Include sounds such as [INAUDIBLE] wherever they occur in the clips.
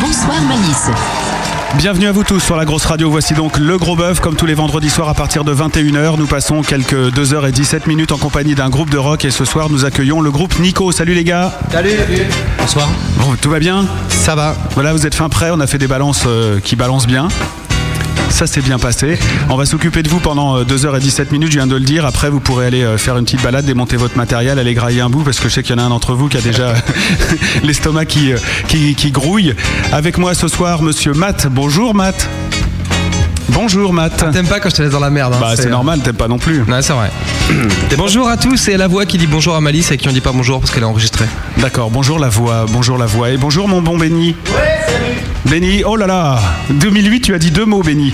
Bonsoir Malice. Bienvenue à vous tous sur la grosse radio. Voici donc le gros bœuf. Comme tous les vendredis soirs à partir de 21h, nous passons quelques 2h17 minutes en compagnie d'un groupe de rock. Et ce soir, nous accueillons le groupe Nico. Salut les gars. Salut. Bonsoir. Bon, tout va bien Ça va. Voilà, vous êtes fin prêt. On a fait des balances euh, qui balancent bien. Ça s'est bien passé. On va s'occuper de vous pendant euh, 2h17 minutes, je viens de le dire. Après, vous pourrez aller euh, faire une petite balade, démonter votre matériel, aller grailler un bout, parce que je sais qu'il y en a un d'entre vous qui a déjà [LAUGHS] l'estomac qui, euh, qui, qui grouille. Avec moi ce soir, monsieur Matt. Bonjour Matt. Bonjour Matt. T'aimes pas quand je te laisse dans la merde. Ah, hein, Bah, c'est normal, t'aimes pas non plus. Ouais, [CLEARS THROAT] c'est vrai. bonjour à tous, c'est la voix qui dit bonjour à Malice et qui on dit pas bonjour parce qu'elle est enregistrée. D'accord, bonjour la voix, bonjour la voix et bonjour mon bon Benny. Benny, oh là là 2008, tu as dit deux mots, Benny.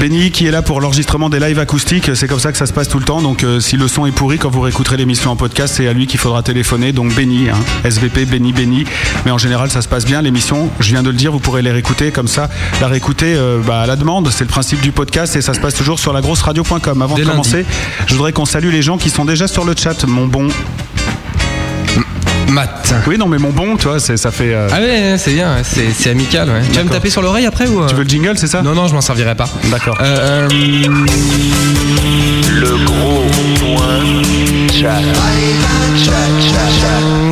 Benny qui est là pour l'enregistrement des lives acoustiques, c'est comme ça que ça se passe tout le temps. Donc euh, si le son est pourri, quand vous réécouterez l'émission en podcast, c'est à lui qu'il faudra téléphoner. Donc Benny, hein, SVP, Benny, Benny. Mais en général, ça se passe bien. L'émission, je viens de le dire, vous pourrez les réécouter comme ça, la réécouter euh, bah, à la demande. C'est le principe du podcast et ça se passe toujours sur la grosse radio.com. Avant Dès de lundi. commencer, je voudrais qu'on salue les gens qui sont déjà sur le chat, mon bon. Matt. Oui, non, mais mon bon, tu vois, c'est- ça fait. euh, Ah ouais, c'est bien, c'est c'est amical. ouais. Tu vas me taper sur l'oreille après ou euh Tu veux le jingle, c'est ça Non, non, je m'en servirai pas. D'accord. Euh, euh, Le gros point chat.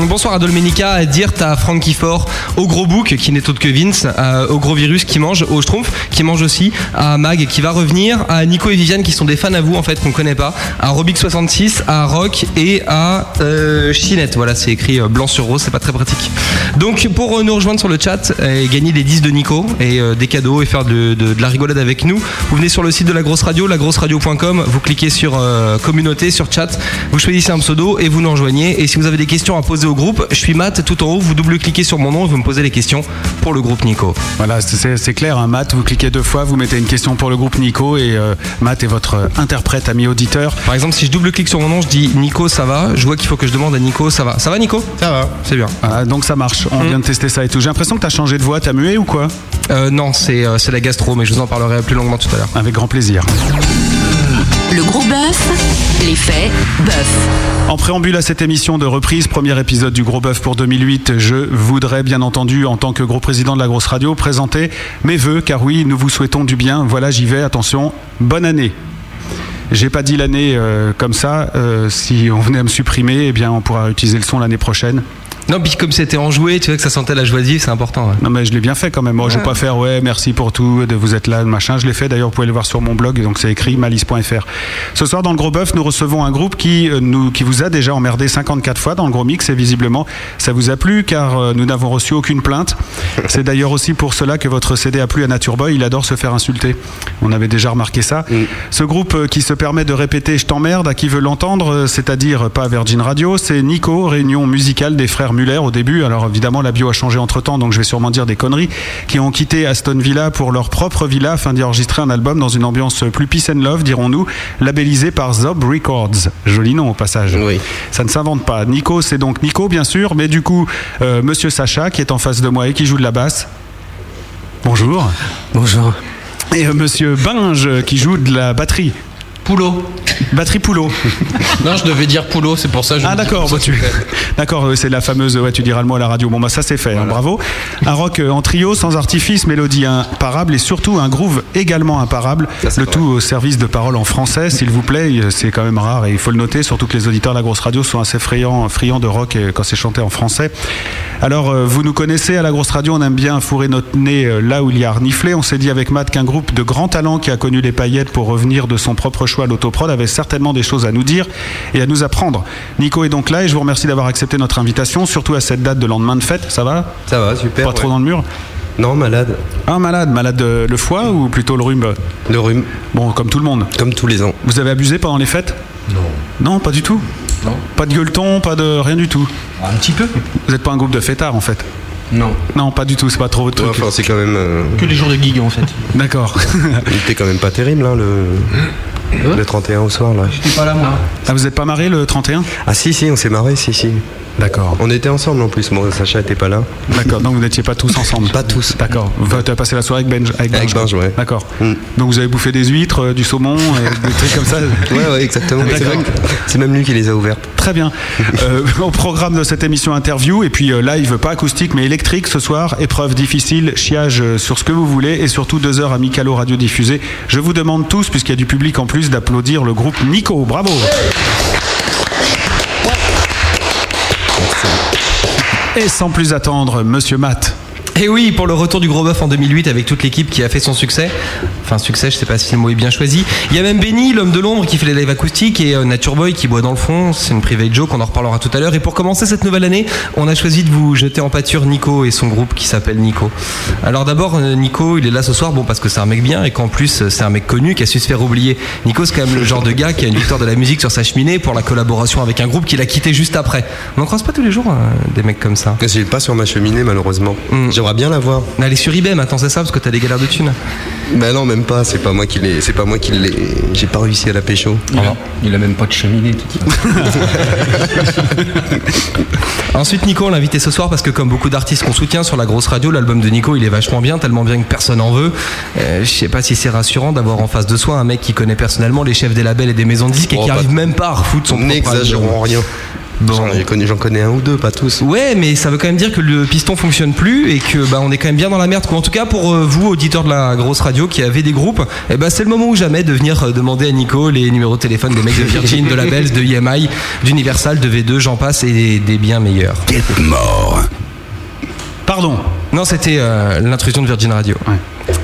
Bonsoir à Dolmenica, à Dirt, à Frankie Fort, au gros book qui n'est autre que Vince, à- au gros virus qui mange, au Schtroumpf qui mange aussi, à Mag qui va revenir, à Nico et Viviane qui sont des fans à vous en fait qu'on connaît pas, à Robic66, à Rock et à euh, Chinette. Voilà, c'est écrit euh, blanc sur rose, c'est pas très pratique. Donc pour euh, nous rejoindre sur le chat et gagner des 10 de Nico et euh, des cadeaux et faire de, de- de la rigolade avec nous, vous venez sur le site de la grosse radio, lagrosseradio.com, vous cliquez sur euh, communauté, sur chat, vous choisissez un pseudo et vous nous rejoignez. Et si vous avez des questions à poser au groupe, je suis Matt tout en haut, vous double-cliquez sur mon nom et vous me posez les questions pour le groupe Nico. Voilà, c'est- c'est c'est clair, hein, Matt, vous cliquez deux fois, vous mettez une question pour le groupe Nico et euh, Matt est votre euh, interprète, ami auditeur. Par exemple, si je double-clique sur mon nom, je dis Nico, ça va, je vois qu'il faut que je demande à Nico, ça va. Ça va Nico Ça va. C'est bien. Ah, donc ça marche, on vient de tester ça et tout. J'ai l'impression que t'as changé de voix, t'as mué ou quoi Euh, non, c'est euh, c'est la gastro, mais je vous en parlerai plus longuement tout à l'heure. Avec grand plaisir. Le gros bœuf, l'effet bœuf. En préambule à cette émission de reprise, premier épisode du Gros Bœuf pour 2008, je voudrais bien entendu, en tant que gros président de la grosse radio, présenter mes voeux, car oui, nous vous souhaitons du bien. Voilà, j'y vais, attention, bonne année. J'ai pas dit l'année euh, comme ça, euh, si on venait à me supprimer, eh bien on pourra utiliser le son l'année prochaine. Non, puis comme c'était enjoué, tu vois que ça sentait la joie de vivre, c'est important. ouais. Non mais je l'ai bien fait quand même. Moi, je vais pas faire ouais, merci pour tout, de vous êtes là, machin. Je l'ai fait d'ailleurs, vous pouvez le voir sur mon blog, donc c'est écrit malice.fr. Ce soir dans le gros bœuf, nous recevons un groupe qui euh, nous qui vous a déjà emmerdé 54 fois dans le gros mix et visiblement ça vous a plu car euh, nous n'avons reçu aucune plainte. C'est d'ailleurs aussi pour cela que votre CD a plu à Nature Boy, il adore se faire insulter. On avait déjà remarqué ça. Ce groupe euh, qui se permet de répéter je t'emmerde à qui veut l'entendre, euh, c'est-à-dire pas à Virgin Radio, c'est Nico, réunion musicale des frères Muller au début. Alors évidemment, la bio a changé entre temps, donc je vais sûrement dire des conneries, qui ont quitté Aston Villa pour leur propre villa afin d'y enregistrer un album dans une ambiance plus peace and love, dirons-nous, labellisé par Zob Records. Joli nom au passage. Oui. Ça ne s'invente pas. Nico, c'est donc Nico, bien sûr, mais du coup, euh, monsieur Sacha qui est en face de moi et qui joue de la basse. Bonjour. Bonjour. Et euh, monsieur Binge euh, qui joue de la batterie. Poulot. Batterie Poulot. Non, je devais dire Poulot, c'est pour ça que je Ah le dis d'accord, comme ça. bah, tu... [LAUGHS] d'accord, euh, c'est la fameuse, ouais, tu diras le mot à la radio. Bon bah ça c'est fait, hein, bravo. Un rock euh, en trio, sans artifice, mélodie imparable et surtout un groove également imparable. le tout au service de paroles en français, s'il vous plaît. Euh, C'est quand même rare et il faut le noter, surtout que les auditeurs de la grosse radio sont assez friands, friands de rock euh, quand c'est chanté en français. Alors euh, vous nous connaissez à la grosse radio, on aime bien fourrer notre nez euh, là où il y a reniflé. On s'est dit avec Matt qu'un groupe de grands talents qui a connu les paillettes pour revenir de son propre choix à l'autoprod avait certainement des choses à nous dire et à nous apprendre. Nico est donc là et je vous remercie d'avoir accepté notre invitation, surtout à cette date de lendemain de fête. Ça va Ça va, super. Pas trop dans le mur Non, malade. Un malade, malade euh, le foie ou plutôt le rhume Le rhume, Bon, comme tout le monde. comme tous les ans. Vous avez abusé pendant les fêtes Non. Non, pas du tout Non. Pas de gueuleton, pas de rien du tout. Un petit peu Vous n'êtes pas un groupe de fêtards en fait Non. Non, pas du tout, c'est pas trop votre Ouais, truc. enfin, c'est quand même. euh, Que les jours de gig en fait. D'accord. [LAUGHS] il était quand même pas terrible, hein, le. Le 31 au soir, là. T'es pas là moi. Ah, vous n'êtes pas marié le 31 Ah, si, si, on s'est marré, si, si. D'accord. On était ensemble en plus, moi, Sacha était pas là. D'accord, donc vous n'étiez pas tous ensemble Pas tous. D'accord. Enfin, tu as passé la soirée avec Benj Avec, Avec Benj, ouais. D'accord. Mm. Donc vous avez bouffé des huîtres, euh, du saumon, euh, des trucs comme ça Ouais, ouais, exactement. C'est D'accord. vrai que- C'est même lui qui les a ouvertes. Très bien. Euh, au programme de cette émission interview, et puis euh, live, pas acoustique, mais électrique ce soir, épreuve difficile, chiage euh, sur ce que vous voulez, et surtout deux heures amicalo radio diffusées. Je vous demande tous, puisqu'il y a du public en plus, d'applaudir le groupe Nico. Bravo Et sans plus attendre, monsieur Matt. Et Eh oui, pour le retour du Gros Bœuf en 2008 avec toute l'équipe qui a fait son succès. Enfin, succès, je sais pas si le mot est bien choisi. Il y a même Benny, l'homme de l'ombre, qui fait les lives acoustiques et euh, Nature Boy qui boit dans le fond. C'est une private joke, on en reparlera tout à l'heure. Et pour commencer cette nouvelle année, on a choisi de vous jeter en pâture Nico et son groupe qui s'appelle Nico. Alors d'abord, euh, Nico, il est là ce soir, bon, parce que c'est un mec bien et qu'en plus, euh, c'est un mec connu qui a su se faire oublier. Nico, c'est quand même le genre de gars qui a une victoire de la musique sur sa cheminée pour la collaboration avec un groupe qu'il a quitté juste après. On n'en croise pas tous les jours, euh, des mecs comme ça. J'ai pas sur ma cheminée, malheureusement. Mm. J'aimerais bien l'avoir. On est allé sur eBay maintenant, c'est ça, parce que t'as des galères de thunes. Bah non, même pas. C'est pas moi qui l'ai. C'est pas moi qui l'ai. J'ai pas réussi à la pécho. Il a, il a même pas de cheminée. tout ça. Ensuite, Nico, on l'a invité ce soir parce que, comme beaucoup d'artistes qu'on soutient sur la grosse radio, l'album de Nico, il est vachement bien, tellement bien que personne en veut. Euh, je sais pas si c'est rassurant d'avoir en face de soi un mec qui connaît personnellement les chefs des labels et des maisons de disques et Oh, qui pas- arrive même pas à refoutre son propre N'exagérons album. rien. Bon. J'en ai connu- j'en connais un ou deux, pas tous. Ouais, mais ça veut quand même dire que le piston fonctionne plus et que bah on est quand même bien dans la merde. quoi. En tout cas, pour euh, vous auditeurs de la grosse radio qui avez des groupes, eh ben c'est le moment ou jamais de venir euh, demander à Nico les numéros de téléphone des mecs de Virgin, de Labels, de EMI, d'Universal, de V2, j'en passe et des, des bien meilleurs. Pardon. Non, c'était euh, l'intrusion de Virgin Radio.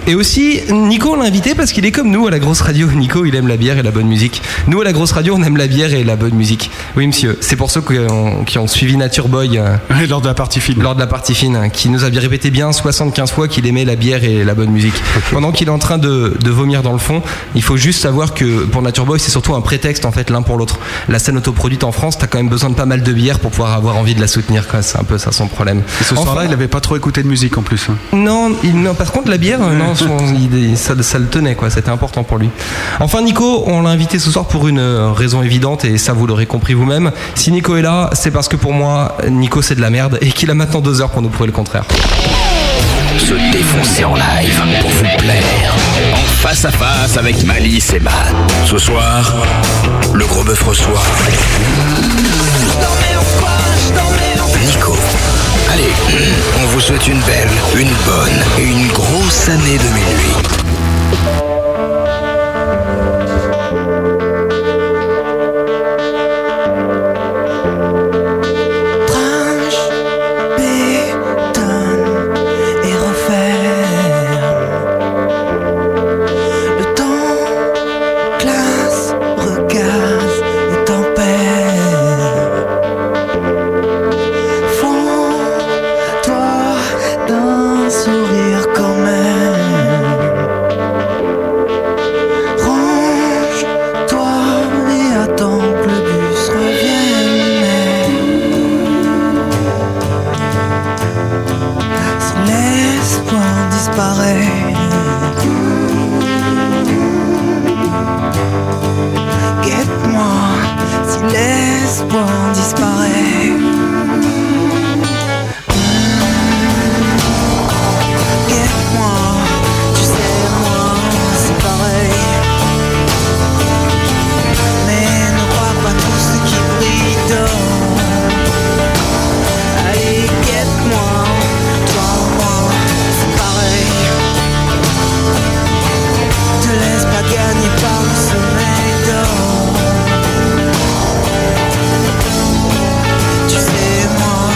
Et aussi, Nico, on l'a invité parce qu'il est comme nous à la grosse radio. [LAUGHS] Nico, il aime la bière et la bonne musique. Nous, à la grosse radio, on aime la bière et la bonne musique. Oui, monsieur, c'est pour ceux qui ont, qui ont suivi Nature Boy euh, Et lors de la partie film. lors de la partie fine, hein, qui nous avait répété bien 75 fois qu'il aimait la bière et la [LAUGHS] bonne musique. Pendant qu'il est en train de, de vomir dans le fond, il faut juste savoir que pour Nature Boy, c'est surtout un prétexte en fait l'un pour l'autre. La scène autoproduite en France, t'as quand même besoin de pas mal de bière pour pouvoir avoir envie de la soutenir. quoi. C'est un peu ça son problème. Et ce soir-là, Enfin, il avait pas trop écouté de musique en plus. hein. non, il- non, par contre, la bière, euh, [LAUGHS] non, son- il- ça, ça le tenait, quoi. C'était important pour lui. Enfin, Nico, on l'a invité ce soir pour une euh, raison évidente, et ça, vous l'aurez compris vous-même. Si Nico est là, c'est parce que pour moi, Nico, c'est de la merde, et qu'il a maintenant deux heures pour nous prouver le contraire. se défoncer en live pour vous plaire. En face à face avec Malice et Matt. Ce soir, le gros bœuf reçoit. Nico. Allez, on vous souhaite une belle, une bonne et une grosse année 2008. Tranche, bétonne et referme. Le temps classe, recasse et tempère. Fonds-toi d'un sourire quand même. Range-toi et attends que le bus revienne. Si l'espoir disparaît Guette-moi si l'espoir disparaît Guette-moi, tu sais moi c'est pareil Mais ne crois pas tout ce qui brille dans Allez, guette-moi, toi, moi, c'est pareil. Te laisse pas gagner par le sommeil d'or. Tu sais, moi,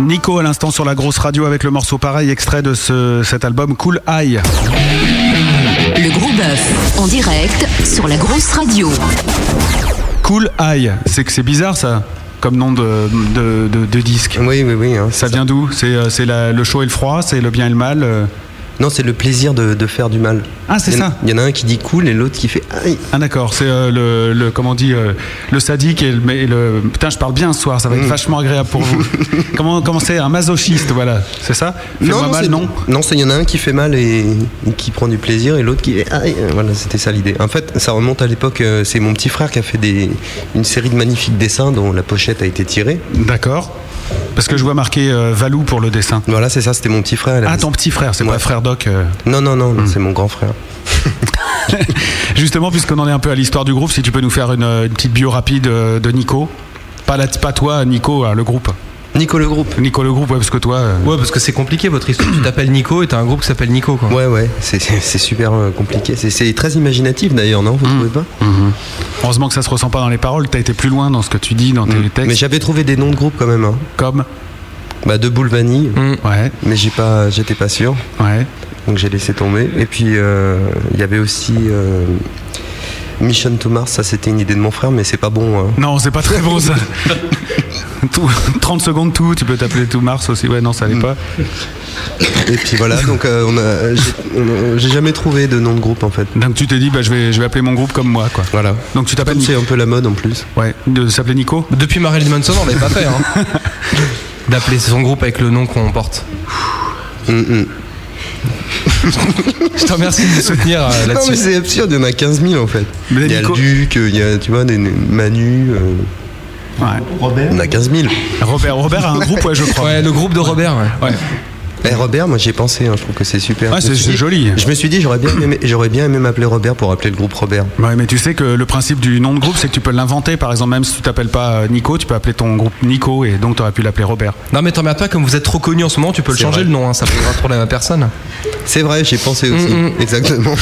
Nico à l'instant sur la grosse radio avec le morceau pareil, extrait de ce- cet album Cool Eye. Le gros bœuf en direct sur la grosse radio. Cool Eye, c'est que c'est bizarre ça comme nom de, de, de- de disque. Oui, oui, hein. oui. ça vient d'où C'est euh, c'est la- le chaud et le froid, c'est le bien et le mal euh. Non, c'est le plaisir de, de faire du mal. Ah, c'est Il y en a- ça. Il y en a un qui dit cool et l'autre qui fait aïe. Ah d'accord, c'est euh, le, le- comment on dit euh, le sadique et le, mais le- putain je parle bien ce soir, ça va être vachement agréable pour [LAUGHS] vous. comment comment c'est un masochiste voilà, c'est ça Fais-moi mal c'est- non Non, c'est- il y en a un qui fait mal et, et qui prend du plaisir et l'autre qui est aïe. Voilà, c'était ça l'idée. En fait, ça remonte à l'époque. euh, C'est mon petit frère qui a fait des, une série de magnifiques dessins dont la pochette a été tirée. D'accord. Parce que je vois marqué euh, Valou pour le dessin. Voilà, c'est ça. C'était mon petit frère. il Ah avait- ton petit frère, c'est pas frère Doc. euh. Non, non, non, non, c'est mon grand frère. Justement puisqu'on en est un peu à l'histoire du groupe, si tu peux nous faire une, euh, une petite bio rapide euh, de Nico. Pas, la, pas toi, Nico, euh, le groupe. Nico le groupe. Nico le groupe, ouais, parce que toi. euh, Ouais, parce que c'est compliqué votre histoire. tu t'appelles Nico et t'as un groupe qui s'appelle Nico, quoi. Ouais, ouais. C'est- C'est c'est super euh, compliqué. C'est- C'est très imaginatif d'ailleurs, non Vous Hmm. trouvez pas Heureusement que ça se ressent pas dans les paroles, t'as été plus loin dans ce que tu dis, dans tes Mm. Mais textes. j'avais trouvé des noms de groupes quand même. hein. Comme. Bah, de Boulevani, Ouais, mais j'ai pas, j'étais pas sûr, ouais. donc j'ai laissé tomber. Et puis euh, il y avait aussi euh, Mission to Mars, ça c'était une idée de mon frère, mais c'est pas bon. hein. Non, c'est pas très bon ça. Tout- 30 secondes tout, tu peux t'appeler tout Mars aussi. Ouais, non, ça allait pas. Et [LAUGHS] puis voilà, donc euh, on a, j'ai- on a- j'ai jamais trouvé de nom de groupe en fait. Donc tu t'es dit, bah, je, vais, je vais appeler mon groupe comme moi, quoi. Voilà. Donc tu t'appelles Comme c'est Nico. un peu la mode en plus. Ouais, de s'appeler Nico Depuis Marilyn Manson, on l'avait pas fait, hein. [LAUGHS] D'appeler son groupe avec le nom qu'on porte. Mm, mm. [LAUGHS] Je te remercie de me soutenir euh, Non mais là-dessus. c'est absurde, il y en a 15 000 en fait. Mais Il y a Nico- le Duc, il y a tu vois des, des- Manu, euh, Ouais. on a 15 000. Robert, Robert a un groupe, ouais, je crois. Ouais, le groupe de Robert, ouais. Ouais. Eh, Robert, moi j'ai pensé, hein, je trouve que c'est super. Ouais, Je me Ah, c'est- suis c'est dit- joli. Je me suis dit j'aurais bien aimé, j'aurais bien aimé m'appeler Robert pour appeler le groupe Robert. Bah, Ouais, mais tu sais que le principe du nom de groupe, c'est que tu peux l'inventer. Par exemple, même si tu t'appelles pas euh, Nico, tu peux appeler ton groupe Nico et donc tu aurais pu l'appeler Robert. Non, mais t'emmerdes pas, comme vous êtes trop connu en ce moment, tu peux le C'est changer vrai. le nom, hein, ça plaira trop la personne. C'est vrai, j'ai Mm, pensé aussi. Exactement.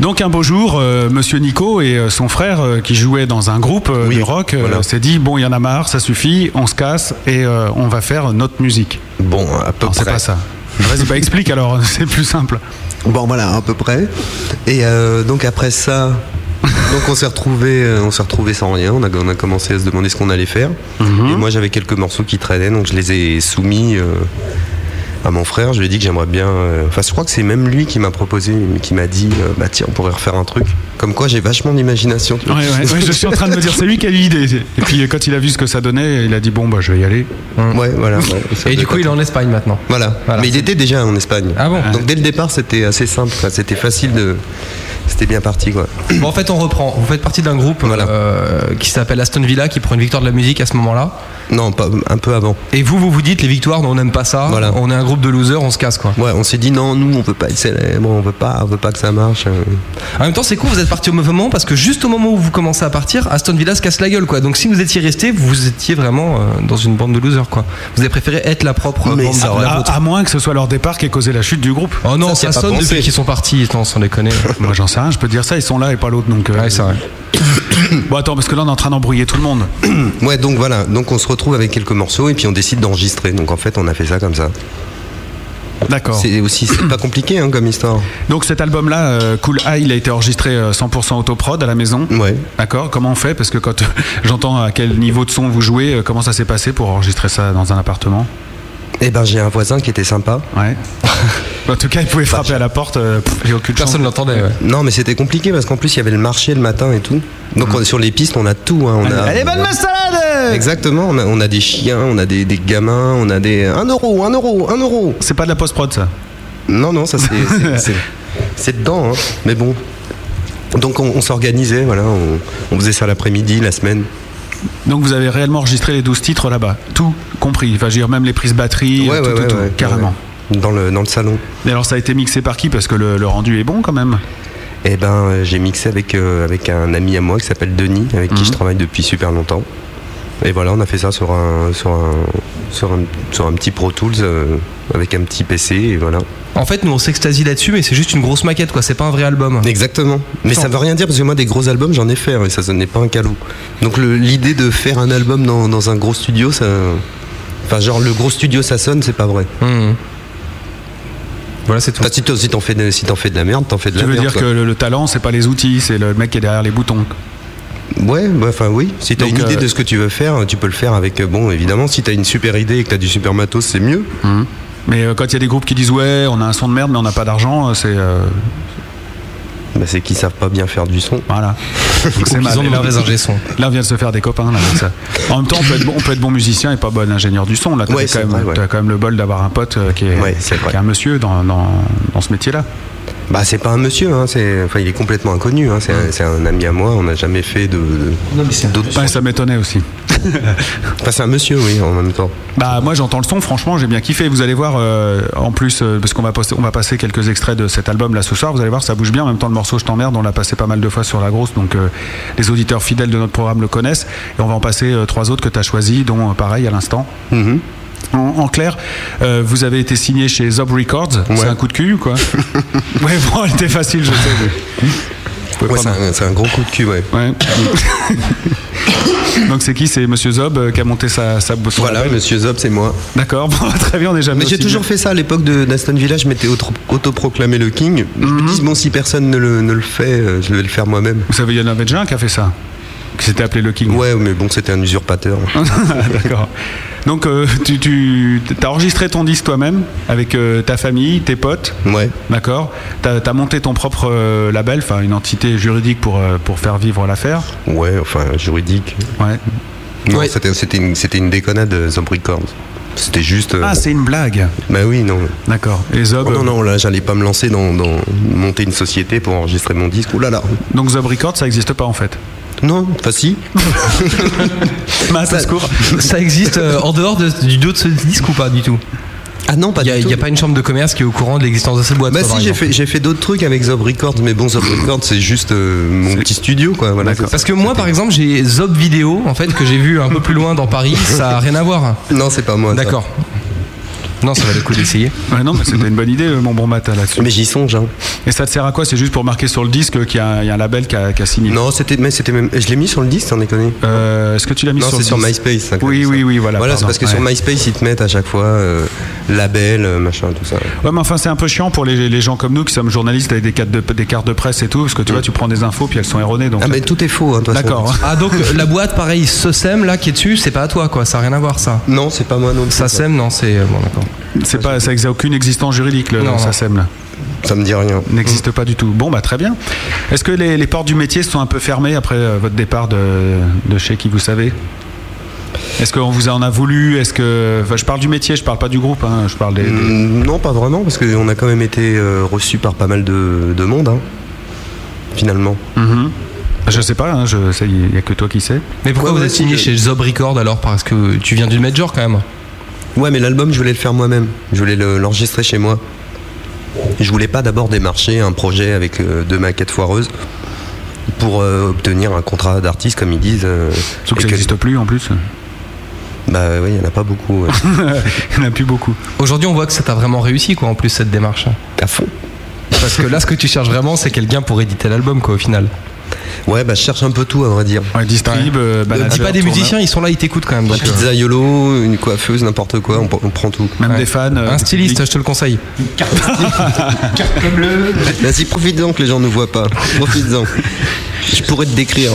Donc un beau jour, euh, Monsieur Nico et euh, son frère euh, qui jouaient dans un groupe euh, Oui, de rock euh, voilà. s'est dit bon, il y en a marre, ça suffit, on se casse et euh, on va faire notre musique. Bon, à peu Non, c'est près. pas ça. Vas-y, bah explique alors, [LAUGHS] c'est plus simple. Bon, voilà, à peu près. Et euh, donc après ça, donc on s'est retrouvé, on s'est retrouvé sans rien. On a, on a commencé à se demander ce qu'on allait faire. Mhm. Et moi, j'avais quelques morceaux qui traînaient, donc je les ai soumis. euh, à mon frère, je lui ai dit que j'aimerais bien. euh, Enfin, je crois que c'est même lui qui m'a proposé, qui m'a dit, euh, bah tiens, on pourrait refaire un truc. Comme quoi, j'ai vachement d'imagination. tu Ouais, vois. [LAUGHS] ouais, ouais, je suis en train de me dire, c'est lui qui a eu l'idée. Et puis euh, quand il a vu ce que ça donnait, il a dit bon, bah je vais y aller. Ouais, voilà. ouais. Et du coup, il est en Espagne [CLEARS THROAT] maintenant. Voilà. Voilà. Mais il était déjà en Espagne. Ah bon Donc dès le départ, c'était assez simple. quoi. C'était facile de. C'était bien parti, quoi. Bon, en fait, on reprend. Vous faites partie d'un groupe Voilà. euh, qui s'appelle Aston Villa, qui prend une victoire de la musique à ce moment-là. Non, pas un peu avant. Et vous, vous vous dites, les victoires, non, on n'aime pas ça. Voilà. On est un groupe de losers, on se casse, quoi. Ouais, on s'est dit non, nous, on veut pas être célèbre, on veut pas, on veut pas que ça marche. euh. En même temps, c'est cool, vous êtes parti au mauvais moment parce que juste au moment où vous commencez à partir, Aston Villa se casse la gueule, quoi. Donc si vous étiez resté, vous étiez vraiment euh, dans une bande de losers, quoi. Vous avez préféré être la propre euh, Mais bande ça de la À, vôtre. à moins que ce soit leur départ qui ait causé la chute du groupe. Oh non, Ça, ça, c'est pas sonne pensé. depuis qu'ils sont partis, non, sans [LAUGHS] déconner. Moi j'en sais rien, je peux te dire ça, ils sont là et pas l'autre donc. euh, ouais, c'est vrai. Bon attends, parce que là on est en train d'embrouiller tout le monde. Ouais, donc voilà. Donc on se retrouve avec quelques morceaux et puis on décide d'enregistrer. Donc en fait, on a fait ça comme ça. D'accord. C'est aussi c'est pas compliqué hein, comme histoire. Donc cet album là, Cool High, il a été enregistré euh, 100% autoprod à la maison. Ouais. D'accord, comment on fait Parce que quand [LAUGHS] j'entends à quel niveau de son vous jouez, euh, comment ça s'est passé pour enregistrer ça dans un appartement Et ben j'ai un voisin qui était sympa. [LAUGHS] Ouais. en tout cas, il pouvait frapper à la porte, euh, pff, j'ai aucune chance. Personne ne l'entendait, ouais. Non, mais c'était compliqué parce qu'en plus il y avait le marché le matin et tout. Donc on- sur les pistes, on a tout. Hein, on a. Elle est bonne ma salade Exactement, on a, on a des chiens, on a des, des gamins, on a des. 1 euro, 1 euro, 1 euro C'est pas de la post-prod ça Non, non, ça c'est. [LAUGHS] c'est- c'est- C'est dedans, hein. mais bon. Donc on, on s'organisait, voilà, on, on faisait ça l'après-midi, la semaine. Donc vous avez réellement enregistré les 12 titres là-bas, tout compris, enfin je veux dire même les prises batterie, euh, tout, tout, tout, ouais, carrément. ouais. Dans le, dans le salon. Et alors ça a été mixé par qui Parce que le, le rendu est bon quand même. Et ben euh, j'ai mixé avec, euh, avec un ami à moi qui s'appelle Denis, avec qui je Mhm. travaille depuis super longtemps. Et voilà, on a fait ça sur un, sur un, sur un, sur un petit Pro Tools euh, avec un petit PC, et voilà. En fait, nous, on s'extasie là-dessus, mais c'est juste une grosse maquette, quoi. C'est pas un vrai album. Exactement. Mais ça veut rien dire parce que moi des gros albums j'en ai fait hein, et ça ce n'est pas un calou. Donc le- l'idée de faire un album dans, dans un gros studio ça Enfin, genre le gros studio ça sonne, c'est pas vrai. Hum. Voilà, c'est tout. si t'en si t'en fais, de- si t'en fais de la merde, t'en fais de Tu la veux merde. dire quoi. que le, le talent, c'est pas les outils, c'est le mec qui est derrière les boutons. Ouais, bah, enfin oui. Si t'as Donc, une idée euh, de ce que tu veux faire, tu peux le faire avec. euh, Bon, évidemment, si t'as une super idée et que t'as du super matos, c'est mieux. Mais euh, quand il y a des groupes qui disent ouais, on a un son de merde, mais on n'a pas d'argent, euh, c'est euh, Bah, c'est qu'ils savent pas bien faire du son. [LAUGHS] voilà. Donc, Ou qu'ils ont de Et là, mauvais ingé son. Là, on vient de se faire des copains là, avec ça. En même temps, on peut, être bon, on peut être bon musicien et pas bon ingénieur du son. Là, t'as Ouais, quand, c'est même- vrai, ouais. t'as quand même le bol d'avoir un pote euh, qui est, Ouais, c'est vrai. qui est un monsieur dans, dans, dans ce métier-là. Bah, c'est pas un monsieur, hein, c'est, enfin, il est complètement inconnu. Hein, c'est, Hum. un, c'est un ami à moi, on n'a jamais fait de. de- Non, mais c'est un- d'autres- Ouais, ça m'étonnait aussi. Enfin, c'est un monsieur, oui, en même temps. Bah moi j'entends le son, franchement j'ai bien kiffé. Vous allez voir euh, en plus euh, parce qu'on va poster- on va passer quelques extraits de cet album là ce soir. Vous allez voir ça bouge bien. En même temps le morceau je t'emmerde, on l'a passé pas mal de fois sur la grosse, donc euh, les auditeurs fidèles de notre programme le connaissent. Et on va en passer euh, trois autres que tu as choisi, dont euh, pareil à l'instant. Mm-hmm. En, en clair, euh, vous avez été signé chez Zob Records. C'est Ouais. un coup de cul [LAUGHS] ou quoi Ouais, bon, elle était facile, je sais. mais- Je pouvais Ouais, pas c'est, me- un, c'est un gros coup de cul, ouais. [LAUGHS] Ouais. Donc c'est qui C'est Monsieur Zob euh, qui a monté sa, sa son Voilà, label monsieur Zob, c'est moi. D'accord, bon, [LAUGHS] très bien, on est jamais. Mais j'ai aussi toujours bien. fait ça à l'époque de- d'Aston Villa, je m'étais auto- autoproclamé le king. Je me dis, bon, si personne ne le, ne le fait, euh, je vais le faire moi-même. Vous savez, il y en avait déjà un qui a fait ça, qui s'était appelé le King. Ouais, mais bon, c'était un usurpateur. [LAUGHS] D'accord. Donc, euh, tu, tu as enregistré ton disque toi-même avec euh, ta famille, tes potes. Ouais. D'accord. Tu as, monté ton propre euh, label, enfin une entité juridique pour, euh, pour faire vivre l'affaire. Ouais, enfin, juridique. Ouais. Non, c'était, c'était une, c'était une déconnade, euh, Zob Records. C'était juste. euh, Ah, c'est une blague. Bah oui, non. D'accord. Et Zob. Oh non, non, là, j'allais pas me lancer dans, dans monter une société pour enregistrer mon disque. Ouh là là. Donc, Zob Records, ça n'existe pas en fait. Non, enfin si. Mince, à ce court. [LAUGHS] Ça existe euh, en dehors de- du dos de ce disque ou pas du tout Ah non, pas Il du tout. n'y a, pas une chambre de commerce qui est au courant de l'existence de cette boîte. Bah toi, par si, j'ai exemple. fait, j'ai fait d'autres trucs avec Zob Records, mais bon, Zob Records, c'est juste euh, mon petit studio, quoi. Voilà, c'est Parce que moi, par exemple, j'ai Zob Vidéo, en fait, que j'ai vu un peu plus loin dans [LAUGHS] Paris. Ça n'a rien à voir. ça. Non, c'est pas moi. ça. D'accord. Non, ça va le coup d'essayer. Ouais, non, mais c'était une bonne idée, euh, mon bon matin là-dessus. Mais j'y songe, hein. Et ça te sert à quoi C'est juste pour marquer sur le disque qu'il y, a un- il y a un label qui a, qui a signé. Non, c'était, mais c'était même. Je l'ai mis sur le disque, t'en es connu Euh, Est-ce que tu l'as mis Non, sur c'est le sur disque MySpace. ça, Oui, comme oui, ça. oui, voilà, Voilà, c'est pardon, parce que ouais. sur MySpace, ils te mettent à chaque fois euh, label, euh, machin, tout ça. Ouais, mais enfin, c'est un peu chiant pour les, les gens comme nous qui sommes journalistes avec des cartes de, des cartes de presse et tout, parce que tu vois, tu prends des infos puis elles sont erronées. Donc, euh, Ah, mais tout est faux, hein, de toute façon. d'accord. hein. [LAUGHS] Ah, donc la boîte, pareil, se sème, là, qui est dessus, c'est pas à toi, quoi. Ça n'a rien à voir, ça. Non, c'est pas moi non plus, Ça quoi. sème, non, c'est. euh, Bon, d'accord. C'est pas, ça n'a aucune existence juridique, le, Non. Mm. ça sème là. Ça me dit rien. N'existe pas du tout. Bon, bah très bien. Est-ce que les, les portes du métier se sont un peu fermées après euh, votre départ de, de chez qui vous savez Est-ce qu'on vous en a voulu Est-ce que, enfin, je parle du métier, je parle pas du groupe. hein, je parle des. des- Mm, Non, pas vraiment, parce qu'on a quand même été euh, reçus par pas mal de, de monde, hein, finalement. Mhm. Je sais pas. hein, je, sais, il y a que toi qui sais. Mais pourquoi Ouais, vous ouais, êtes signé si, chez Zob Record alors Parce que tu viens d'une major quand même. Ouais, mais l'album, je voulais le faire moi-même. Je voulais le- l'enregistrer chez moi. Je voulais pas d'abord démarcher un projet avec euh, deux maquettes foireuses pour euh, obtenir un contrat d'artiste, comme ils disent. euh, Sauf que et ça que- n'existe plus en plus. [LAUGHS] Bah oui, il y en a pas beaucoup. ouais. il n'y en a plus beaucoup. Aujourd'hui, on voit que ça t'a vraiment réussi, quoi, en plus, cette démarche. à fond. Parce que là, ce que tu cherches vraiment, c'est quelqu'un pour éditer l'album, quoi, au final. Ouais, bah je cherche un peu tout, à vrai dire. Ouais, distrib, euh, manager, Dis pas des tourneur. musiciens, ils sont là, ils t'écoutent quand même. Un donc, euh, pizzaïolo, une coiffeuse, n'importe quoi, on, pr- on prend tout. Même ouais. des fans. euh, Un du styliste, public. je te le conseille. Vas-y, profite-en que les gens ne [LAUGHS] voient pas. Profite-en. Je pourrais te décrire.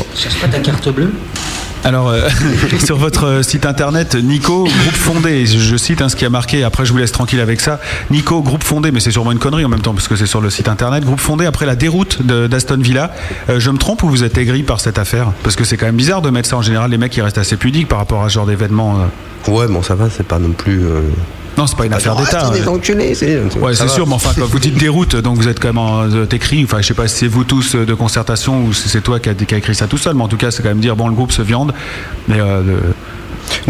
Alors, euh, [LAUGHS] sur votre euh, site internet, Nico, groupe fondé, je- je cite hein, ce qui a marqué, après je vous laisse tranquille avec ça. Nico, groupe fondé, mais c'est sûrement une connerie en même temps, parce que c'est sur le site internet, groupe fondé après la déroute de- d'Aston Villa. Euh, je me trompe ou vous êtes aigri par cette affaire Parce que c'est quand même bizarre de mettre ça en général, les mecs ils restent assez pudiques par rapport à ce genre d'événement. euh. Ouais, bon, ça va, c'est pas non plus. euh, Non, c'est pas une affaire genre, d'État. ah, c'est euh. des enculés, c'est- Ouais, ça c'est va. sûr, mais enfin, quand vous dites déroute, donc vous êtes quand même en euh, écrit, enfin, je sais pas si c'est vous tous euh, de concertation ou si c'est toi qui a, qui a écrit ça tout seul, mais en tout cas, c'est quand même dire, bon, le groupe se viande, mais. euh, le-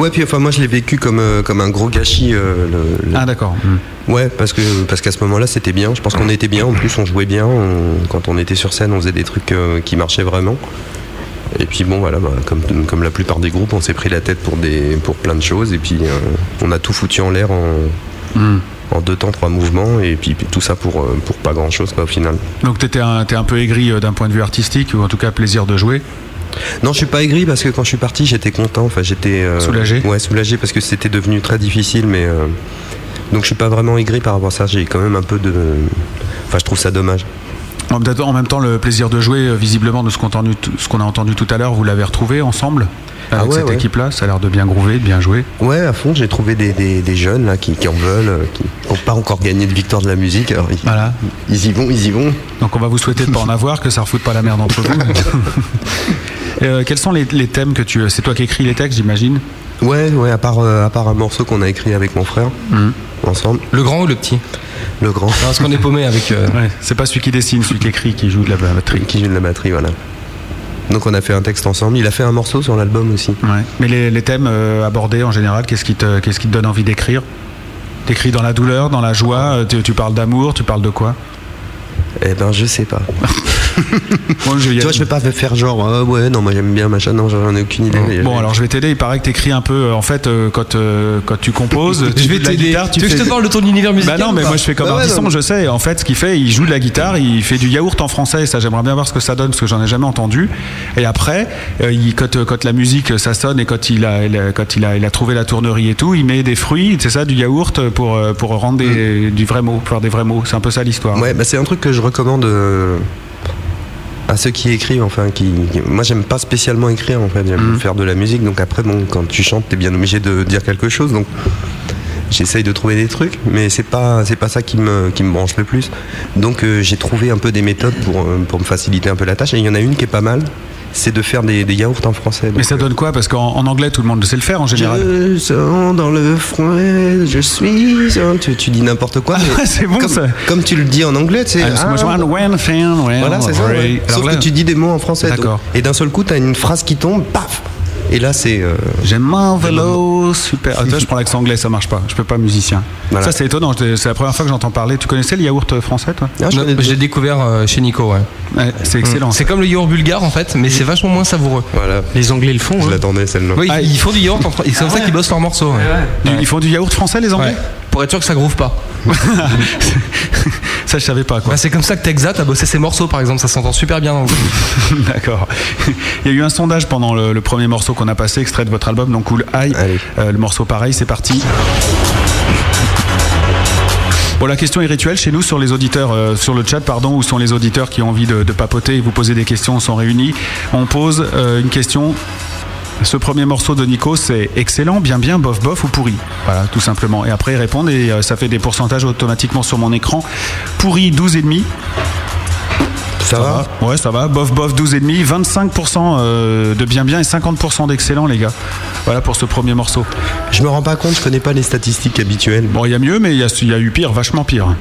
Ouais, puis enfin, moi je l'ai vécu comme, euh, comme un gros gâchis. euh, le- le- Ah, d'accord. Hmm. Ouais, parce que parce qu'à ce moment-là, c'était bien. Je pense qu'on était bien. En plus, on jouait bien. On- Quand on était sur scène, on faisait des trucs euh, qui marchaient vraiment. Et puis bon, voilà, bah, comme, comme la plupart des groupes, on s'est pris la tête pour, des, pour plein de choses. Et puis, euh, on a tout foutu en l'air en, en deux temps, trois mouvements. Et puis, puis tout ça pour, euh, pour pas grand-chose, quoi, au final. Donc t'étais un, t'es un peu aigri euh, d'un point de vue artistique ou en tout cas plaisir de jouer. Non, je suis pas aigri parce que quand je suis parti, j'étais content. Enfin, j'étais euh, Soulagé Ouais, soulagé parce que c'était devenu très difficile, mais euh, donc je suis pas vraiment aigri par rapport à ça. J'ai quand même un peu de. Enfin, je trouve ça dommage. En peut-être- En même temps, le plaisir de jouer, euh, visiblement, de ce qu'on entendu- ce qu'on a entendu tout à l'heure, vous l'avez retrouvé ensemble avec Ah ouais, cette ouais. équipe-là. Ça a l'air de bien groover, de bien jouer. Ouais, à fond, j'ai trouvé des, des- des jeunes là qui, qui en veulent, euh, qui n'ont pas encore gagné de victoire de la musique. Alors, ils, ils y vont, ils y vont. Donc on va vous souhaiter de pas en avoir, que ça refoute pas la merde entre vous. [LAUGHS] Euh, quels sont les, les thèmes que tu... euh, C'est toi qui écris les textes, j'imagine Ouais, ouais, à part, euh, à part un morceau qu'on a écrit avec mon frère, ensemble. Le grand ou le petit Le grand. Parce qu'on est paumé avec. euh, Ouais, c'est pas celui qui dessine, celui qui écrit, qui joue de la batterie. Qui joue de la batterie, voilà. Donc on a fait un texte ensemble. Il a fait un morceau sur l'album aussi. Ouais. Mais les, les thèmes euh, abordés en général, qu'est-ce qui, te- qu'est-ce qui te donne envie d'écrire T'écris dans la douleur, dans la joie, euh, tu, tu parles d'amour, tu parles de quoi Eh ben, je sais pas. Bon, je vais y Tu vois, aller. je vais pas faire genre, Ah ouais, non, moi j'aime bien, machin, non, j'en ai aucune idée. mais- Bon, alors je vais t'aider. Il paraît que t'écris un peu. euh, En fait, euh, quand, euh, quand tu [LAUGHS] composes, tu Je joues vais de la t'aider. guitare. Tu veux que fais- je te parle de ton univers Bah musical non, ou mais pas moi je fais comme Bah ouais, Ardisson, non, mais- je sais. En fait, ce qu'il fait, il joue de la guitare, il fait du yaourt en français. Ça, j'aimerais bien voir ce que ça donne, parce que j'en ai jamais entendu. Et après, euh, il, quand, euh, quand la musique, euh, ça sonne, et quand il a, il a- quand il a, il a trouvé la tournerie et tout, il met des fruits, c'est ça, du yaourt pour, euh, pour rendre des, du vrai mot, pour faire des vrais mots. C'est un peu ça l'histoire. Mm. Ouais, bah c'est un truc que je recommande euh, à ceux qui écrivent. Enfin, qui, qui- moi, j'aime pas spécialement écrire. En fait, Mm. j'aime faire de la musique. Donc après, bon, quand tu chantes, t'es bien obligé de dire quelque chose. Donc j'essaye de trouver des trucs, mais c'est pas c'est pas ça qui me qui me branche le plus. Donc euh, j'ai trouvé un peu des méthodes pour euh, pour me faciliter un peu la tâche. Et il y en a une qui est pas mal. C'est de faire des, des yaourts en français. Mais Donc, ça donne quoi Parce qu'en en anglais, tout le monde sait le faire en général. je sens dans le froid, je suis. un- Tu, tu dis n'importe quoi. mais c'est bon, comme, ça. Comme tu le dis en anglais, tu sais. I'm so much ah, one, one thing, one Voilà, c'est ça. ouais. break. Alors Sauf là, que tu dis des mots en français. donc. D'accord. Et d'un seul coup, t'as une phrase qui tombe, paf Et là, c'est. euh, J'aime un vélo, super. Ah, tu vois, je prends l'accent anglais, ça marche pas. Je peux pas musicien. Voilà. Ça, c'est étonnant. je- C'est la première fois que j'entends parler. Tu connaissais le yaourt euh, français, toi ah, je Non, connais- je l'ai découvert euh, chez Nico, ouais. Ouais, C'est excellent. C'est comme le yaourt bulgare en fait, mais c'est vachement moins savoureux. Voilà. Les Anglais le font. Je hein. l'attendais, celle-là. Oui, Ah, ils font du yaourt, en fran- et c'est comme ça qu'ils bossent leurs morceaux. ouais. Du- Ils font du yaourt français, les Anglais Ouais. Pour être sûr que ça groove pas. [LAUGHS] Ça, je savais pas, quoi. Bah, c'est comme ça que Texas a bossé ses morceaux par exemple, ça s'entend super bien dans le groove. [LAUGHS] D'accord. Il y a eu un sondage pendant le, le premier morceau qu'on a passé, extrait de votre album, donc Cool High. Allez. Euh, le morceau pareil, c'est parti. Bon, la question est rituelle chez nous sur les auditeurs, euh, sur le chat, pardon, où sont les auditeurs qui ont envie de, de papoter et vous poser des questions, on sont réunis. On pose euh, une question. Ce premier morceau de Nico, c'est excellent, bien, bien, bof, bof ou pourri. Voilà, tout simplement. Et après, ils répondent et euh, ça fait des pourcentages automatiquement sur mon écran. Pourri, 12,5. Ça va Ah, Ouais, ça va. Bof, bof, 12,5. 25% euh, de bien, bien et 50% d'excellent, les gars. Voilà pour ce premier morceau. Je me rends pas compte, je connais pas les statistiques habituelles. Bon, il y a mieux, mais il y, a- il y a eu pire, vachement pire.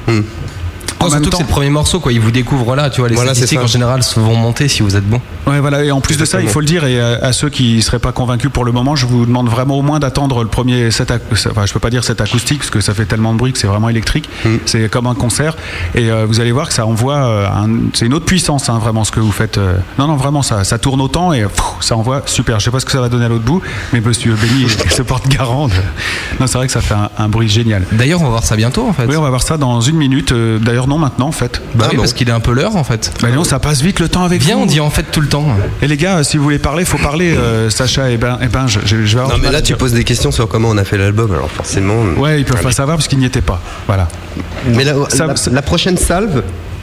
En Non, même temps- surtout que c'est le premier morceau quoi, ils vous découvrent là, tu vois, les Voilà, c'est statistiques ça. en général se vont monter si vous êtes bon. Ouais, voilà. Et en plus de ça, il faut le dire, et euh, à ceux qui seraient pas convaincus pour le moment, je vous demande vraiment au moins d'attendre le premier set. ac- Enfin, je peux pas dire set acoustique parce que ça fait tellement de bruit que c'est vraiment électrique. C'est comme un concert. Et euh, vous allez voir que ça envoie. euh, un- c'est une autre puissance, hein, vraiment, ce que vous faites. euh. Non, non, vraiment, ça, ça tourne autant et pfff, ça envoie super. Je sais pas ce que ça va donner à l'autre bout, mais Monsieur Benny se porte garant. de- Non, c'est vrai que ça fait un, un bruit génial. D'ailleurs, on va voir ça bientôt en fait. Oui, on va voir ça dans une minute. euh, D'ailleurs, non, maintenant, en fait. Bah oui, non. parce qu'il est un peu l'heure en fait. Bah, non, ça passe vite le temps avec Viens, vous. on dit en fait tout le temps. Et les gars, si vous voulez parler, faut parler. euh, Sacha et ben, et ben, je, je- je vais. avoir Non, du mais mal là, à tu dire. poses des questions sur comment on a fait l'album, alors forcément. Ouais, ils peuvent pas savoir parce qu'ils n'y étaient pas. Voilà. Mais la, Ça- la- ça- la prochaine salve,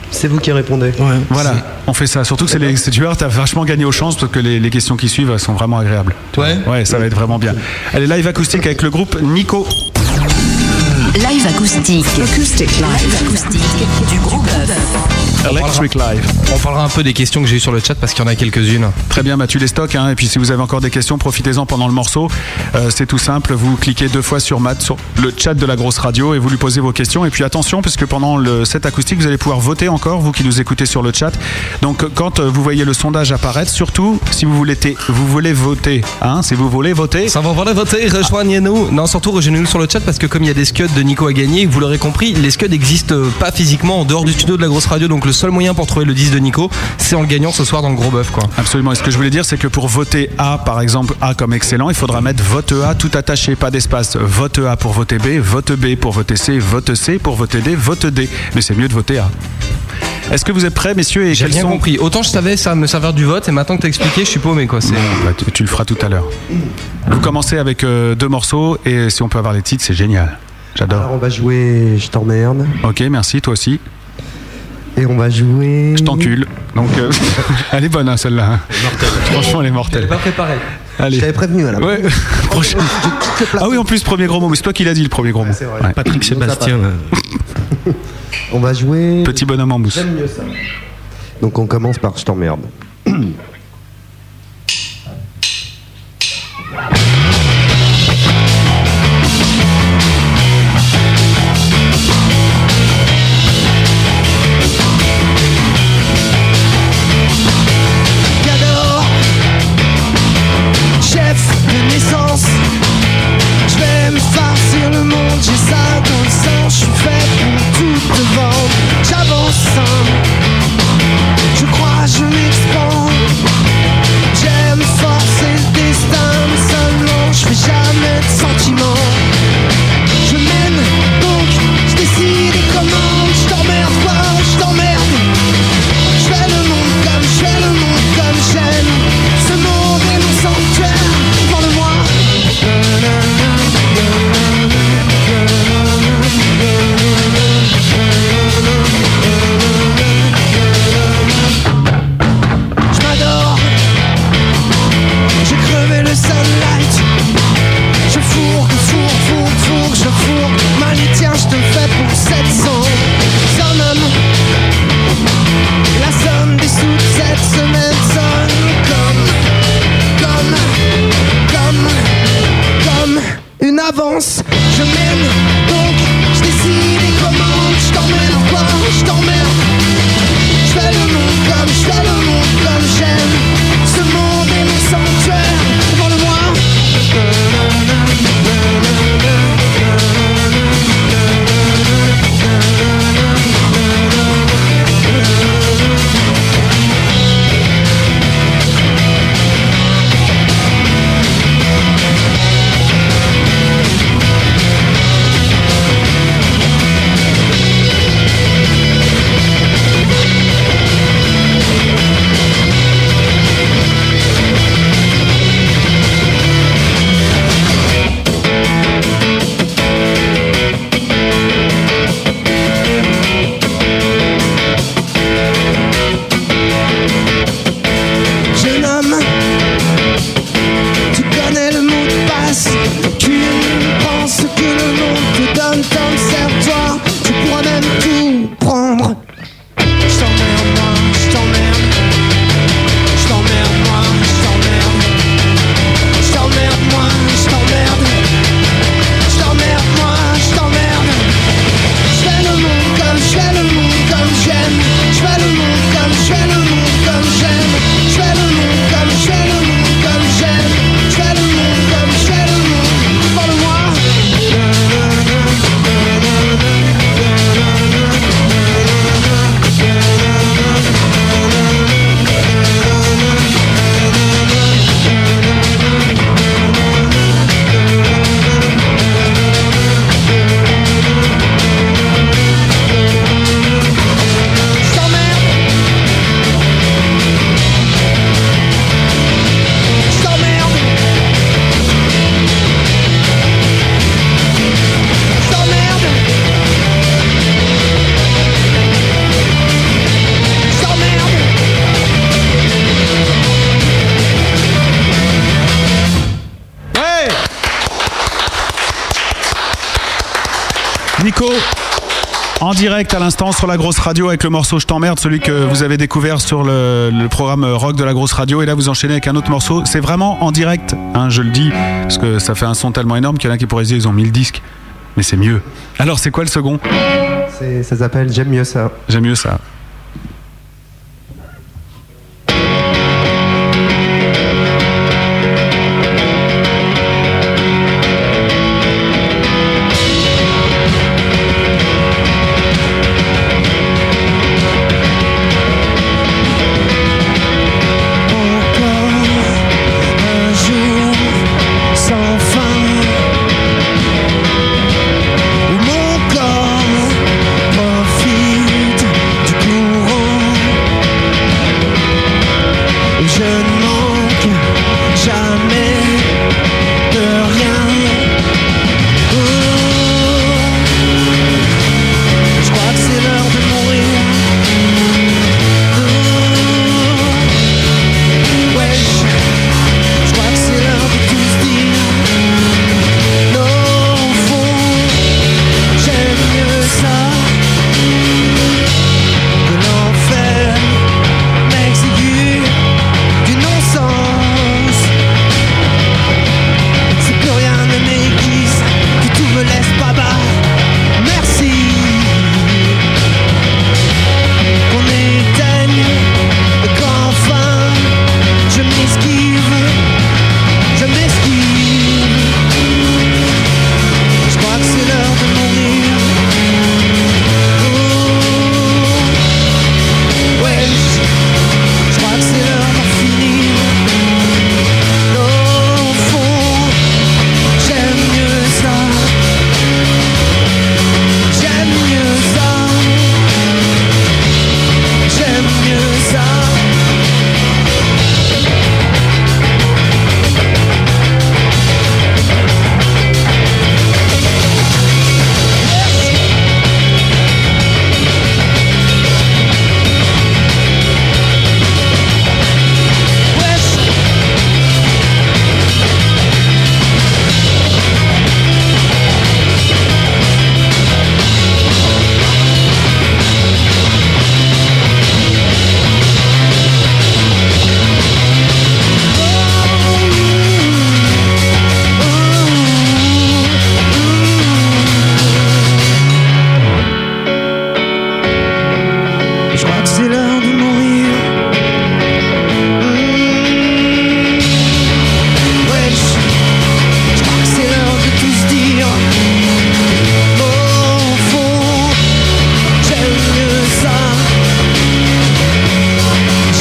c'est vous qui répondez. Voilà, on fait ça. Surtout que c'est les c'est- tu vois, t'as vachement gagné aux chances parce que les, les questions qui suivent elles sont vraiment agréables. Tu Ouais. vois. Ouais, ça va être vraiment bien. Allez, live acoustique avec le groupe Nico. Live acoustique. Live acoustique du gros bœuf. Electric Live. On parlera un peu des questions que j'ai eues sur le chat parce qu'il y en a quelques-unes. Très bien, Mathieu les stocks. hein. Et puis si vous avez encore des questions, profitez-en pendant le morceau. Euh, c'est tout simple, vous cliquez deux fois sur Matt sur le chat de la grosse radio et vous lui posez vos questions. Et puis attention, parce que pendant le set acoustique, vous allez pouvoir voter encore, vous qui nous écoutez sur le chat. Donc quand euh, vous voyez le sondage apparaître, surtout si vous voulez, t- vous voulez voter, hein, si vous voulez voter, Ça va voilà voter, rejoignez-nous. Non, surtout rejoignez-nous sur le chat parce que comme il y a des scuds de Nico à gagner, vous l'aurez compris, les scuds n'existent euh, pas physiquement en dehors du studio de la grosse radio, donc le seul moyen pour trouver le 10 de Nico, c'est en le gagnant ce soir dans le gros bœuf quoi. Absolument. Et ce que je voulais dire, c'est que pour voter A, par exemple, A comme excellent, il faudra mettre vote A tout attaché, pas d'espace. Vote A pour voter B, vote B pour voter C, vote C pour voter D, vote D. Mais c'est mieux de voter A. Est-ce que vous êtes prêts, messieurs et J'ai quels rien sont- compris. Autant je savais ça me servir du vote, et maintenant que t'as expliqué, je suis paumé quoi. C'est. Bah, tu, tu le feras tout à l'heure. Vous commencez avec euh, deux morceaux et si on peut avoir les titres, c'est génial. J'adore. Alors on va jouer Je t'emmerde. Ok, merci, toi aussi. Et on va jouer. Je t'encule. Donc, euh, [LAUGHS] elle est bonne hein, celle-là. hein. Franchement, elle est mortelle. Pas préparé. Allez. Je t'avais prévenu à la Ouais. [LAUGHS] Prochaine. Ah oui, en plus, premier gros mot. Mais c'est toi qui l'as dit, le premier gros mot. Ouais. Patrick Sébastien. là. On va jouer. Petit bonhomme en mousse. mieux ça. Donc on commence par Je t'emmerde. Cador, chef de naissance. Je vais me farcir le monde, j'ai ça dans le sang. Je suis fait pour tout devant. J'avance, hein. je crois, je m'expands. J'aime forcer le destin, mais seulement je fais jamais de sentiments. Je mène donc, je décide et commande. Je t'emmerde, quoi, je t'emmerde. Je fais le monde comme je fais le monde comme j'aime Ce monde est mon sanctuaire Prends le moi Je m'adore J'ai crevé le sunlight Je fourgue, fourgue, fourgue, fourgue, je fourgue Mali tiens, je te le fais pour 700 Son homme la somme des sous de cette semaine sonne comme, comme, comme, comme une avance. Je mène donc, je décide et commande. Je t'emmerde, quoi, je t'emmerde. Je fais le monde comme, je fais le monde comme j'aime. Ce monde est mon sanctuaire. Devant le moi. Jeune homme, tu connais le mot de passe. Tu penses que le monde te donne tant de serre-toi. Tu pourras même tout prendre. Je t'emmerde, moi, je t'emmerde. Je t'emmerde, moi, je t'emmerde. Je t'emmerde, moi, je t'emmerde. Je t'emmerde, moi, je t'emmerde. Je fais le monde comme je fais le monde comme j'aime. Je fais le monde comme je fais le monde comme j'aime. Je fais le monde comme je fais le monde comme j'aime. Je fais le monde comme je fais le monde. Parle-moi. Je t'emmerde. Je t'emmerde. Je t'emmerde. Je t'emmerde. Nico en direct à l'instant sur la grosse radio avec le morceau Je t'emmerde, celui que vous avez découvert sur le, le programme rock de la grosse radio. Et là, vous enchaînez avec un autre morceau. C'est vraiment en direct, hein, je le dis, parce que ça fait un son tellement énorme qu'il y en a qui pourraient se dire ils ont mis le disque. Mais c'est mieux. Alors, c'est quoi le second C'est- Ça s'appelle J'aime mieux ça. J'aime mieux ça. Encore un jour sans fin où mon corps profite du coup Oh. c'est l'heure de mourir. Mmh. Wesh, je crois que c'est l'heure de tout se dire. Au fond, j'aime mieux ça.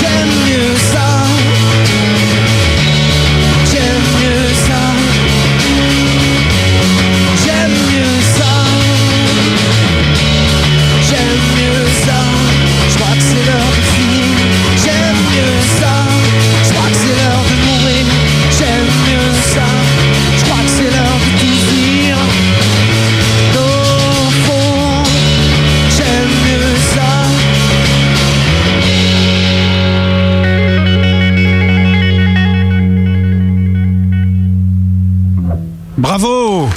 J'aime mieux ça. J'aime mieux ça. J'aime mieux ça. J'aime mieux ça, je crois que c'est l'heure de finir. J'aime mieux ça, je crois que c'est l'heure de mourir. J'aime mieux ça, je crois que c'est l'heure de tout dire. Au fond, j'aime mieux ça. Bravo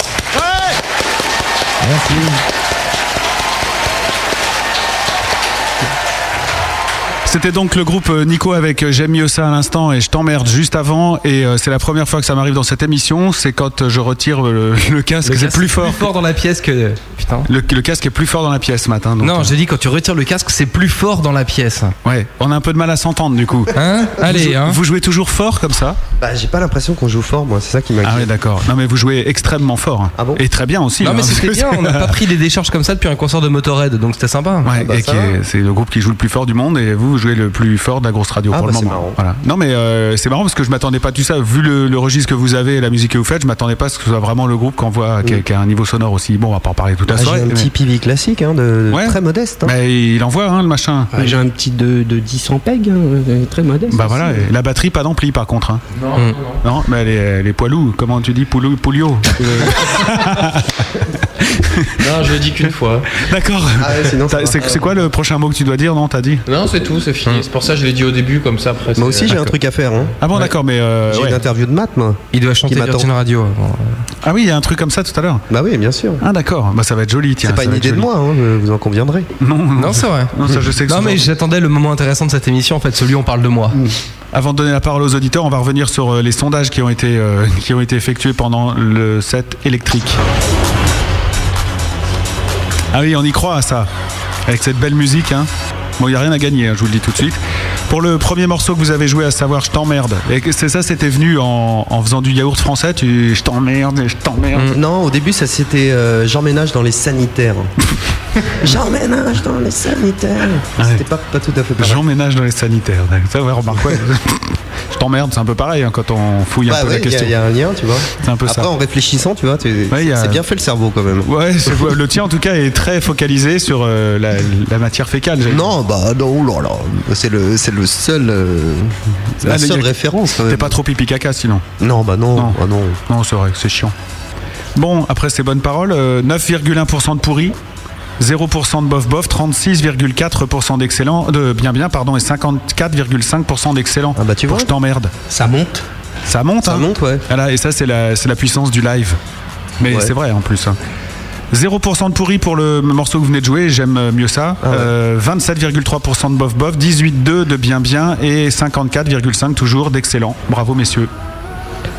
Merci. C'était donc le groupe euh, Nico avec euh, J'aime mieux ça à l'instant et Je t'emmerde juste avant. Et euh, c'est la première fois que ça m'arrive dans cette émission. C'est quand euh, je retire euh, le, le casque, c'est plus fort. Plus fort dans la pièce que. Putain. Le, le casque est plus fort dans la pièce ce matin. donc, Non, euh, j'ai dit quand tu retires le casque, c'est plus fort dans la pièce. Ouais, on a un peu de mal à s'entendre du coup. Hein Allez, vous, jou- hein. vous jouez toujours fort comme ça Bah, j'ai pas l'impression qu'on joue fort, moi, c'est ça qui m'inquiète. Ah ouais, d'accord. Non, mais vous jouez extrêmement fort. hein. Ah bon Et très bien aussi. Non, mais hein, c'était parce bien, que- [LAUGHS] on n'a pas pris des décharges comme ça depuis un concert de Motorhead, donc c'était sympa. Ah Ouais, bah, et ça qui va. est- c'est le groupe qui joue le plus fort du monde et vous, vous jouez le plus fort de la grosse radio Ah, pour bah, le c'est moment. marrant. Voilà. Non mais euh, c'est marrant parce que je m'attendais pas à tout ça. Vu le, le registre que vous avez et la musique que vous faites, je m'attendais pas à ce que ce soit vraiment le groupe qu'on voit qui, a- qui a un niveau sonore aussi. Bon, on va pas en parler toute la Ah, j'ai soirée. un mais- petit pibi classique, hein, de, Ouais. très modeste. hein. mais il envoie hein, le machin. Ah, J'ai un petit de, de 10 en peg, hein, euh, très modeste. Bah aussi. voilà, et la batterie pas d'ampli par contre. hein. Hum. Non, mais les, les poilous, comment tu dis poulou, [LAUGHS] poulio Non, je l'ai [LAUGHS] dit qu'une fois. D'accord. Ah ouais, sinon, ça T'as- va. c'est c'est quoi le prochain mot que tu dois dire Non, t'as dit Non, c'est tout, c'est fini. C'est pour ça que je l'ai dit au début, comme ça après. Moi c'est- aussi, j'ai un truc à faire. hein. Ah bon, d'accord, mais euh, J'ai ouais. une interview de maths, moi. Il doit chanter Qui m'attend. Virgin Radio. avant. ah oui, il y a un truc comme ça tout à l'heure. Bah oui, bien sûr. Ah d'accord, bah ça va être joli. tiens, C'est pas ça une va être idée de joli. moi, hein, je- vous en conviendrez. Non, non, Non, c'est vrai. Non, ça, je sais que Non, souvent- mais j'attendais le moment intéressant de cette émission, en fait, celui où on parle de moi. Avant de donner la parole aux auditeurs, on va revenir sur euh, les sondages qui ont été, euh, [LAUGHS] qui ont été effectués pendant le set électrique. Ah oui, on y croit à ça, avec cette belle musique. Hein. Bon, il n'y a rien à gagner, hein, je vous le dis tout de suite. Pour le premier morceau que vous avez joué, à savoir Je t'emmerde, et que c'est ça, c'était venu en, en faisant du yaourt français, tu Je t'emmerde, et je t'emmerde. Non, au début, ça c'était euh, J'emménage dans [LAUGHS] les sanitaires. J'emménage dans les sanitaires. Ah ouais. C'était pas, pas tout à fait pareil. J'emménage dans les sanitaires. Ça, ouais, remarque, ouais. [LAUGHS] Je t'emmerde, c'est un peu pareil hein, quand on fouille un Bah peu ouais, la il y, a- question. y a un lien, tu vois. C'est un peu Après, ça. en réfléchissant, tu vois, tu- Ouais, y a- c'est bien fait le cerveau quand même. Ouais, c'est- le tien en tout cas est très focalisé sur euh, la, la matière fécale. j'allais dire. Non, bah non, oh là là. C'est le, c'est le seul. euh, la Ah, seule y a- référence quand T'es même. pas trop pipi caca sinon. Non, bah non, Non. ah non. Non, c'est vrai, que c'est chiant. Bon, après ces bonnes paroles, euh, 9,1% de pourri, 0% de bof bof, 36,4% d'excellent, de bien bien, pardon, et 54,5% d'excellent. Ah bah, tu Pour vois. je t'emmerde. Ça monte. Ça monte, Ça hein monte, ouais. Voilà, et ça, c'est la, c'est la puissance du live. Mais Ouais. c'est vrai en plus. hein. 0% de pourri pour le morceau que vous venez de jouer, j'aime mieux ça. Ah ouais. Euh, 27,3% de bof bof, 18,2% de bien bien et 54,5% toujours d'excellent. Bravo messieurs.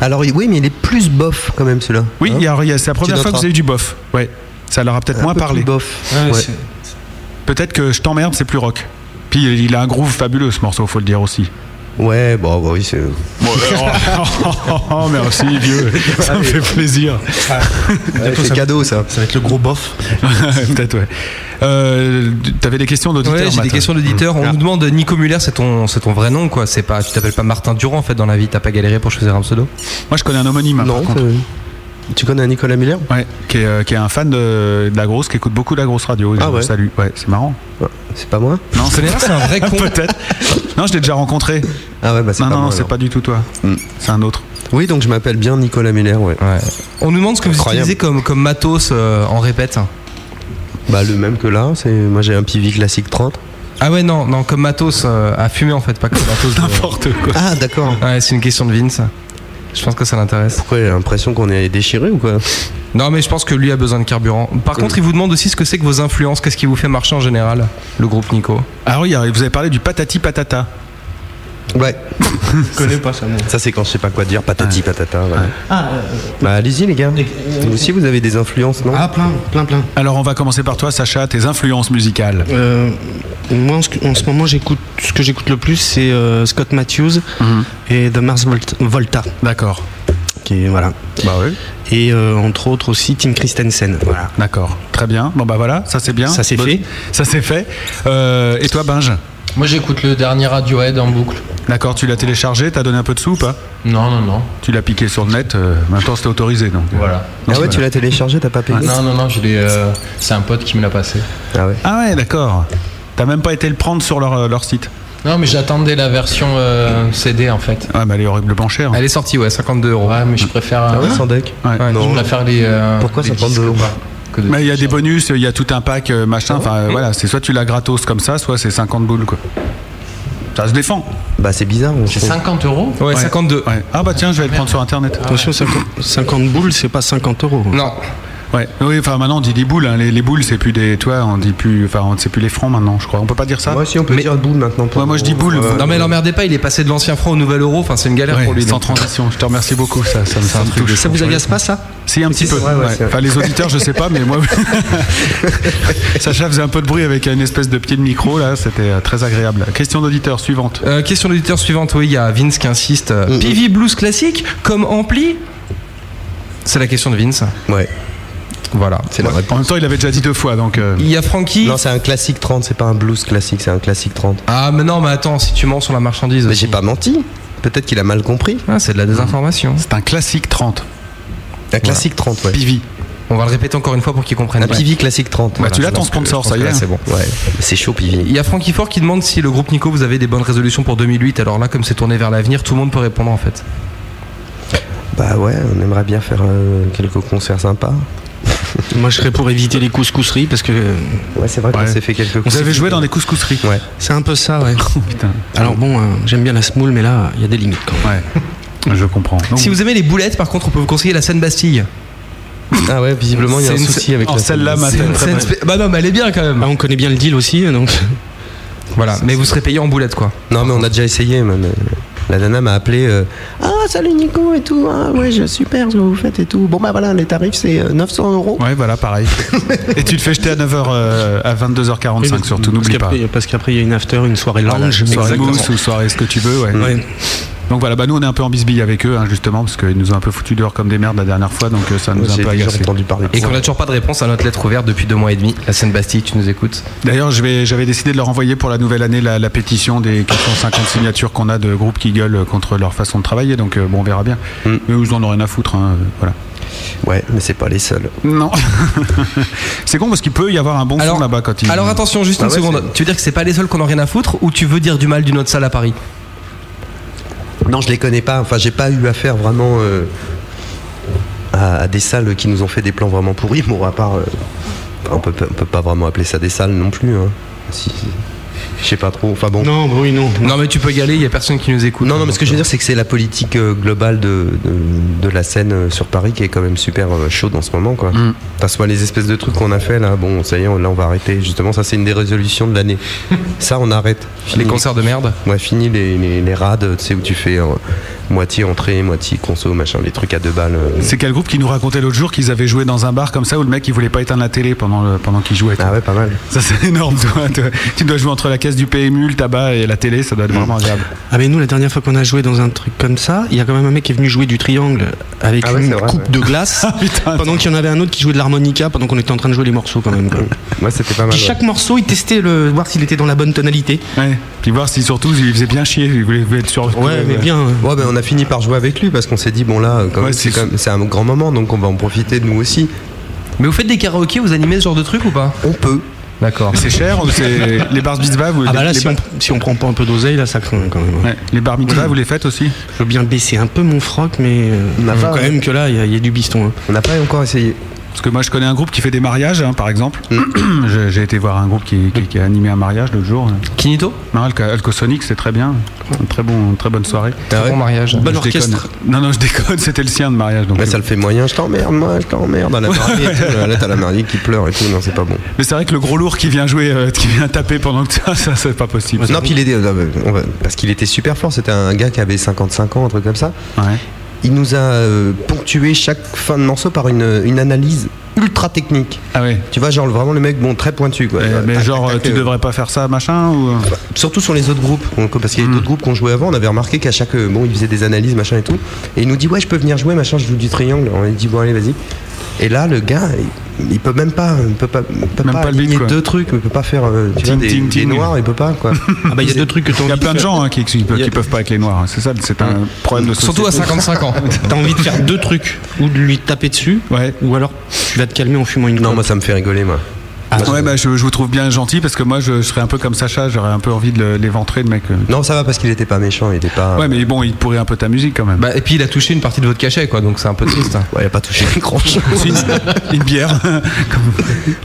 Alors oui, mais il est plus bof quand même celui-là. Oui, Hein il y a- il y a- c'est la première fois que noteras. vous avez eu du bof. Ouais. Ça leur a peut-être hein. Un moins peu plus parlé. Bof. Ouais, Ouais. Ah, c'est- Peut-être que je t'emmerde, c'est plus rock. Puis il a un groove fabuleux ce morceau, faut le dire aussi. [LAUGHS] Ouais, bon, bah oui, c'est. oh, oh, oh, merci [LAUGHS] vieux, ça me fait plaisir. Ouais, c'est cadeau ça. Ça va être le gros bof. [LAUGHS] Peut-être ouais. Euh, T'avais des questions d'auditeurs Ouais, j'ai Matt des questions d'auditeurs. On nous demande Nico Muller, c'est ton, c'est ton vrai nom, quoi. C'est pas, tu t'appelles pas Martin Durand, en fait, dans la vie. T'as pas galéré pour choisir un pseudo. Moi, je connais un homonyme. hein, Non, par contre. c'est- tu connais un Nicolas Miller Ouais, qui est, euh, qui est un fan de, de la grosse, qui écoute beaucoup la grosse radio. Ah ouais. Salut. Ouais, c'est marrant. Ouais, C'est pas moi Non, c'est C'est un vrai con. [LAUGHS] peut-être. Non, je l'ai déjà rencontré. Ah ouais, bah c'est Non, pas non, non, moi. c'est alors. Hmm. pas du tout toi. C'est un autre. Oui, donc je m'appelle bien Nicolas Miller, ouais. Ouais. On nous demande ce que vous Incroyable. utilisez comme, comme matos euh, en répète. Bah le même que là, c'est moi j'ai un PV classique 30. Ah ouais, non, non, comme matos euh, à fumer, en fait, pas comme matos. de- N'importe quoi. Ah d'accord. Ouais, c'est une question de Vince. Je pense que ça l'intéresse. Pourquoi j'ai l'impression qu'on est déchiré ou quoi Non, mais je pense que lui a besoin de carburant. Par contre, il vous demande aussi ce que c'est que vos influences, qu'est-ce qui vous fait marcher en généal, le groupe Nico. Ah oui, alors, vous avez parlé du patati patata. Ouais. Je connais pas ça, moi. Ça, c'est quand je sais pas quoi dire, patati patata. voilà. Ah, euh, Bah, allez-y, les gars. Vous aussi, vous avez des influences, non Ah, plein, plein, plein. Alors, on va commencer par toi, Sacha, tes influences musicales. euh, moi, en ce, en ce moment, j'écoute ce que j'écoute le plus, c'est euh, Scott Matthews et The Mars Volt- Volta. D'accord. Qui est- voilà. Bah oui. Et euh, entre autres aussi Tim Christensen. Voilà. D'accord, très bien. Bon bah voilà, ça c'est bien. Ça, c'est Bon- fait. Ça c'est fait. Euh, et toi, Binge Moi j'écoute le dernier Radiohead en boucle. D'accord, tu l'as téléchargé, t'as donné un peu de sous ou pas Non, non, non. Tu l'as piqué sur le net, euh, maintenant c'était autorisé donc. euh. Voilà. Ah ouais, voilà. tu l'as téléchargé, t'as pas payé Non, non, non, je l'ai, euh, c'est un pote qui me l'a passé. Ah ouais. Ah ouais, d'accord. T'as même pas été le prendre sur leur, euh, leur site. Non, mais j'attendais la version euh, CD en fait. Ah bah elle est horriblement chère. Elle est sortie, ouais, 52 euros. Ouais, mais je préfère. euh, Ah ouais, sans deck Ouais. je Non. préfère les. euh, Pourquoi les ça prend disques, de- quoi, que de- Mais il y a des bonus, il y a tout un pack euh, machin, enfin euh, voilà, c'est soit tu l'as gratos comme ça, soit c'est 50 boules quoi. Ça se défend. Bah, c'est bizarre. on C'est trouve. 50 euros Ouais, 52. Ouais. Ah bah tiens, je vais le prendre sur internet. Ah Attention, Ah 50, 50 boules, c'est pas 50 euros. Non. Ouais. Oui, enfin maintenant on dit des boules, hein. les, les boules c'est plus des, toi on dit plus, enfin on sait plus les francs maintenant, je crois. On peut pas dire ça. Moi aussi, on peut Mais- dire boule maintenant. pour- euh, Ouais, moi, je dis boule. Ouais. Non mais l'emmerdez pas, il est passé de l'ancien franc au nouvel euro, enfin c'est une galère Ouais, pour lui. sans donc. transition. Je te remercie beaucoup. Ça, ça me, ça me touche. Ça vous agace pas ça Si un petit Si, peu. ouais, ouais, ouais. c'est vrai. Enfin, les auditeurs, je sais pas, mais moi, [LAUGHS] Sacha faisait un peu de bruit avec une espèce de pied de micro là. C'était euh, très agréable. Question d'auditeur suivante. Euh, question de l'auditeur suivante, oui, il y a Vince qui insiste. euh, PV Blues classique comme ampli C'est la question de Vince. Ouais. Voilà. C'est la En même temps, il avait déjà dit deux fois, donc. euh, Il y a Frankie. Non, c'est un classique 30, c'est pas un blues classique, c'est un classique 30. Ah mais non, mais attends, si tu mens sur la marchandise. Mais aussi. j'ai pas menti. Peut-être qu'il a mal compris. Ah, c'est de la désinformation. C'est un classique 30. Un classique 30, ouais. Pivi. On va le répéter encore une fois pour qu'ils comprennent. Un PV classique 30. Bah, tu l'as je ton pense que- sponsor, je pense ça que y là, est. C'est bon. Ouais, c'est chaud, Il PV. y a Francky Fort qui demande si le groupe Nico vous avez des bonnes résolutions pour 2008. Alors là, comme c'est tourné vers l'avenir, tout le monde peut répondre en fait. Bah ouais, on aimerait bien faire euh, quelques concerts sympas. Moi, je serais pour éviter les couscousseries parce que euh, Ouais, c'est vrai qu'on Ouais. s'est fait quelques Vous concerts. avez joué dans des couscousseries. Ouais. c'est un peu ça, ouais. Putain. [LAUGHS] Alors bon, euh, j'aime bien la smoule, mais là, il y a des limites quand même. Ouais. Je comprends. Donc, Si vous aimez les boulettes, par contre, on peut vous conseiller la scène Bastille. Ah ouais, visiblement, il y a un C'est une- souci avec Oh, la celle-là, ma C'est scène une très scène bonne. spé- Bah non, mais elle est bien quand même. Ah, on connaît bien le deal aussi, donc. Voilà, mais vous serez payé en boulettes quoi. Non, mais on a déjà essayé, même. La nana m'a appelé. euh, ah, salut Nico et tout. Ah, ouais, je- super ce que vous faites et tout. Bon, bah voilà, les tarifs, c'est euh, 900 euros. Ouais, voilà, pareil. Et tu te fais jeter à 9h, euh, à 22h45 surtout, Parce n'oublie pas. qu'après- Parce qu'après, il y a une after, une soirée lounge. Soirée Exactement. mousse ou soirée ce que tu veux, ouais. Ouais. Donc voilà, bah nous on est un peu en bisbille avec eux, hein, justement, parce qu'ils nous ont un peu foutu dehors comme des merdes la dernière fois, donc euh, ça nous a un J'ai peu déjà agacé. entendu parler de Et ça. qu'on n'a toujours pas de réponse à notre lettre ouverte depuis deux mois et demi. La scène Bastille, tu nous écoutes D'ailleurs, je vais- j'avais décidé de leur envoyer pour la nouvelle année la, la pétition des 450 signatures qu'on a de groupes qui gueulent euh, contre leur façon de travailler, donc euh, bon, on verra bien. Mm. Mais vous en aurez rien à foutre, hein, euh, voilà. Ouais, mais c'est pas les seuls. Non. [LAUGHS] C'est con parce qu'il peut y avoir un bon son là-bas quand ils. alors attention, juste Ah une ouais, seconde. Tu veux dire que c'est pas les seuls qu'on n'a rien à foutre ou tu veux dire du mal d'une autre salle à Paris Non, je les connais pas. Enfin, j'ai pas eu affaire vraiment euh, à, à des salles qui nous ont fait des plans vraiment pourris. Bon, à part, euh, on peut, on peut pas vraiment appeler ça des salles non plus. hein. Si- je sais pas trop. Enfin bon. Non, oui, non. Non, mais tu peux y aller, il y a personne qui nous écoute. Non, non, mais ce que je veux dire, c'est que c'est la politique euh, globale de, de, de la scène euh, sur Paris qui est quand même super euh, chaude en ce moment, quoi. Mm. Enfin, soit les espèces de trucs qu'on a fait là, bon, ça y est, on- là, on va arrêter. Justement, ça, c'est une des résolutions de l'année. ça, on arrête. Les Fini. concerts de merde. Ouais, fini les, les, les rades, tu sais, où tu fais euh, moitié entrée, moitié conso, machin, les trucs à deux balles. euh. C'est quel groupe qui nous racontait l'autre jour qu'ils avaient joué dans un bar comme ça où le mec il voulait pas éteindre la télé pendant, le- pendant qu'il jouait. Ah ouais, pas mal. Ça c'est [LAUGHS] énorme, toi. tu- Tu dois jouer entre la caisse du PMU, le tabac et la télé, ça doit être vraiment agréable. Ah mais nous la dernière fois qu'on a joué dans un truc comme ça, il y a quand même un mec qui est venu jouer du triangle avec Ah ouais, une c'est vrai, coupe ouais. de glace, putain. pendant qu'il y en avait un autre qui jouait de l'harmonica, pendant qu'on était en train de jouer les morceaux quand même. quoi. Moi, c'était pas mal. Puis ouais. chaque morceau, il testait le voir s'il était dans la bonne tonalité. Ouais. Puis voir si surtout il faisait bien chier, il voulait, voulait être sur le Ouais, mais bien. hein. Ouais, ben on a fini par jouer avec lui parce qu'on s'est dit, bon, là, euh, quand Ouais, même, c'est c'est- quand même- c'est un grand moment, donc on va en profiter de nous aussi. Mais vous faites des karaokés, vous animez ce genre de truc ou pas On peut. D'accord. C'est cher ou c'est [LAUGHS] les bars mitzvah vous Ah bah là, les, si on, bar- si on prend pas un peu d'oseille, là, ça craint quand même. hein. ouais. les bars mitzvah vous les faites aussi Je veux bien baisser un peu mon froc, mais euh, On n'a pas, quand ouais. même que là, il y, a- il y a du biston. hein. On n'a pas encore essayé. Parce que moi, je connais un groupe qui fait des mariages, hein, par exemple. Mm. [CLEARS THROAT] J'ai- J'ai été voir un groupe qui, qui- qui a animé un mariage l'autre jour. Kinito Non, Alco- Alcosonic, c'est très bien. Une très, bon, une très bonne soirée. Très bon mariage. Bon je déconne. orchestre. Non, non, je déconne, [LAUGHS] c'était le sien de mariage. Donc Bah, ça le fait moyen, je t'emmerde, moi, je t'emmerde. à la mariée et tout. Là, t'as la mariée qui pleure et tout, non, c'est pas bon. Mais c'est vrai que le gros lourd qui vient jouer, euh, qui vient taper pendant que ça, [LAUGHS] ça c'est pas possible. Non, puis il était, non, mais on va- parce qu'il était super fort. C'était un gars qui avait 55 ans, un truc comme ça. Il nous a euh, ponctué chaque fin de morceau par une, une analyse ultra technique. Ah ouais. Tu vois, genre vraiment le mec, bon, très pointu. Quoi. Euh, mais Tac, genre, tac, tu euh, Bah, devrais pas faire ça, machin ou... euh, Surtout sur les autres groupes, on- Hmm. parce qu'il y a d'autres groupes qu'on jouait avant, on avait remarqué qu'à chaque. euh, Bon, ils faisaient des analyses, machin et tout. Et il nous dit, ouais, je peux venir jouer, machin, je joue du triangle. On lui dit, bon, allez, vas-y. Et là, le gars, il, il peut même pas. Il peut pas, il peut Même pas pas le beat, aligner quoi. deux trucs, il peut pas faire euh, tu Ting, vois, des, ting, des ting. noirs, il peut pas, [LAUGHS] quoi. Ah bah, il y a deux trucs que [LAUGHS] t'as Il y a envie plein de de faire. gens, hein, qui- qui peuvent- qui peuvent pas avec les noirs. hein, C'est ça, c'est un problème de société. T'as envie de faire deux trucs, ou de lui taper dessus, ou alors tu vas te calmer en fumant une Non, moi, ça me fait rigoler, moi. ouais, bah, je, je vous trouve bien gentil parce que moi je, je serais un peu comme Sacha, j'aurais un peu envie de le- l'éventrer, le mec. euh. Non, ça va parce qu'il était pas méchant, il était pas. Ouais, mais bon, il pourrait un peu ta musique quand même. Bah, et puis il a touché une partie de votre cachet, quoi, donc c'est un peu triste. ouais, il a pas touché [LAUGHS] grand chose. une, bière.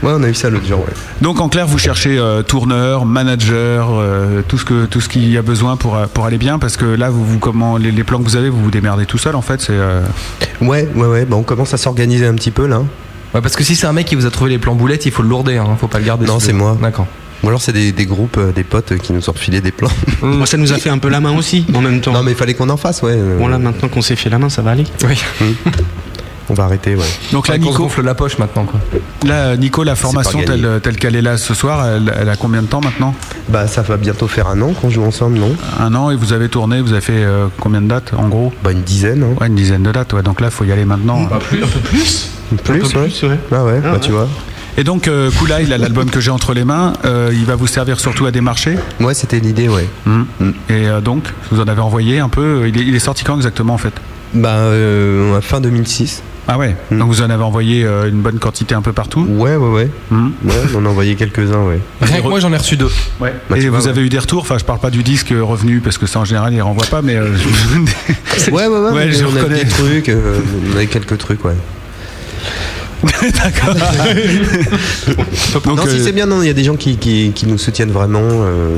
Ouais, on a eu ça l'autre jour, ouais. Donc en clair, vous cherchez euh, tourneur, manager, euh, tout ce que tout ce qu'il y a besoin pour euh, pour aller bien, parce que là, vous, vous comment les, les plans que vous avez, vous vous démerdez tout seul en fait. C'est euh, Ouais, ouais, ouais, bah, on commence à s'organiser un petit peu là. Ouais, parce que si c'est un mec qui vous a trouvé les plans boulettes, il faut le lourder, hein, faut pas le garder. Non, sous le- c'est moi. D'accord. Ou alors c'est des, des groupes, euh, des potes euh, qui nous ont refilé des plans. Moi, ça nous a fait un peu la main aussi, en même temps. Non, mais il fallait qu'on en fasse, ouais. euh, Bon, là, maintenant qu'on s'est fait la main, ça va aller. Oui. On va arrêter, ouais. Donc là, Ouais, Ah, qu'on se Nico- gonfle la poche maintenant, quoi. là, Nico, la formation pas gagné. telle telle qu'elle est là ce soir, elle, elle a combien de temps maintenant Bah, ça va bientôt faire un an qu'on joue ensemble, non Un an et vous avez tourné, vous avez fait euh, combien de dates en gros Bah une dizaine. Ouais, une dizaine de dates. Ouais, donc là, faut y aller maintenant. hein. Un peu plus Plus, ouais. Ah ouais, bah tu vois. Et donc, euh, Koula, il a l'album que j'ai entre les mains. euh, il va vous servir surtout à des marchés. Ouais, c'était l'idée, ouais. Et euh, donc, vous en avez envoyé un peu. Il est, il est sorti quand exactement en fait Bah, euh, à fin 2006. Ah ouais. Hmm. Donc vous en avez envoyé euh, une bonne quantité un peu partout. Ouais, ouais, ouais. Mhm. Ouais, on en a envoyé quelques-uns, ouais. Rien que moi, j'en ai reçu deux. Ouais. Bah, et tu vois, vous ouais. avez eu des retours. Enfin, je parle pas du disque euh, revenu parce que ça en général il renvoie pas, mais euh, Ouais, ouais, ouais. Ouais, mais je on a reconnais. des trucs, euh, on a eu quelques trucs, ouais. [LAUGHS] [LAUGHS] d'accord. Donc, non, si euh, c'est bien, non, il y a des gens qui, qui, qui nous soutiennent vraiment euh,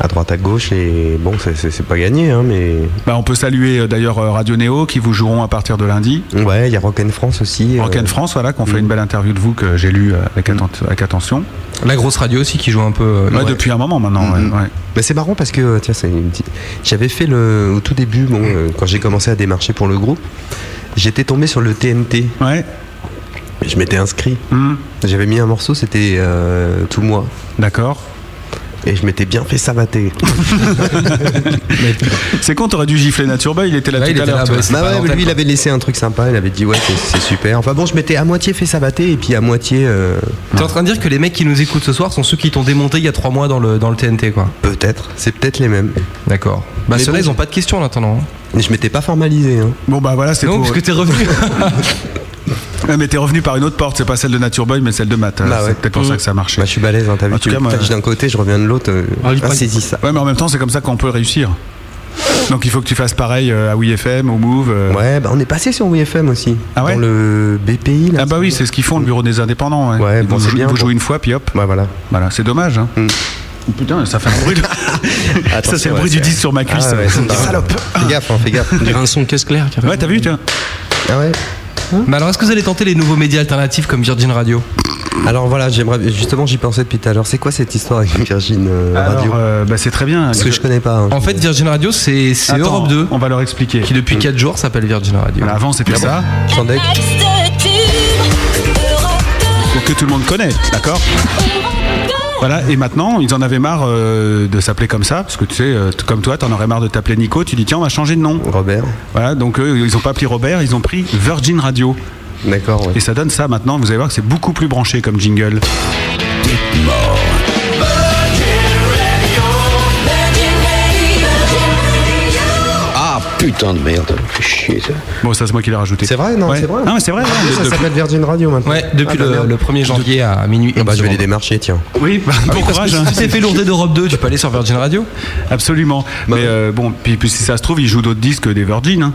à droite, à gauche, et bon, c'est- c'est c'est pas gagné, hein, mais. bah, on peut saluer euh, d'ailleurs euh, Radio Néo qui vous joueront à partir de lundi. Ouais, il y a Rock and France aussi. Mmh. Rock euh, Hmm. and France, voilà, qu'on fait une belle interview de vous que j'ai lu euh, avec, atten- avec attention. Bah, La grosse radio aussi qui joue un peu. euh, Ouais, ouais. Depuis un moment maintenant. Hmm, ouais, ouais. Mais c'est marrant parce que euh, tiens, c'est une petite- j'avais fait le au tout début, bon, euh, quand j'ai commencé à démarcher pour le groupe, j'étais tombé sur le TNT. Ouais. Je m'étais inscrit. Mhm. J'avais mis un morceau, c'était euh, tout moi. D'accord. Et je m'étais bien fait [LAUGHS] sabater. C'est con, t'aurais dû gifler Nature Boy, il était là Ouais, il tout à était là, l'heure. tu vois. bah, c'est bah pas ouais, mais rentable, lui il quoi. avait laissé un truc sympa, il avait dit ouais c'est- c'est super. Enfin bon, je m'étais à moitié fait sabater et puis à moitié euh, T'es en train de dire que les mecs qui nous écoutent ce soir sont ceux qui t'ont démonté il y a trois mois dans le, dans le TNT, quoi. peut-être. C'est peut-être les mêmes. D'accord. Bah, Mais ceux-là, bon, ils ont pas de questions en attendant. hein. Mais je m'étais pas formalisé. Hein. Bon bah voilà, c'est Non, tout. parce que t'es revenu. Ouais, mais t'es revenu par une autre porte, c'est pas celle de Nature Boy, mais celle de Matt. euh, Bah c'est ouais. peut-être pour ça que ça a marché. Bah je suis balèze, hein, t'as En vu. tout Tu cas, me moi- touches d'un côté, je reviens de l'autre. euh, Ah, il parle- Saisis ça. Ouais, mais en même temps, c'est comme ça qu'on peut réussir. Donc il faut que tu fasses pareil euh, à WeFM, au Move. euh. Ouais, bah on est passé sur WFM aussi. Ah ouais Dans le BPI là. Ah bah oui, c'est ce qu'ils font, le bureau des indépendants. Ouais, Ouais, Ils bon, vous, c'est jou- bien, vous bon. jouez une fois, puis hop. Ouais, voilà. Voilà, c'est dommage. Hein. Mm. Oh, Putain, ça fait un [LAUGHS] bruit. de- ça, c'est le bruit du disque sur ma cuisse. Ah ouais, c'est pas grave. Salope. Fais gaffe, hein, fais [LAUGHS] gaffe. On dirait un son caisse claire, carrément. Ouais, t'as vu, tiens. Ah ouais. Mais alors, est-ce que vous allez tenter les nouveaux médias alternatifs comme Virgin Radio Alors voilà, j'aimerais justement j'y pensais depuis tout à l'heure. C'est quoi cette histoire avec Virgin euh, Radio Alors, euh, bah, c'est très bien. Parce que je connais pas. hein. En fait, Virgin Radio, c'est c'est Attends, Ah, Europe 2, On va leur expliquer. qui depuis 4 jours s'appelle Virgin Radio. Voilà, avant, c'était ça. Sandek. Donc, que tout le monde connaît, d'accord voilà, et maintenant, ils en avaient marre euh, de s'appeler comme ça, parce que tu sais, euh, t- comme toi, t'en aurais marre de t'appeler Nico, tu dis tiens, on va changer de nom. Robert. Voilà, donc eux, ils ont pas pris Robert, ils ont pris Virgin Radio. D'accord. ouais. Et ça donne ça maintenant, vous allez voir que c'est beaucoup plus branché comme jingle. Ah putain de merde, fait chier ça. Bon, ça c'est moi qui l'ai rajouté. C'est vrai, non, Ouais. c'est vrai. Ah, Non, mais c'est vrai. ouais. Ça De- de- s'appelle Virgin Radio maintenant. Ouais, depuis Ah, bah, le, merde. le 1er janvier à minuit. Ah, bah, je vais les Absolument. démarcher, tiens. Oui, bah, bon Parce courage. que hein. si tu t'es fait lourder d'Europe 2, tu peux aller sur Virgin Radio. Bah Absolument. mais euh, bon, puis, puis si ça se trouve, ils jouent d'autres disques que des Virgin. Hein.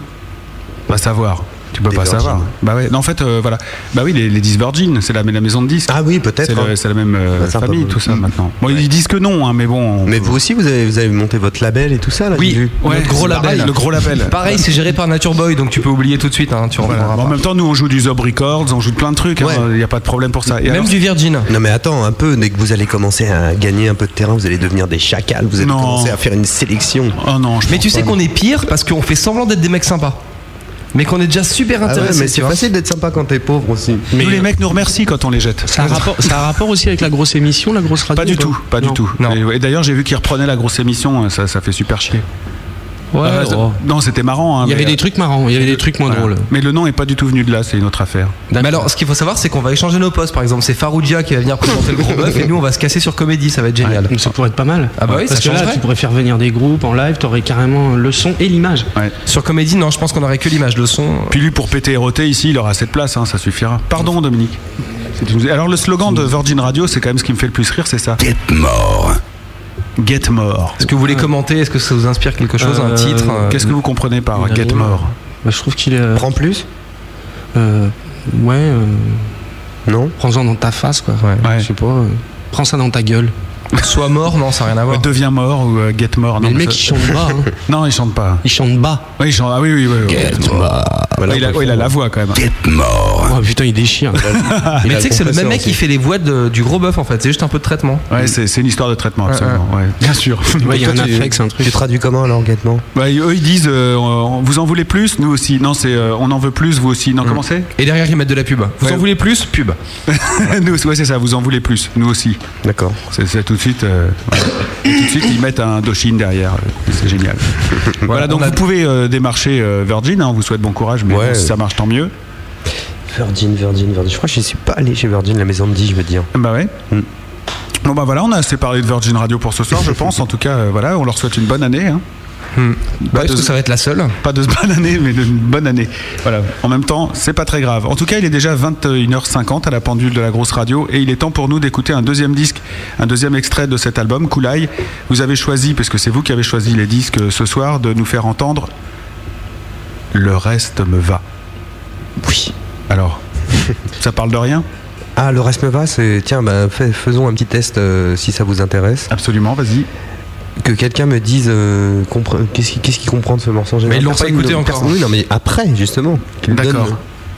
Va savoir. Tu tu peux pas Virgin. savoir. Bah ouais, non, en fait, euh, voilà. Bah oui, les, les Disc Virgin, c'est la, la maison de disques. Ah oui, peut-être. C'est, le- hein. c'est la même euh, Bah, c'est un peu- famille, tout ça, Mm. maintenant. Bon, ils disent que non, hein, mais bon. Mais vous aussi, vous avez, vous avez monté votre label et tout ça, là Oui, j'ai vu. ouais, Notre gros c'est label. pareil. Le gros label. Pareil, c'est géré par Nature Boy, donc tu peux oublier tout de suite. hein, tu Voilà. reprendras Bon, en pas. même temps, nous, on joue du Zob Records, on joue de plein de trucs. hein. Il n'y a pas de problème pour ça. Et alors- Virgin. Non mais attends un peu, dès que vous allez commencer à gagner un peu de terrain, vous allez devenir des chacals, vous allez Non. commencer à faire une sélection. Oh non, Mais tu sais qu'on est pire parce qu'on fait semblant d'être des mecs sympas. Mais qu'on est déjà super Ah ouais, intéressés. mais c'est facile d'être sympa quand t'es pauvre aussi. Tous les mecs nous remercient quand on les jette. Ça a, un rapport, ça a un rapport aussi avec la grosse émission, la grosse radio Pas du quoi. tout, pas Non. du tout. Et, et d'ailleurs, j'ai vu qu'ils reprenaient la grosse émission, hein, ça, ça fait super chier. Ouais, Ah, ça- oh. Non, c'était marrant. hein, Il y mais- avait des trucs marrants, il y avait des trucs moins Voilà. drôles. Bah, Mais le nom est pas du tout venu de là, c'est une autre affaire. Mais alors, ce qu'il faut savoir, c'est qu'on va échanger nos postes. Par exemple, c'est Faroudia qui va venir présenter le gros bœuf et nous, on va se casser sur comédie. Ça va être génial. Ça pourrait être pas mal. Ah bah oui, Parce ça que là, changerait. tu pourrais faire venir des groupes en live, t'aurais carrément le son et l'image. Sur comédie, non, je pense qu'on aurait que l'image, le son. Puis lui, pour péter et roter, ici, il aura cette place, hein, ça suffira. Pardon, Dominique. C'est une- Alors, le slogan de Virgin Radio, c'est quand même ce qui me fait le plus rire, c'est ça. Get more. Get more. Est-ce que vous voulez commenter Est-ce que ça vous inspire quelque chose Un Euh, titre euh, Qu'est-ce que vous comprenez par euh, Get more Bah, je trouve qu'il est. Prends plus Euh, ouais. euh, Non Prends-en dans ta face, quoi. Ouais. Je sais pas. euh, prends ça dans ta gueule. Sois mort, non, ça n'a rien à voir. Deviens mort ou euh, Get more Mais non, le mec, ça- il chante bas. hein. Non, il chante pas. Il chante bas. Oui, il chante- Ah oui, oui, oui. oui. Ouais, il, a, ouais, il a la voix quand même. Oh putain, il déchire. Mais tu sais que c'est le même mec qui fait les voix de- du gros bœuf en fait, c'est juste un peu de traitement. Ouais, c'est c'est une histoire de traitement, absolument. ouais. Bien sûr. Ouais, il y a un Toi, tu- affect, c'est un truc. Tu traduis comment alors, Guettement Bah, eux, ils disent euh, on- vous en voulez plus Nous aussi. Non, c'est euh, on en veut plus, vous aussi. Non, comment c'est [LAUGHS] Et derrière, ils mettent de la pub. Vous Ouais. en voulez plus Pub. Nous aussi, ouais, c'est ça, vous en voulez plus. Nous aussi. D'accord. C'est c'est tout de suite. euh, voilà. Et tout de suite, ils mettent un Doshin derrière. euh, C'est génial. Voilà, donc on a- vous pouvez euh, démarcher euh, Virgin. hein, on vous souhaite bon courage, mais Ouais. bon, si ça marche, tant mieux. Virgin, Virgin, Virgin. Je crois que je suis pas allé chez Virgin, la maison me dit, je veux dire. Bah ouais. Mm. Bon bah voilà, on a assez parlé de Virgin Radio pour ce soir, je pense. En tout cas, euh, voilà, on leur souhaite une bonne année. hein. Bah, est-ce que ça va être la seule Pas de [LAUGHS] bonne année, mais d'une bonne année. Voilà. En même temps, c'est pas très grave. En tout cas, il est déjà 21h50 à la pendule de la grosse radio et il est temps pour nous d'écouter un deuxième disque, un deuxième extrait de cet album, Koulaï. Vous avez choisi, parce que c'est vous qui avez choisi les disques euh, ce soir, de nous faire entendre Le reste me va. Oui. Alors, ça parle de rien Ah, le reste me va, c'est. Tiens, bah, fais- faisons un petit test euh, si ça vous intéresse. Absolument, vas-y. Que quelqu'un me dise euh, compre- qu'est-ce qu'il qu'est-ce qu'il comprend de ce morceau en général. ils l'ont pas Personne écouté ne- encore. personne- Oui, non, mais après, justement. qu'il donne D'accord.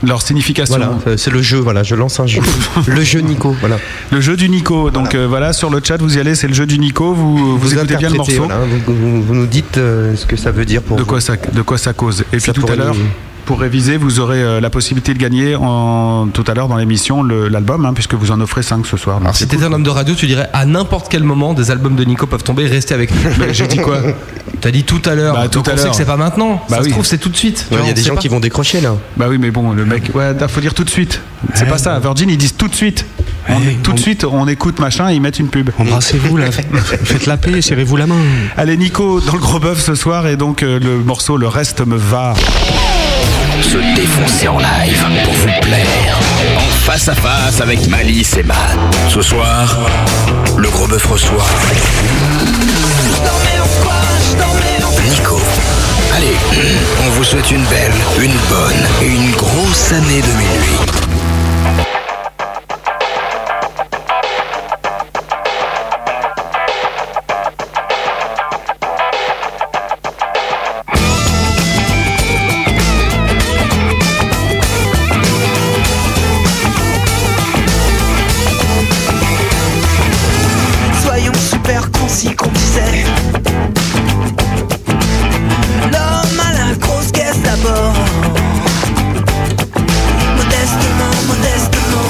Leur signification. euh, Voilà, euh, c'est le jeu, voilà, je lance un jeu. le jeu Nico, voilà. Le jeu du Nico. Donc euh, voilà, sur le chat, vous y allez, c'est le jeu du Nico. Vous, vous, écoutez bien le interprétez, morceau. voilà, hein, vous, vous- vous nous dites euh, ce que ça veut dire pour De vous. quoi ça, de quoi ça cause. Et Ça puis tout à pourrait l'heure, nous- pour réviser, vous aurez euh, la possibilité de gagner en, tout à l'heure dans l'émission le- l'album, hein, puisque vous en offrez 5 ce soir. donc Alors, si c'est t'étais cool. un homme de radio, tu dirais à n'importe quel moment des albums de Nico peuvent tomber, restez avec nous. Bah, J'ai dit quoi T'as dit tout à l'heure, Bah, tout donc à on sait l'heure. que c'est pas maintenant. Bah ça oui. se trouve, c'est tout de suite. Ouais, Il y a On des sait gens pas. qui vont décrocher là. Bah oui, mais bon, le mec. Ouais, faut dire tout de suite. C'est pas ça. Virgin, ils disent tout de suite. On Ouais, est- tout de on- suite, on écoute machin, et ils mettent une pub. Embrassez-vous, là. Faites la paix, serrez-vous la main. Allez, Nico, dans le gros bœuf ce soir, et donc euh, le morceau Le reste me va. se défoncer en live pour vous plaire. En face à face avec Malice et Matt. Ce soir, le gros bœuf reçoit. Nico. Allez, [CLEARS THROAT] on vous souhaite une belle, une bonne et une grosse année 2008. Soyons super concis qu'on disait L'homme à la grosse caisse d'abord Modestement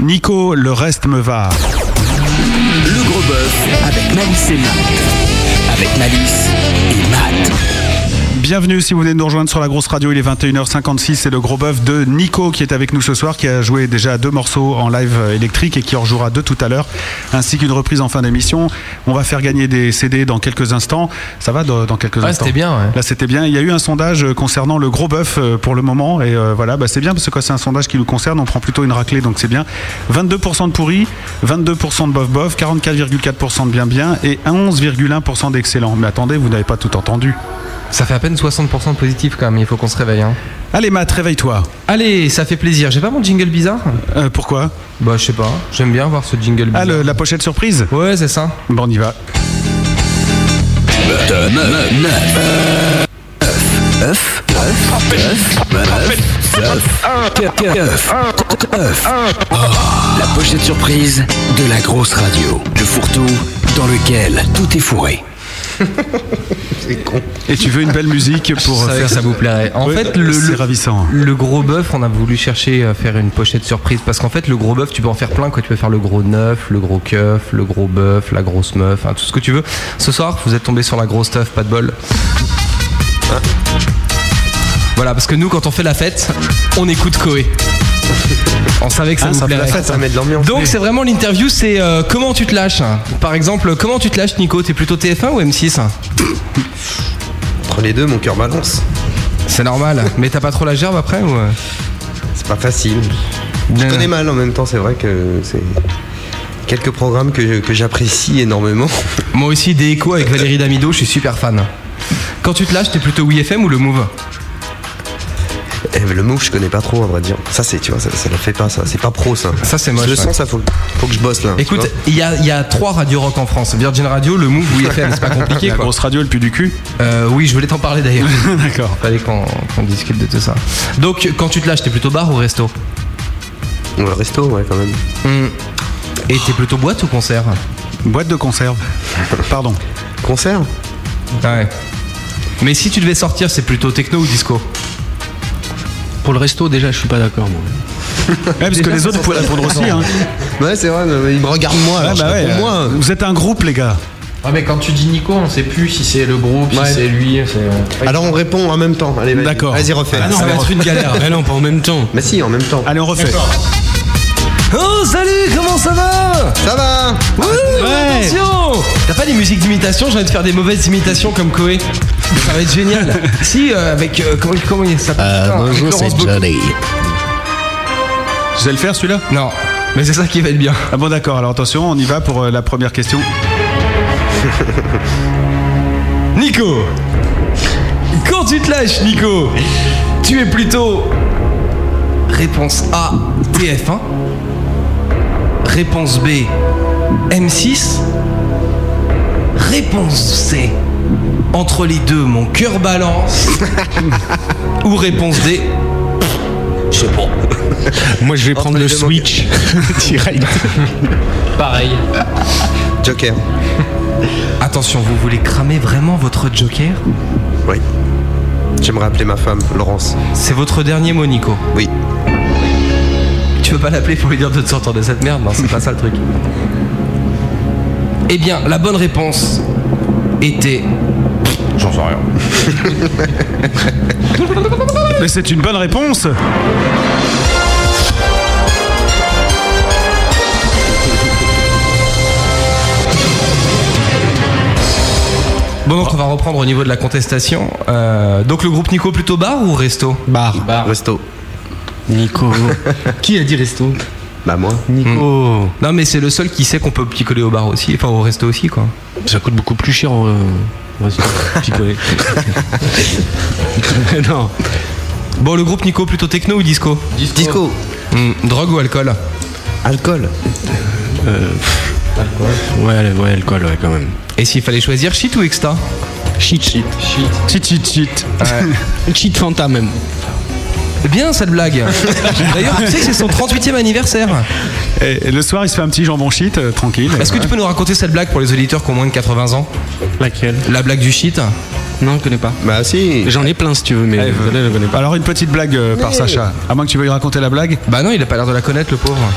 Nico, le reste me va. Le gros bœuf avec Malice et Matt. Avec Malice et Matt. Bienvenue si vous venez de nous rejoindre sur la grosse radio, il est 21h56, c'est le gros bœuf de Nico qui est avec nous ce soir, qui a joué déjà deux morceaux en live électrique et qui en rejouera deux tout à l'heure, ainsi qu'une reprise en fin d'émission. On va faire gagner des CD dans quelques instants. Ça va dans dans quelques Ouais, instants c'était bien, ouais. Là c'était bien. Il y a eu un sondage concernant le gros bœuf euh, pour le moment et euh, voilà, bah, c'est bien parce que quand c'est un sondage qui nous concerne, on prend plutôt une raclée donc c'est bien. 22% de pourri, 22% de bof bof, 44,4% de bien bien et 11,1% d'excellent. Mais attendez, vous n'avez pas tout entendu. Ça fait à peine 60% de positif quand même, il faut qu'on se réveille. hein. Allez Matt, réveille-toi. Euh, Allez, ça fait plaisir. J'ai pas mon jingle bizarre Pourquoi Bah, je sais pas. J'aime bien voir ce jingle bizarre. Ah, la pochette surprise Ouais, c'est ça. Bon, on y va. La pochette surprise de la grosse radio. Le fourre-tout dans lequel tout est fourré. Et tu veux une belle musique pour Je savais faire que ça vous plairait. En Ouais, fait, le, c'est le- ravissant. le gros bœuf, on a voulu chercher à faire une pochette surprise parce qu'en fait, le gros bœuf, tu peux en faire plein. Quoi. Tu peux faire le gros neuf, le gros keuf, le gros bœuf, la grosse meuf, hein, tout ce que tu veux. Ce soir, vous êtes tombé sur la grosse teuf, pas de bol. Hein Voilà, parce que nous, quand on fait la fête, on écoute Coé. On savait que ça Ah, vous ça fait la plairait. fête, ça met de l'ambiance. Donc Oui. c'est vraiment l'interview, c'est euh, comment tu te lâches. Par exemple, comment tu te lâches, Nico T'es plutôt TF1 ou M6 Entre les deux, mon cœur balance. C'est normal. Mais t'as pas trop la gerbe après ou euh C'est pas facile. Je connais mal en même temps, c'est vrai que c'est quelques programmes que, que j'apprécie énormément. [LAUGHS] Moi aussi, des échos avec Valérie Damido, je suis super fan. Quand tu te lâches, t'es plutôt WeFM ou le Move Eh, mais le move, je connais pas trop, à vrai dire. Ça, c'est, tu vois, ça, ça le fait pas, ça. C'est pas pro, ça. Ça, c'est moche, Je le ouais. sens, ça, faut, faut que je bosse, là. tu Écoute, vois. il y a, il y a trois radios rock en France Virgin Radio, le Move, WeFM, c'est pas compliqué. La quoi. grosse radio, le pue du cul Euh, Oui, je voulais t'en parler d'ailleurs. [LAUGHS] D'accord. Fallait qu'on qu'on discute de tout ça. Donc, quand tu te lâches, t'es plutôt bar ou resto Le resto, ouais, quand même. Et t'es plutôt boîte ou concert Boîte de conserve. Pardon. Concert Ouais. Mais si tu devais sortir, c'est plutôt techno ou disco Pour le resto, déjà, je suis pas d'accord, moi. parce que les autres, vous pouvez répondre aussi. hein. Ouais, c'est vrai, mais ils me regardent moi, Ouais, alors bah je ouais, réponds moi. euh, Vous êtes un groupe, les gars. Ouais, Ah, mais quand tu dis Nico, on sait plus si c'est le groupe, Ouais. si c'est lui. c'est- Alors on répond en même temps. Allez, vas-y. D'accord. Vas-y, refais. Ah non, Ah. Ça va être une [LAUGHS] galère. Mais non, pas en même temps. Mais si, en même temps. Allez, on refait. Oh, salut, comment ça va Ça va Ouh, attention T'as pas des musiques d'imitation J'ai envie de faire des mauvaises imitations comme Koé. Ça va être génial. [LAUGHS] si, euh, avec. euh, comment, comment Ah, il s'appelle Euh, Putain, avec Laurence Bocco. Vous allez le faire, celui-là Non, mais c'est ça qui va être bien. Ah bon, d'accord. Alors, attention, on y va pour euh, la première question. Nico Quand tu te lâches, Nico, tu es plutôt. Réponse A, TF1. Réponse B, M6. Réponse C, entre les deux, mon cœur balance. Ou réponse D, Je sais pas. Moi, je vais prendre le Switch direct. Pareil. Joker. Attention, vous voulez cramer vraiment votre Joker Oui. J'aimerais appeler ma femme, Laurence. C'est votre dernier mot, Nico. Oui. Tu veux pas l'appeler pour lui dire de te sortir de cette merde Non, c'est pas ça le truc. Eh bien, la bonne réponse était. J'en sais rien. Mais c'est une bonne réponse. Bon, donc on va reprendre au niveau de la contestation. Euh, donc le groupe Nico plutôt bar ou resto Bar. Resto. Nico. Qui a dit resto Bah moi. Nico. Non, mais c'est le seul qui sait qu'on peut picoler au bar aussi, enfin au resto aussi quoi. Ça coûte beaucoup plus cher euh, au au resto. [LAUGHS] Picoler. non. Bon, le groupe Nico plutôt techno ou disco Disco. Hmm, Drogue ou alcool Alcool. [LAUGHS] Ouais, ouais, alcool, ouais, quand même. Et s'il fallait choisir shit ou exta Shit, shit. Cheat, cheat, cheat. Shit Fanta, même. Bien cette [LAUGHS] blague D'ailleurs, tu sais que c'est son 38e anniversaire Et le soir, il se fait un petit jambon shit, euh, tranquille. Est-ce que tu peux nous raconter cette blague pour les auditeurs qui ont moins de 80 ans Laquelle La blague du shit Non, je connais pas. Bah si. J'en ai plein si tu veux, mais Allez, celle-là, je la connais pas. Alors une petite blague euh, par Mais- Sacha. À moins que tu veuilles raconter la blague. Bah non, il a pas l'air de la connaître, le pauvre.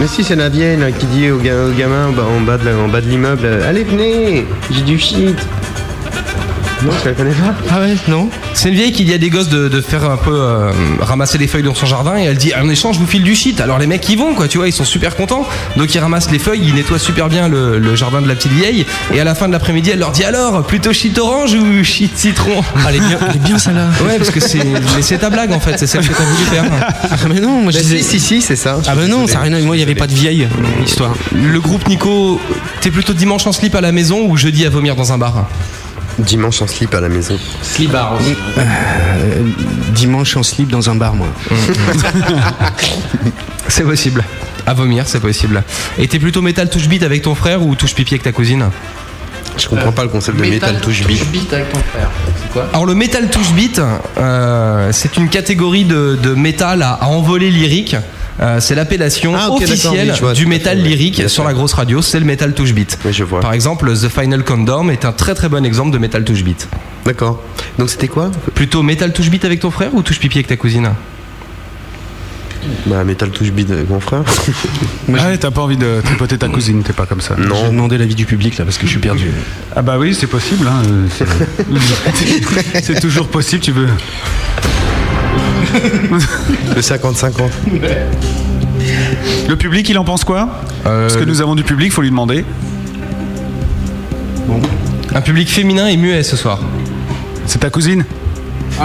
Mais si, c'est la vieille là, qui dit au, ga- au gamin bah, en bas de la- en bas de l'immeuble euh, Allez, venez J'ai du shit Non, tu la connais pas Ah ouais, non C'est une vieille qui dit à des gosses de, de faire un peu euh, ramasser les feuilles dans son jardin et elle dit en échange je vous file du shit. Alors les mecs ils vont quoi, tu vois, ils sont super contents. Donc ils ramassent les feuilles, ils nettoient super bien le, le jardin de la petite vieille et à la fin de l'après-midi elle leur dit alors plutôt shit orange ou shit citron Ah, Elle est bien, elle est bien celle-là. Ouais parce que c'est mais c'est ta blague en fait, c'est celle que t'as voulu faire. Ah, mais non, moi je disais. Si, si, c'est ça. Ah bah non, ça a rien à Moi, il n'y avait pas de vieille euh, histoire. Le groupe Nico, t'es plutôt dimanche en slip à la maison ou jeudi à vomir dans un bar Dimanche en slip à la maison. Slibar aussi. Euh, dimanche en slip dans un bar, moi. C'est possible. À vomir, c'est possible. Et t'es plutôt métal touche beat avec ton frère ou touche pipi avec ta cousine Je comprends pas le concept de Euh, metal touch beat. avec ton frère. C'est quoi Alors le metal touch beat, euh, c'est une catégorie de, de métal à, à envolée lyrique. Euh, c'est l'appellation Ah, ok, officielle d'accord, oui, je vois, du tout à métal fait, oui. lyrique Bien sur sûr. la grosse radio, c'est le metal touch beat. Oui, je vois. Par exemple, The Final Condom est un très très bon exemple de metal touch beat. D'accord. Donc c'était quoi Plutôt metal touch beat avec ton frère ou touche pipi avec ta cousine Bah, metal touch beat avec mon [LAUGHS] frère. ah ouais, t'as pas envie de tripoter ta cousine, t'es pas comme ça. Je vais demander l'avis du public là parce que je suis perdu. Ah bah oui, c'est possible. hein, euh, [LAUGHS] c'est- c'est toujours possible, tu veux. Le 50-50. Le public, il en pense quoi Euh, Parce que nous avons du public, faut lui demander. Un public féminin et muet ce soir. C'est ta cousine [LAUGHS]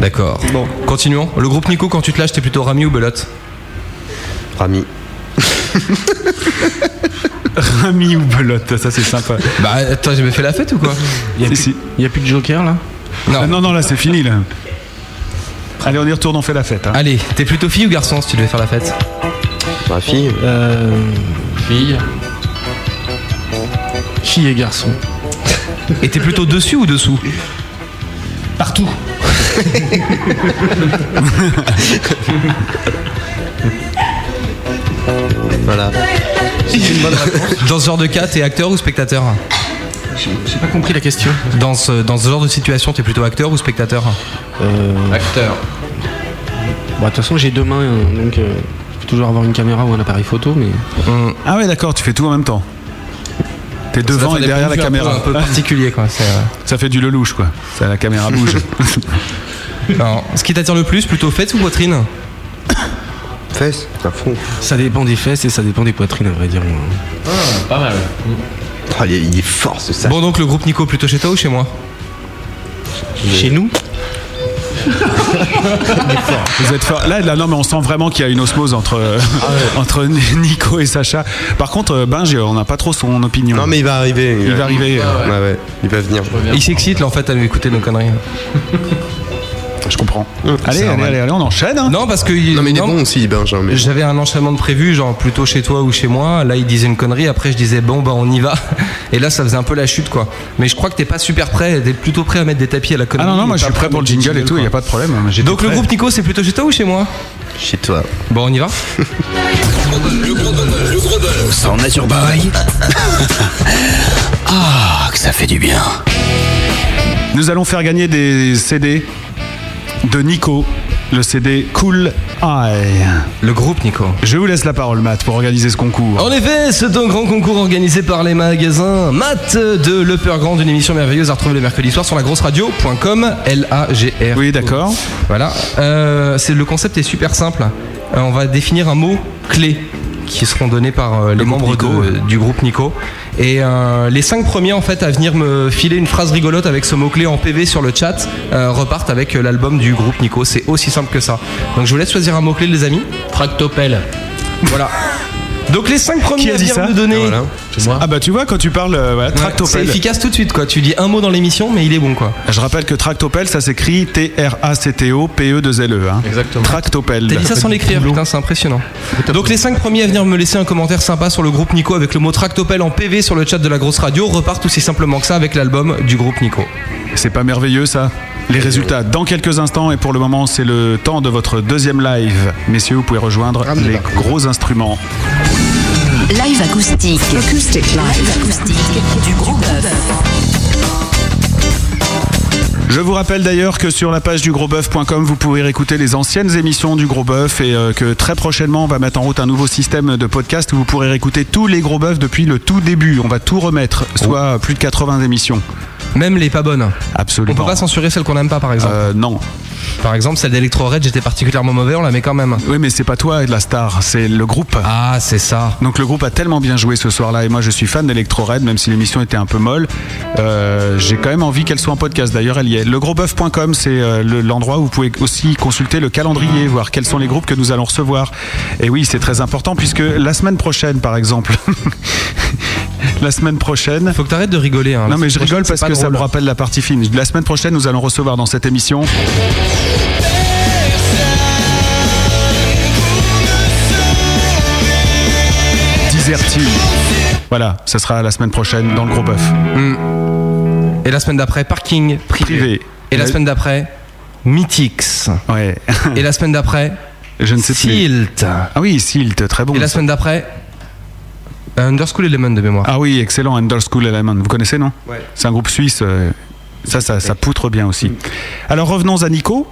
D'accord. Bon, continuons. Le groupe Nico, quand tu te lâches, t'es plutôt Rami ou Belote Rami. Rami ou Belote, ça c'est sympa. Bah attends, j'ai fait la fête [LAUGHS] ou quoi Si, si. Il y a plus de Joker là Ah, Non. non, non, là c'est fini. Là. Allez, on y retourne, on fait la Ah. fête. hein. Allez, t'es plutôt fille ou garçon si tu devais faire la fête Ma fille. euh, Fille. Fille et garçon. Et t'es plutôt dessus ou dessous Partout. Voilà. [LAUGHS] Dans ce genre de cas, t'es acteur ou spectateur J'ai pas compris la question. dans ce, dans ce genre de situation, t'es plutôt acteur ou spectateur Acteur. Bah, de toute façon, j'ai deux mains hein, donc euh, je peux toujours avoir une caméra ou un appareil photo, mais. Ah ouais, d'accord, tu fais tout en même temps. T'es devant et derrière la C'est un caméra. [LAUGHS] peu particulier quoi. c'est, euh, Ça fait du lelouch, quoi. Ça, la caméra [LAUGHS] bouge. Alors, ce qui t'attire le plus, plutôt fête ou poitrine Fesse. À fond. Ça dépend des fesses et ça dépend des poitrines, à vrai dire. moi. Pas mal. Ah, il est- il est fort ce sac. Bon, donc le groupe Nico, plutôt chez toi ou chez moi Chez nous Vous êtes fort. Là, là, non, mais on sent vraiment qu'il y a une osmose entre, euh, [LAUGHS] Ah entre Nico et Sacha. Par contre, euh, Binge, on n'a pas trop son opinion. Non, mais il va arriver. il va arriver. euh, Ouais, ouais. Il va venir. Il s'excite là en fait à nous écouter nos conneries. Je comprends. Allez, euh, c'est allez, normal. allez, allez, on enchaîne. hein. Non, parce que. Non, mais il est bon aussi, Benjamin. Mais... J'avais un enchaînement de prévu, genre plutôt chez toi ou chez moi. Là, il disait une connerie. Après, je disais bon, bah on y va. Et là, ça faisait un peu la chute, quoi. Mais je crois que t'es pas super prêt. T'es plutôt prêt à mettre des tapis à la Ah connerie. non, non, moi et je pas suis prêt à pour le mettre des jingle et tout, il quoi. n'y a pas de problème. hein, j'étais Donc le prêt. groupe Nico, c'est plutôt chez toi ou chez moi Chez toi. Bon, on y va. S'en a sur bail. [LAUGHS] Ah, que ça fait du bien. Nous allons faire gagner des CD de Nico, le CD Cool Eye. Le groupe Nico. Je vous laisse la parole, Matt, pour organiser ce concours. En effet, c'est un grand concours organisé par les magasins Matt de L'Upper Grand, une émission merveilleuse à retrouver le mercredi soir sur lagrosseradio.com. L-A-G-R. Oui, d'accord. Voilà. Euh, c'est- le concept est super simple. Euh, on va définir un mot clé qui seront donnés par euh, les groupe membres Nico, de- ouais. du groupe Nico. Et euh, les cinq premiers en fait à venir me filer une phrase rigolote avec ce mot-clé en PV sur le chat euh, repartent avec euh, l'album du groupe Nico. C'est aussi simple que ça. Donc je vous laisse choisir un mot-clé les amis. Tractopelle. Voilà. Donc les cinq premiers Qui a à dit venir ça me donner. Voilà. C'est moi. Ah bah tu vois, quand tu parles, euh, voilà, Ouais, C'est Tractopelle. efficace tout de suite quoi. Tu dis un mot dans l'émission mais il est bon quoi. Je rappelle que Tractopelle, ça s'écrit T-R-A-C-T-O-P-E-2-L-E. hein. Exactement. Tractopelle. T'as dit ça sans l'écrire, putain, c'est impressionnant. Donc les 5 premiers à venir me laisser un commentaire sympa sur le groupe Nico avec le mot tractopelle en PV sur le chat de la grosse radio repartent aussi simplement que ça avec l'album du groupe Nico. C'est pas merveilleux ça Euh, Les résultats dans quelques instants et pour le moment c'est le temps de votre deuxième live. Messieurs, vous pouvez rejoindre les gros instruments. Live acoustique. Acoustic live. acoustique du gros bœuf. Je vous rappelle d'ailleurs que sur la page du grosboeuf.com, vous pouvez écouter les anciennes émissions du Gros Bœuf et euh, que très prochainement, on va mettre en route un nouveau système de podcast où vous pourrez réécouter tous les Gros Bœufs depuis le tout début. On va tout remettre, soit plus de 80 émissions. Même les pas bonnes. Absolument. Euh, On Oh. peut pas censurer celles qu'on n'aime pas, par exemple. non. Par exemple, celle d'Electro Red, j'étais particulièrement mauvais, on la met quand même. Oui, mais c'est pas toi la star, c'est le groupe. Ah, c'est ça. Donc le groupe a tellement bien joué ce soir-là et moi je suis fan d'Electro Red, même si l'émission était un peu molle. Euh, J'ai quand même envie qu'elle soit en podcast. D'ailleurs, elle y est. Legrosboeuf.com, c'est euh, le- l'endroit où vous pouvez aussi consulter le calendrier, voir quels sont les groupes que nous allons recevoir. Et oui, c'est très important puisque la semaine prochaine, par exemple. [LAUGHS] La semaine prochaine. Faut que t'arrêtes de rigoler. hein. non, mais je rigole parce que ça me rappelle la partie fine. La semaine prochaine, nous allons recevoir dans cette émission. Dizerti. Voilà, ce sera la semaine prochaine dans le gros bœuf. Et la semaine d'après, parking privé. Et la Ouais. semaine d'après, [LAUGHS] Mythix. Euh, Ouais. Et la semaine d'après, je ne sais Silt. Ah oui, Silt, très bon. Et la semaine d'après, Underschool Element de mémoire. Ah oui, excellent, Underschool Element. Vous connaissez, non Ouais. C'est un groupe suisse. euh, Ça, ça, ça poutre bien aussi. Alors revenons à Nico.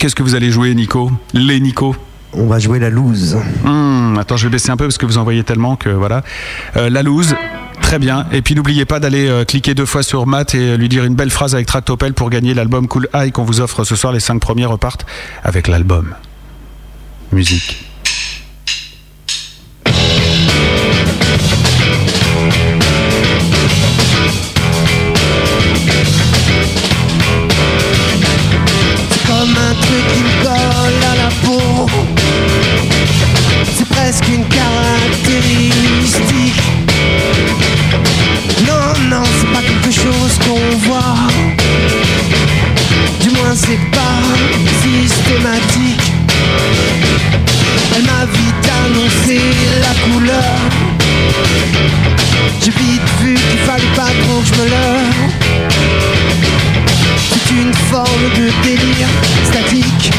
Qu'est-ce que vous allez jouer, Nico Les Nico Hmm, On va jouer la loose. attends, je vais baisser un peu parce que vous en voyez tellement que voilà. Euh, la loose. Très bien. Et puis n'oubliez pas d'aller euh, cliquer deux fois sur Matt et euh, lui dire une belle phrase avec Tractopel pour gagner l'album Cool High qu'on vous offre ce soir. Les cinq premiers repartent avec l'album. Musique. C'est comme un truc qui me colle à la peau. C'est presque une caractéristique. Non, non, c'est pas quelque chose qu'on voit. Du moins, c'est pas systématique. Elle m'a vite annoncé la couleur. J'ai vite vu qu'il fallait pas trop que je me leurre. C'est une forme de délire statique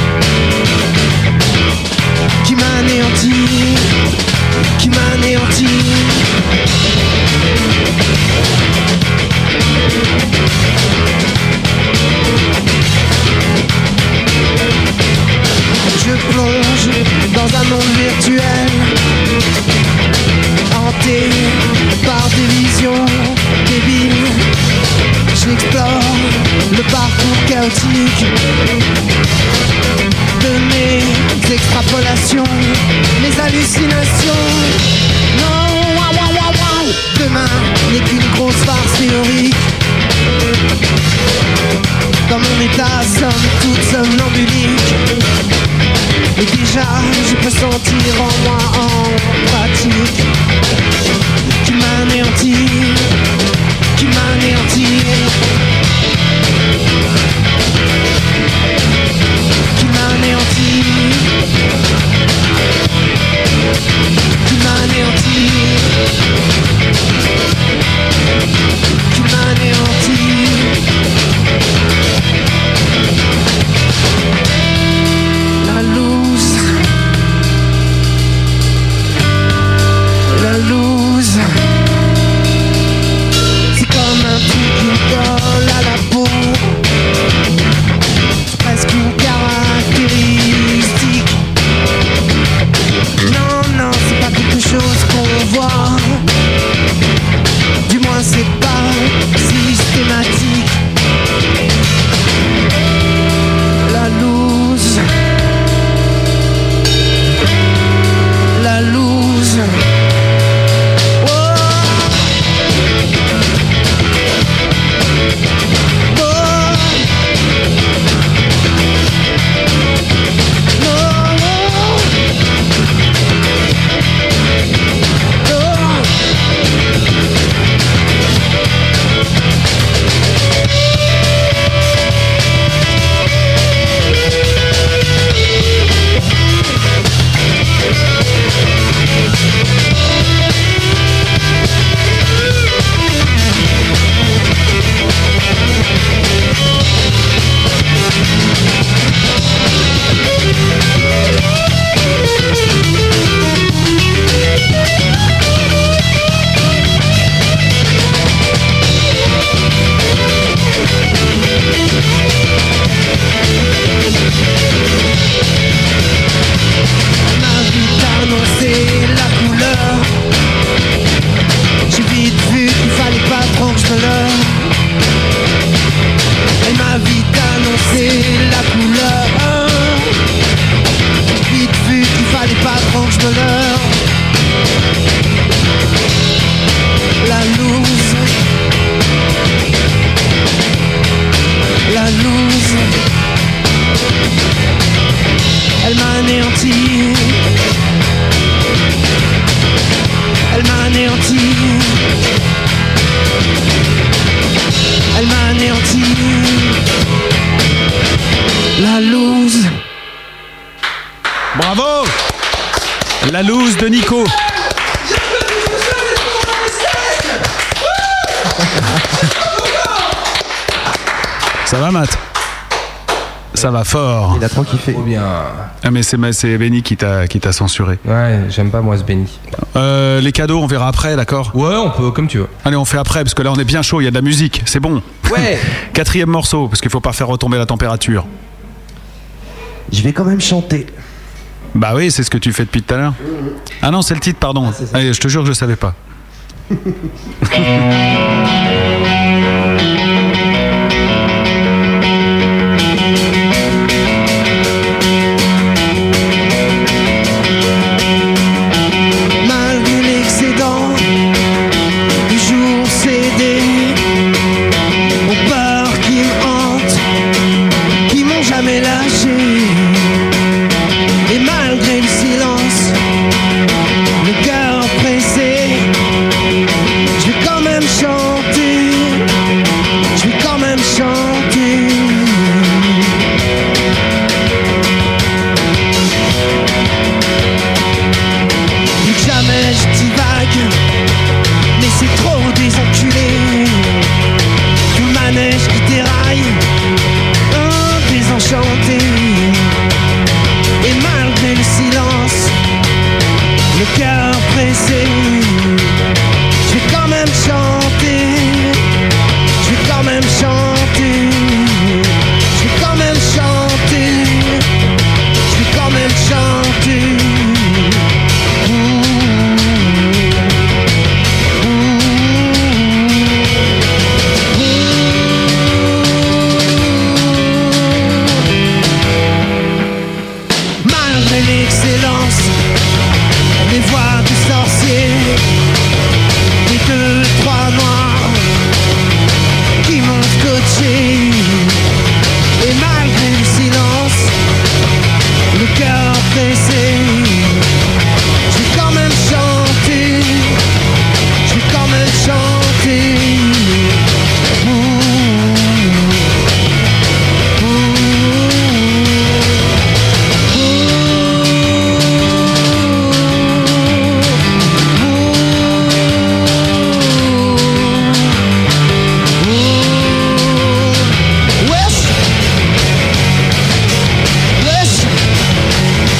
qui m'anéantit, qui m'anéantit. Je plonge dans un monde virtuel, hanté par des visions débiles. J'explore le parcours chaotique de mes extrapolations, mes hallucinations. Non, waouh, waouh, waouh, waouh. Demain n'est qu'une grosse farce théorique. Dans mon état, somme toute somnambulique. Et déjà, je peux sentir en moi, en pratique, qu'il m'anéantit, qu'il m'anéantit. qui m'anéantit, qui m'anéantit, qui m'anéantit. La loose, Oh. La loose de Nico. Ça va, Matt ça va fort. Il a trop kiffé. bien. Ah, mais c'est mais c'est Benny qui t'a qui t'a censuré. Ouais, j'aime pas moi ce Benny. Euh, les cadeaux, on verra après, d'accord Ouais, on peut comme tu veux. Allez, on fait après parce que là on est bien chaud, il y a de la musique, c'est bon. Ouais. [LAUGHS] Quatrième morceau parce qu'il faut pas faire retomber la température. Je vais quand même chanter. Bah oui, c'est ce que tu fais depuis tout à l'heure. Ah non, c'est le titre, pardon. Allez, je te jure, je savais pas. Malgré l'excédent du jour, c'est des nuits aux peurs qui me hantent, qui m'ont jamais lâché. Et malgré le silence, le cœur pressé, je vais quand même chanter, je vais quand même chanter. Plus que jamais je divague, mais c'est trop désenculé. Du manège qui déraille, un désenchanté. Et malgré le silence, le cœur pressé, je vais quand même chanter. Je vais quand même chanter. Je vais quand même chanter. Je vais quand même chanter. Malgré l'excellence des voix du sorcier, des deux, trois noirs qui m'ont scotché. Et malgré le silence, le cœur pressé, je vais quand même chanter, je vais quand même chanter. Ouh, ouh, ouh. West West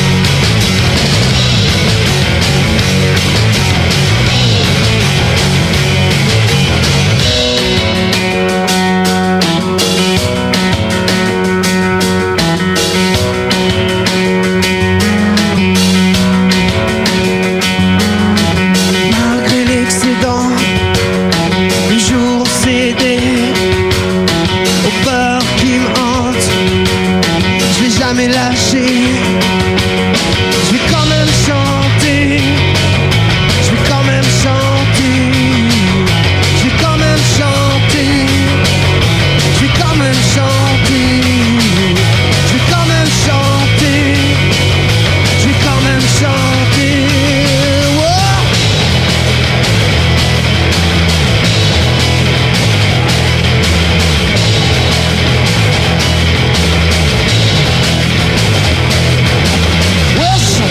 Malgré l'excédent du jour cédé aux peurs qui me hantent, je vais jamais lâcher. Je vais quand même chanter, je vais quand même chanter, je vais quand même chanter, je vais quand même chanter, je vais quand même chanter, je vais quand même chanter. Wow. Wilson.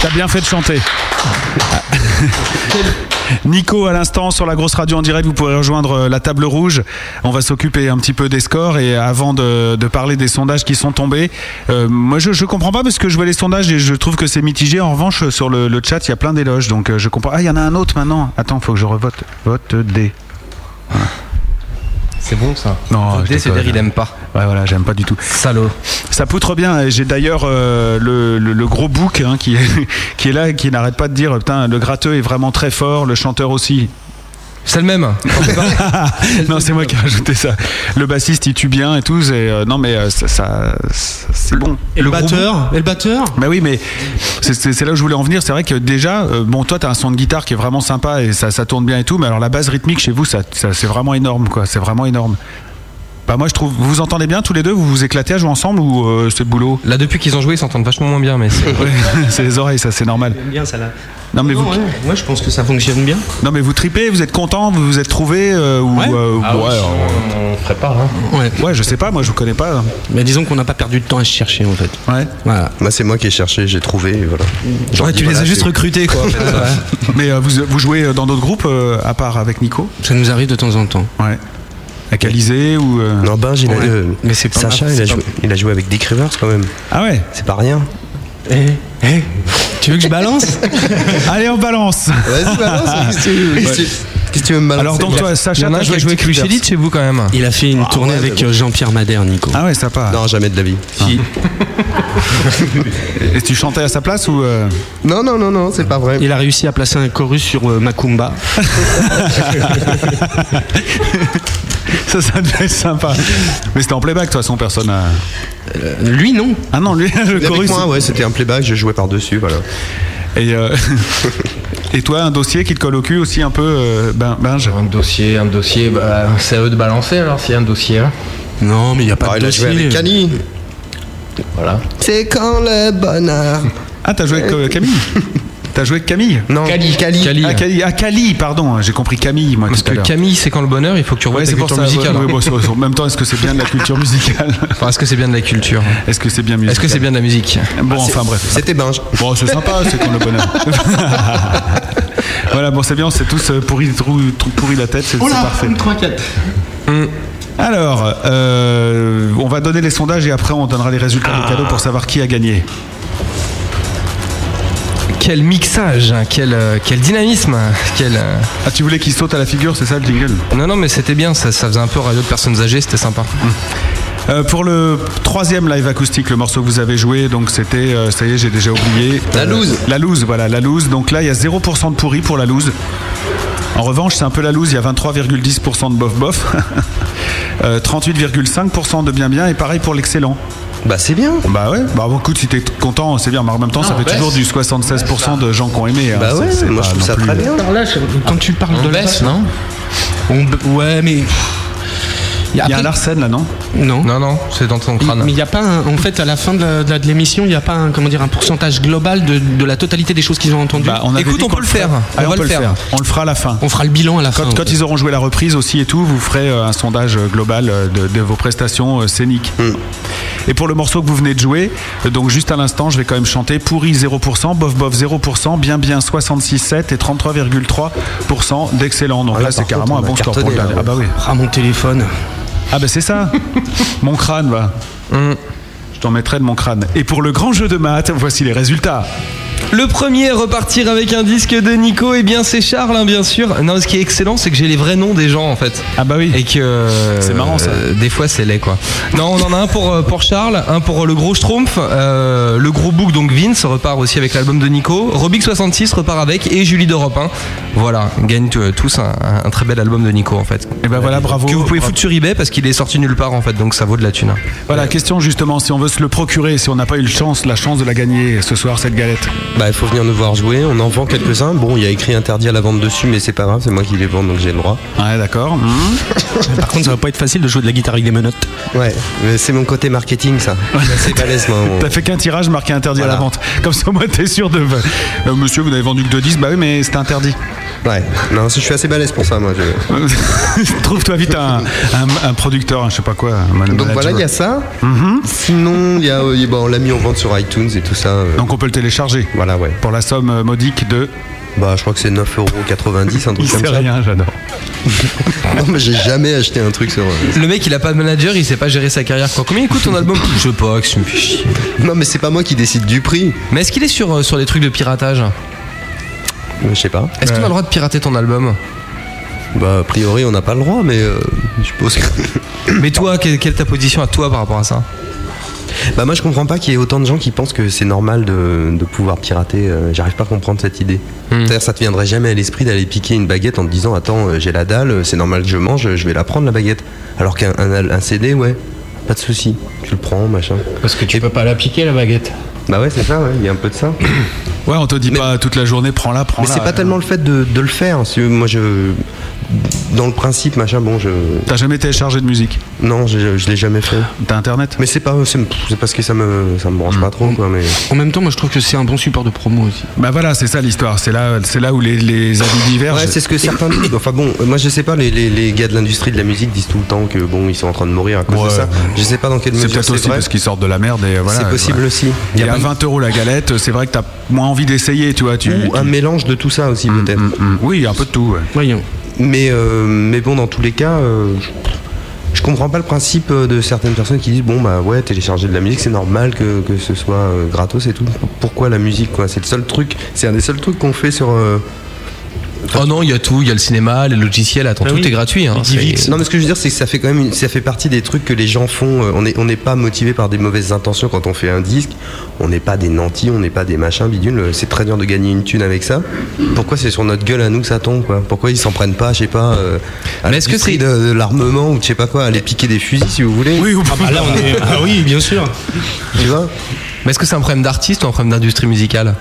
T'as bien fait de chanter. Nico, à l'instant, sur la grosse radio en direct, vous pourrez rejoindre euh, la table rouge. On va s'occuper un petit peu des scores. Et avant de, de parler des sondages qui sont tombés, euh, moi, je, je comprends pas parce que je vois les sondages et je trouve que c'est mitigé. En revanche, sur le, le chat, il y a plein d'éloges. Donc, euh, je comprends. Ah, il y en a un autre maintenant. Attends, faut que je revote. Vote D. C'est bon ça Non, Vote je D, c'est déconne. dire il aime pas. Ouais, voilà, j'aime pas du tout. Salaud. Ça poutre bien. et J'ai d'ailleurs euh, le, le- le gros bouc hein, qui, est, [LAUGHS] qui est là, qui n'arrête pas de dire Putain, le gratteux est vraiment très fort, le chanteur [LAUGHS] aussi. C'est le même. non, c'est moi qui ai ajouté ça. Le bassiste, il tue bien et tout. c'est, euh, non, mais euh, ça, ça- ça- c'est bon. Et le batteur Et le batteur Bah oui, mais c'est- c'est c'est là où je voulais en venir. C'est vrai que déjà, euh, bon, toi, t'as un son de guitare qui est vraiment sympa et ça, ça tourne bien et tout. Mais alors, la base rythmique chez vous, ça, ça- c'est vraiment énorme, quoi. C'est vraiment énorme. Bah moi je trouve, vous vous entendez bien tous les deux, vous vous éclatez à jouer ensemble ou euh, c'est boulot [LAUGHS] Là depuis qu'ils ont joué ils s'entendent vachement moins bien mais c'est... c'est les oreilles ça c'est normal. J'aime bien ça là. Non mais vous, ouais, ouais, je pense que ça fonctionne bien. non mais vous tripez, vous êtes content, vous vous êtes trouvé ou Ouais. euh, Ah oui, on, prépare. Ouais. je sais pas, moi je vous connais pas. hein. Mais disons qu'on n'a pas perdu de temps à se chercher en fait. Ouais. Voilà. Moi, c'est moi qui ai cherché, j'ai trouvé, et voilà. J'en Ouais, dis, tu les voilà, as juste c'est- recrutés quoi. en fait. Mais euh, vous, vous jouez dans d'autres groupes euh, à part avec Nico Ça nous arrive de temps en temps. Ouais. Avec Alizé ou euh, Non, ben, il a, Ouais. euh, Ah. Mais c'est pas Sacha, mal, il, a c'est joué, pas- il a joué avec Dick Rivers quand même. Ah ouais C'est pas rien. Eh, eh, tu veux que je balance Allez on balance. Vas-y, balance. Qu'est-ce que tu- Ah. qu'est-ce que tu- qu'est-ce que tu veux me balancer Alors donc toi Sacha, Il y en a t'as un qui joué a joué avec avec Dick Rivers. Lucélite chez vous quand même. Il a fait une tournée ouais, avec mais euh, Jean-Pierre Madère, Nico. Ah ouais, ça part. Non, jamais de la vie. Ah. Si. Et tu chantais à sa place ou euh, [LAUGHS] Non, non, non, non, c'est pas vrai. Il a réussi à placer un chorus sur euh, Macumba. ça ça devait être sympa. Mais c'était en playback de toute façon personne. a- Euh, Lui, non. Ah non lui [LAUGHS] le Avec chorus. moi, ouais, c'était un playback, je jouais par-dessus, voilà. Et, euh, [LAUGHS] et toi, un dossier qui te colle au cul aussi un peu, euh, ben, Binge Un dossier, un dossier, bah, c'est à eux de balancer alors s'il y a un dossier. hein. Non, mais il n'y a pas Alors, de Ah, il a dossier. joué avec Cani. Voilà. C'est quand le bonheur. Ah, t'as joué avec euh, [LAUGHS] Camille T'as joué avec Camille Non, Cali. Cali. Cali. Ah, Cali, ah, Cali, pardon, j'ai compris Camille, moi, Parce tout à que l'heure. Camille c'est quand le bonheur, il faut que tu revoies Ouais, ta c'est pour culture ça. musicale. ouais, ouais, bon, sur- sur- en même temps, est-ce que c'est bien de la culture [LAUGHS] musicale Enfin, est-ce que c'est bien de la culture Est-ce que c'est bien musical Est-ce que c'est bien de Ah, la musique Bon, enfin bref. C'était Binge. Bon, c'est sympa, c'est quand le bonheur. [LAUGHS] voilà, bon, c'est bien, on s'est tous euh, pourri, trou- trou- pourri la tête, c'est c'est parfait. Hmm. Alors, euh, on va donner les sondages et après on donnera les résultats Ah. des cadeaux pour savoir qui a gagné. Quel mixage, hein, quel, euh, quel dynamisme, hein, quel. euh, Ah, tu voulais qu'il saute à la figure, c'est ça le jingle Non, non, mais c'était bien, ça, ça faisait un peu radio de personnes âgées, c'était sympa. Euh, pour le troisième live acoustique, le morceau que vous avez joué, donc c'était, euh, ça y est, j'ai déjà oublié. Euh, La loose. La loose, voilà, la loose. Donc là, il y a 0% de pourri pour la loose. En revanche, c'est un peu la loose, il y a 23,10% de bof-bof, [LAUGHS] Euh, 38,5% de bien-bien, et pareil pour l'excellent. Bah, c'est bien. Bah ouais, bah bon, écoute, si t'es content, c'est bien, mais en même temps, ça on fait baisse. toujours du 76% de gens qui ont aimé. hein. Bah, C'est- ouais, c'est moi, pas je trouve non ça plus- euh, très bien. là, quand tu parles On de baisse, la- non On b- Ouais, mais. Y a Il y a un après- Larsen là, non Non. Non, non, c'est dans ton Ah, crâne. Mais il n'y a pas, un- en fait, à la fin de la- de la- de l'émission, il n'y a pas un, comment dire, un pourcentage global de, de la totalité des choses qu'ils ont entendues. Bah, avait Écoute, dit on qu'on peut le faire. ferait. On Allez, va on peut le faire. On le fera à la fin. On fera le bilan à la fin. Quand, en quand fait. ils auront joué la reprise aussi et tout, vous ferez euh, un sondage euh, global euh, de, de vos prestations euh, scéniques. Mm. Et pour le morceau que vous venez de jouer, euh, donc juste à l'instant, je vais quand même chanter pourri 0%, bof bof 0%, bien bien 66,7 et 33,3% d'excellent. Donc Ah là, là, c'est par carrément un contre, on bon a score pour cartonné, le dernier. là, Ah bah oui. Ah, mon téléphone. Ah bah c'est [LAUGHS] ça. mon crâne, va. Mm. Je t'en mettrai de mon crâne. Et pour le grand jeu de maths, voici les résultats. Le premier à repartir avec un disque de Nico, et bien c'est Charles, hein, bien sûr. Non, ce qui est excellent, c'est que j'ai les vrais noms des gens en fait. Ah bah oui. Et que. euh, C'est marrant, ça. euh, des fois c'est laid quoi. Non, on en a un pour, euh, pour Charles, un pour euh, le gros Schtroumpf, euh, le gros Book, donc Vince repart aussi avec l'album de Nico, Robic66 repart avec, et Julie d'Europe 1. Voilà, gagnent euh, tous un, un très bel album de Nico en fait. Et ben voilà, bravo. Que vous pouvez foutre sur eBay parce qu'il est sorti nulle part en fait, donc ça vaut de la thune. hein. Voilà, question justement, si on veut se le procurer, si on n'a pas eu le chance, la chance de la gagner ce soir, cette galette. Bah, il faut venir nous voir jouer. On en vend quelques-uns. Bon, il y a écrit interdit à la vente dessus, mais c'est pas grave, c'est moi qui les vends donc j'ai le droit. Ouais, d'accord. Mhm. Par contre, ça va pas être facile de jouer de la guitare avec des menottes. Ouais, mais c'est mon côté marketing, ça. C'est balèze, [LAUGHS] moi. mon- T'as fait qu'un tirage marqué interdit à la Voilà. vente. Comme ça, moi, t'es sûr de. Euh, monsieur, vous n'avez vendu que 2 disques Bah oui, mais c'était interdit. [LAUGHS] Ouais, non, je suis assez balèze pour ça, moi. je- Trouve-toi vite un, un- un producteur, un je sais pas quoi. un man- Donc manager. Mhm. voilà, il y a ça. Sinon, il y a, euh, il- bah, on l'a mis en vente sur iTunes et tout ça. euh, Donc on peut le télécharger. Voilà, ouais. Pour la somme euh, modique de. Bah, je crois que c'est 9,90€, un Il truc comme sait ça. rien, j'adore. Non, mais j'ai jamais acheté un truc sur. euh, Le mec il a pas de manager, il sait pas gérer sa carrière quoi. Combien écoute ton album Je sais pas, que je me fais chier. Non, mais c'est pas moi qui décide du prix. Mais est-ce qu'il est sur, euh, sur les trucs de piratage Euh, Je sais pas. Est-ce qu'on a le droit de pirater [COUGHS] ton album Bah, a priori, on n'a pas le droit, mais euh, je suppose que. Mais toi, quelle, quelle est ta position à toi par rapport à ça Bah, moi, je comprends pas qu'il y ait autant de gens qui pensent que c'est normal de, de pouvoir pirater. euh, J'arrive pas à comprendre cette idée. Hmm. C'est-à-dire, ça te viendrait jamais à l'esprit d'aller piquer une baguette en te disant Attends, euh, j'ai la dalle, euh, c'est normal que je mange, euh, je vais la prendre la baguette. Alors qu'un un al- un CD, ouais, pas de souci. Tu le prends, machin. Parce que tu peux pas la piquer la baguette. Bah, ouais, c'est ça, ouais, il y a un peu [COUGHS] de ça. Ouais, euh, on te dit pas toute la journée, prends-la, prends-la. Mais c'est pas tellement le fait de, de le faire. Si- Moi, je. dans le principe, machin, bon, je. T'as jamais téléchargé de musique Non, je, je l'ai jamais fait. T'as internet Mais c'est pas, c'est c'est parce que ça me, ça me branche pas Hmm. trop, quoi. Mais En même temps, moi je trouve que c'est un bon support de promo aussi. Bah voilà, c'est ça l'histoire. C'est là, c'est là où les, les avis divergent. Ouais, c'est ce que certains disent. Enfin bon, euh, moi je sais pas, les, les, les gars de l'industrie de la musique disent tout le temps que bon, ils sont en train de mourir à cause Ouais. de ça. Je sais pas dans quelle C'est mesure peut-être c'est aussi vrai. parce qu'ils sortent de la merde et voilà. C'est possible ouais. aussi. Et Y a à pas- 20 euros la galette, c'est vrai que t'as moins envie d'essayer, tu vois. Tu, Ou un mélange de tout ça aussi, Mm, peut-être. Oui, un peu de tout, ouais. Voyons. Mais, euh, mais bon, dans tous les cas, euh, je comprends pas le principe euh, de certaines personnes qui disent bon, bah ouais, télécharger de la musique, c'est normal que, que ce soit euh, gratos et tout. Pourquoi la musique, quoi C'est le seul truc, c'est un des seuls trucs qu'on fait sur. euh, Oh non, il y a tout, il y a le cinéma, les logiciels, attends, Ah tout oui. est gratuit. Hein, c'est- Non, mais ce que je veux dire, c'est que ça fait quand même, une- ça fait partie des trucs que les gens font. euh, On n'est on n'est pas motivé par des mauvaises intentions quand on fait un disque. On n'est pas des nantis, on n'est pas des machins bidules. euh, C'est très dur de gagner une thune avec ça. Pourquoi c'est sur notre gueule à nous que ça tombe, quoi Pourquoi ils s'en prennent pas, je sais pas, euh, à Mais est-ce que c'est- l'industrie de, de l'armement ou je sais pas quoi, aller piquer des fusils si vous voulez Oui, ou Ah bah là, on euh, est- ah oui, bien sûr. Tu vois Mais est-ce que c'est un problème d'artiste ou un problème d'industrie musicale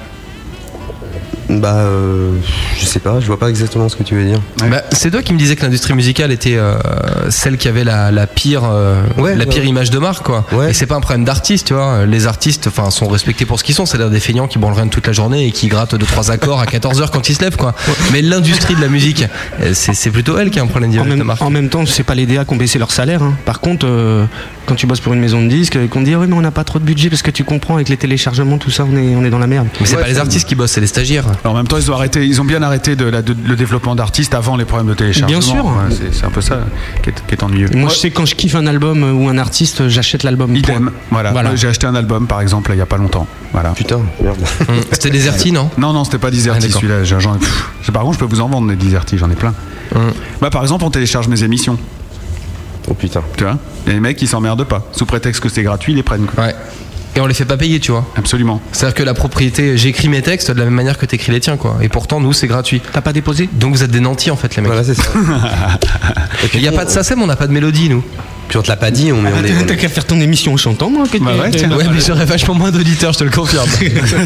Bah, euh, je sais pas, je vois pas exactement ce que tu veux dire. Bah, c'est toi qui me disais que l'industrie musicale était euh, celle qui avait la, la pire, euh, la pire image de marque, quoi. Et c'est pas un problème d'artiste, tu vois. Les artistes, enfin, sont respectés pour ce qu'ils sont. C'est-à-dire des feignants qui branlent rien de toute la journée et qui grattent deux trois accords à 14 h quand ils se lèvent, quoi. Mais l'industrie de la musique, euh, c'est c'est plutôt elle qui a un problème En d'image de même, marque. en même temps, c'est pas les DA qui ont baissé leur salaire. hein. Par contre, euh, quand tu bosses pour une maison de disques et qu'on te dit ah oui mais on n'a pas trop de budget parce que tu comprends avec les téléchargements tout ça on est on est dans la merde. Mais c'est pas les artistes qui bossent, c'est les stagiaires. Alors, en même temps, ils ont, arrêté, ils ont bien arrêté de la- de- le développement d'artistes avant les problèmes de téléchargement. Bien sûr. Ouais, c'est- c'est un peu ça qui est, qui est ennuyeux. Moi, je sais que quand je kiffe un album euh, ou un artiste, j'achète l'album. Idem. Voilà. Voilà. Moi, J'ai acheté un album, par exemple, il y a pas longtemps. Voilà. Putain, merde. [LAUGHS] [LAUGHS] C'était Deserti, non Non, non, c'était pas Deserti d'accord. celui-là. J'en- j'en- pff, Par contre, je peux vous en vendre des Deserti, j'en ai plein. Bah, par exemple, on télécharge mes émissions. Oh putain. Tu vois Et les mecs, ils s'emmerdent pas. Sous prétexte que c'est gratuit, ils les prennent. Ouais. Et on les fait pas payer, tu vois. Absolument. C'est-à-dire que la propriété, j'écris mes textes de la même manière que t'écris les tiens, quoi. Et pourtant, nous, c'est gratuit. T'as pas déposé Donc vous êtes des nantis, en fait, les mecs. [LAUGHS] Voilà, c'est ça. Il n'y a pas de SACEM, on n'a pas de mélodie, nous. Puis on te l'a pas dit, on, Ah, on est. [LAUGHS] t'as- T'as [LAUGHS] qu'à faire ton émission en chantant, moi. que- Bah, Ouais, mais j'aurais vachement moins d'auditeurs, je te le confirme.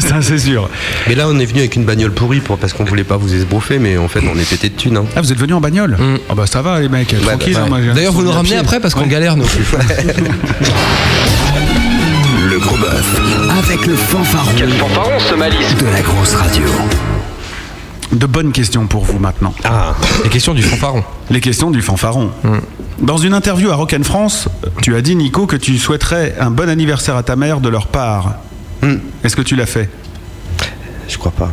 [LAUGHS] Ça, c'est sûr. Mais là, on est venu avec une bagnole pourrie pour, parce qu'on voulait pas vous esbrouffer, mais en fait, on est pété de thunes. Hein. Ah, vous êtes venus en bagnole Ah, Mm. bah, ça va, les mecs, tranquille. hein, moi, j'ai un bah, D'ailleurs, vous nous souvenir ramenez pied. après parce qu'on galère, nous. [LAUGHS] Le gros bœuf avec le fanfaron. Quel fanfaron ce malice De la grosse radio. De bonnes questions pour vous maintenant. Ah, les questions du fanfaron. Les questions du fanfaron. Mm. Dans une interview à Rock'n France, tu as dit, Nico, que tu souhaiterais un bon anniversaire à ta mère de leur part. Mm. Est-ce que tu l'as fait [LAUGHS] Je crois pas.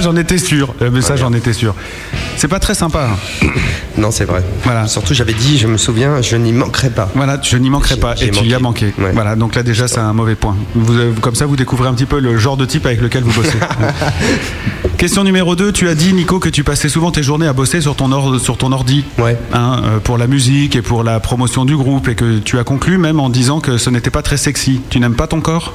j'en étais sûr. Euh, mais ça, j'en étais sûr. C'est pas très sympa. hein. [LAUGHS] Non, c'est vrai. Voilà. Surtout, j'avais dit, je me souviens, je n'y manquerai pas. Voilà, je n'y manquerai pas. J'ai Et tu y as manqué. Ouais. Voilà, donc là déjà, c'est un mauvais point. Vous, euh, comme ça, vous découvrez un petit peu le genre de type avec lequel vous [LAUGHS] bossez. Ouais. Question numéro 2. Tu as dit, Nico, que tu passais souvent tes journées à bosser sur ton, or- sur ton ordi. Ouais. Hein, euh, pour la musique et pour la promotion du groupe. Et que tu as conclu même en disant que ce n'était pas très sexy. Tu n'aimes pas ton corps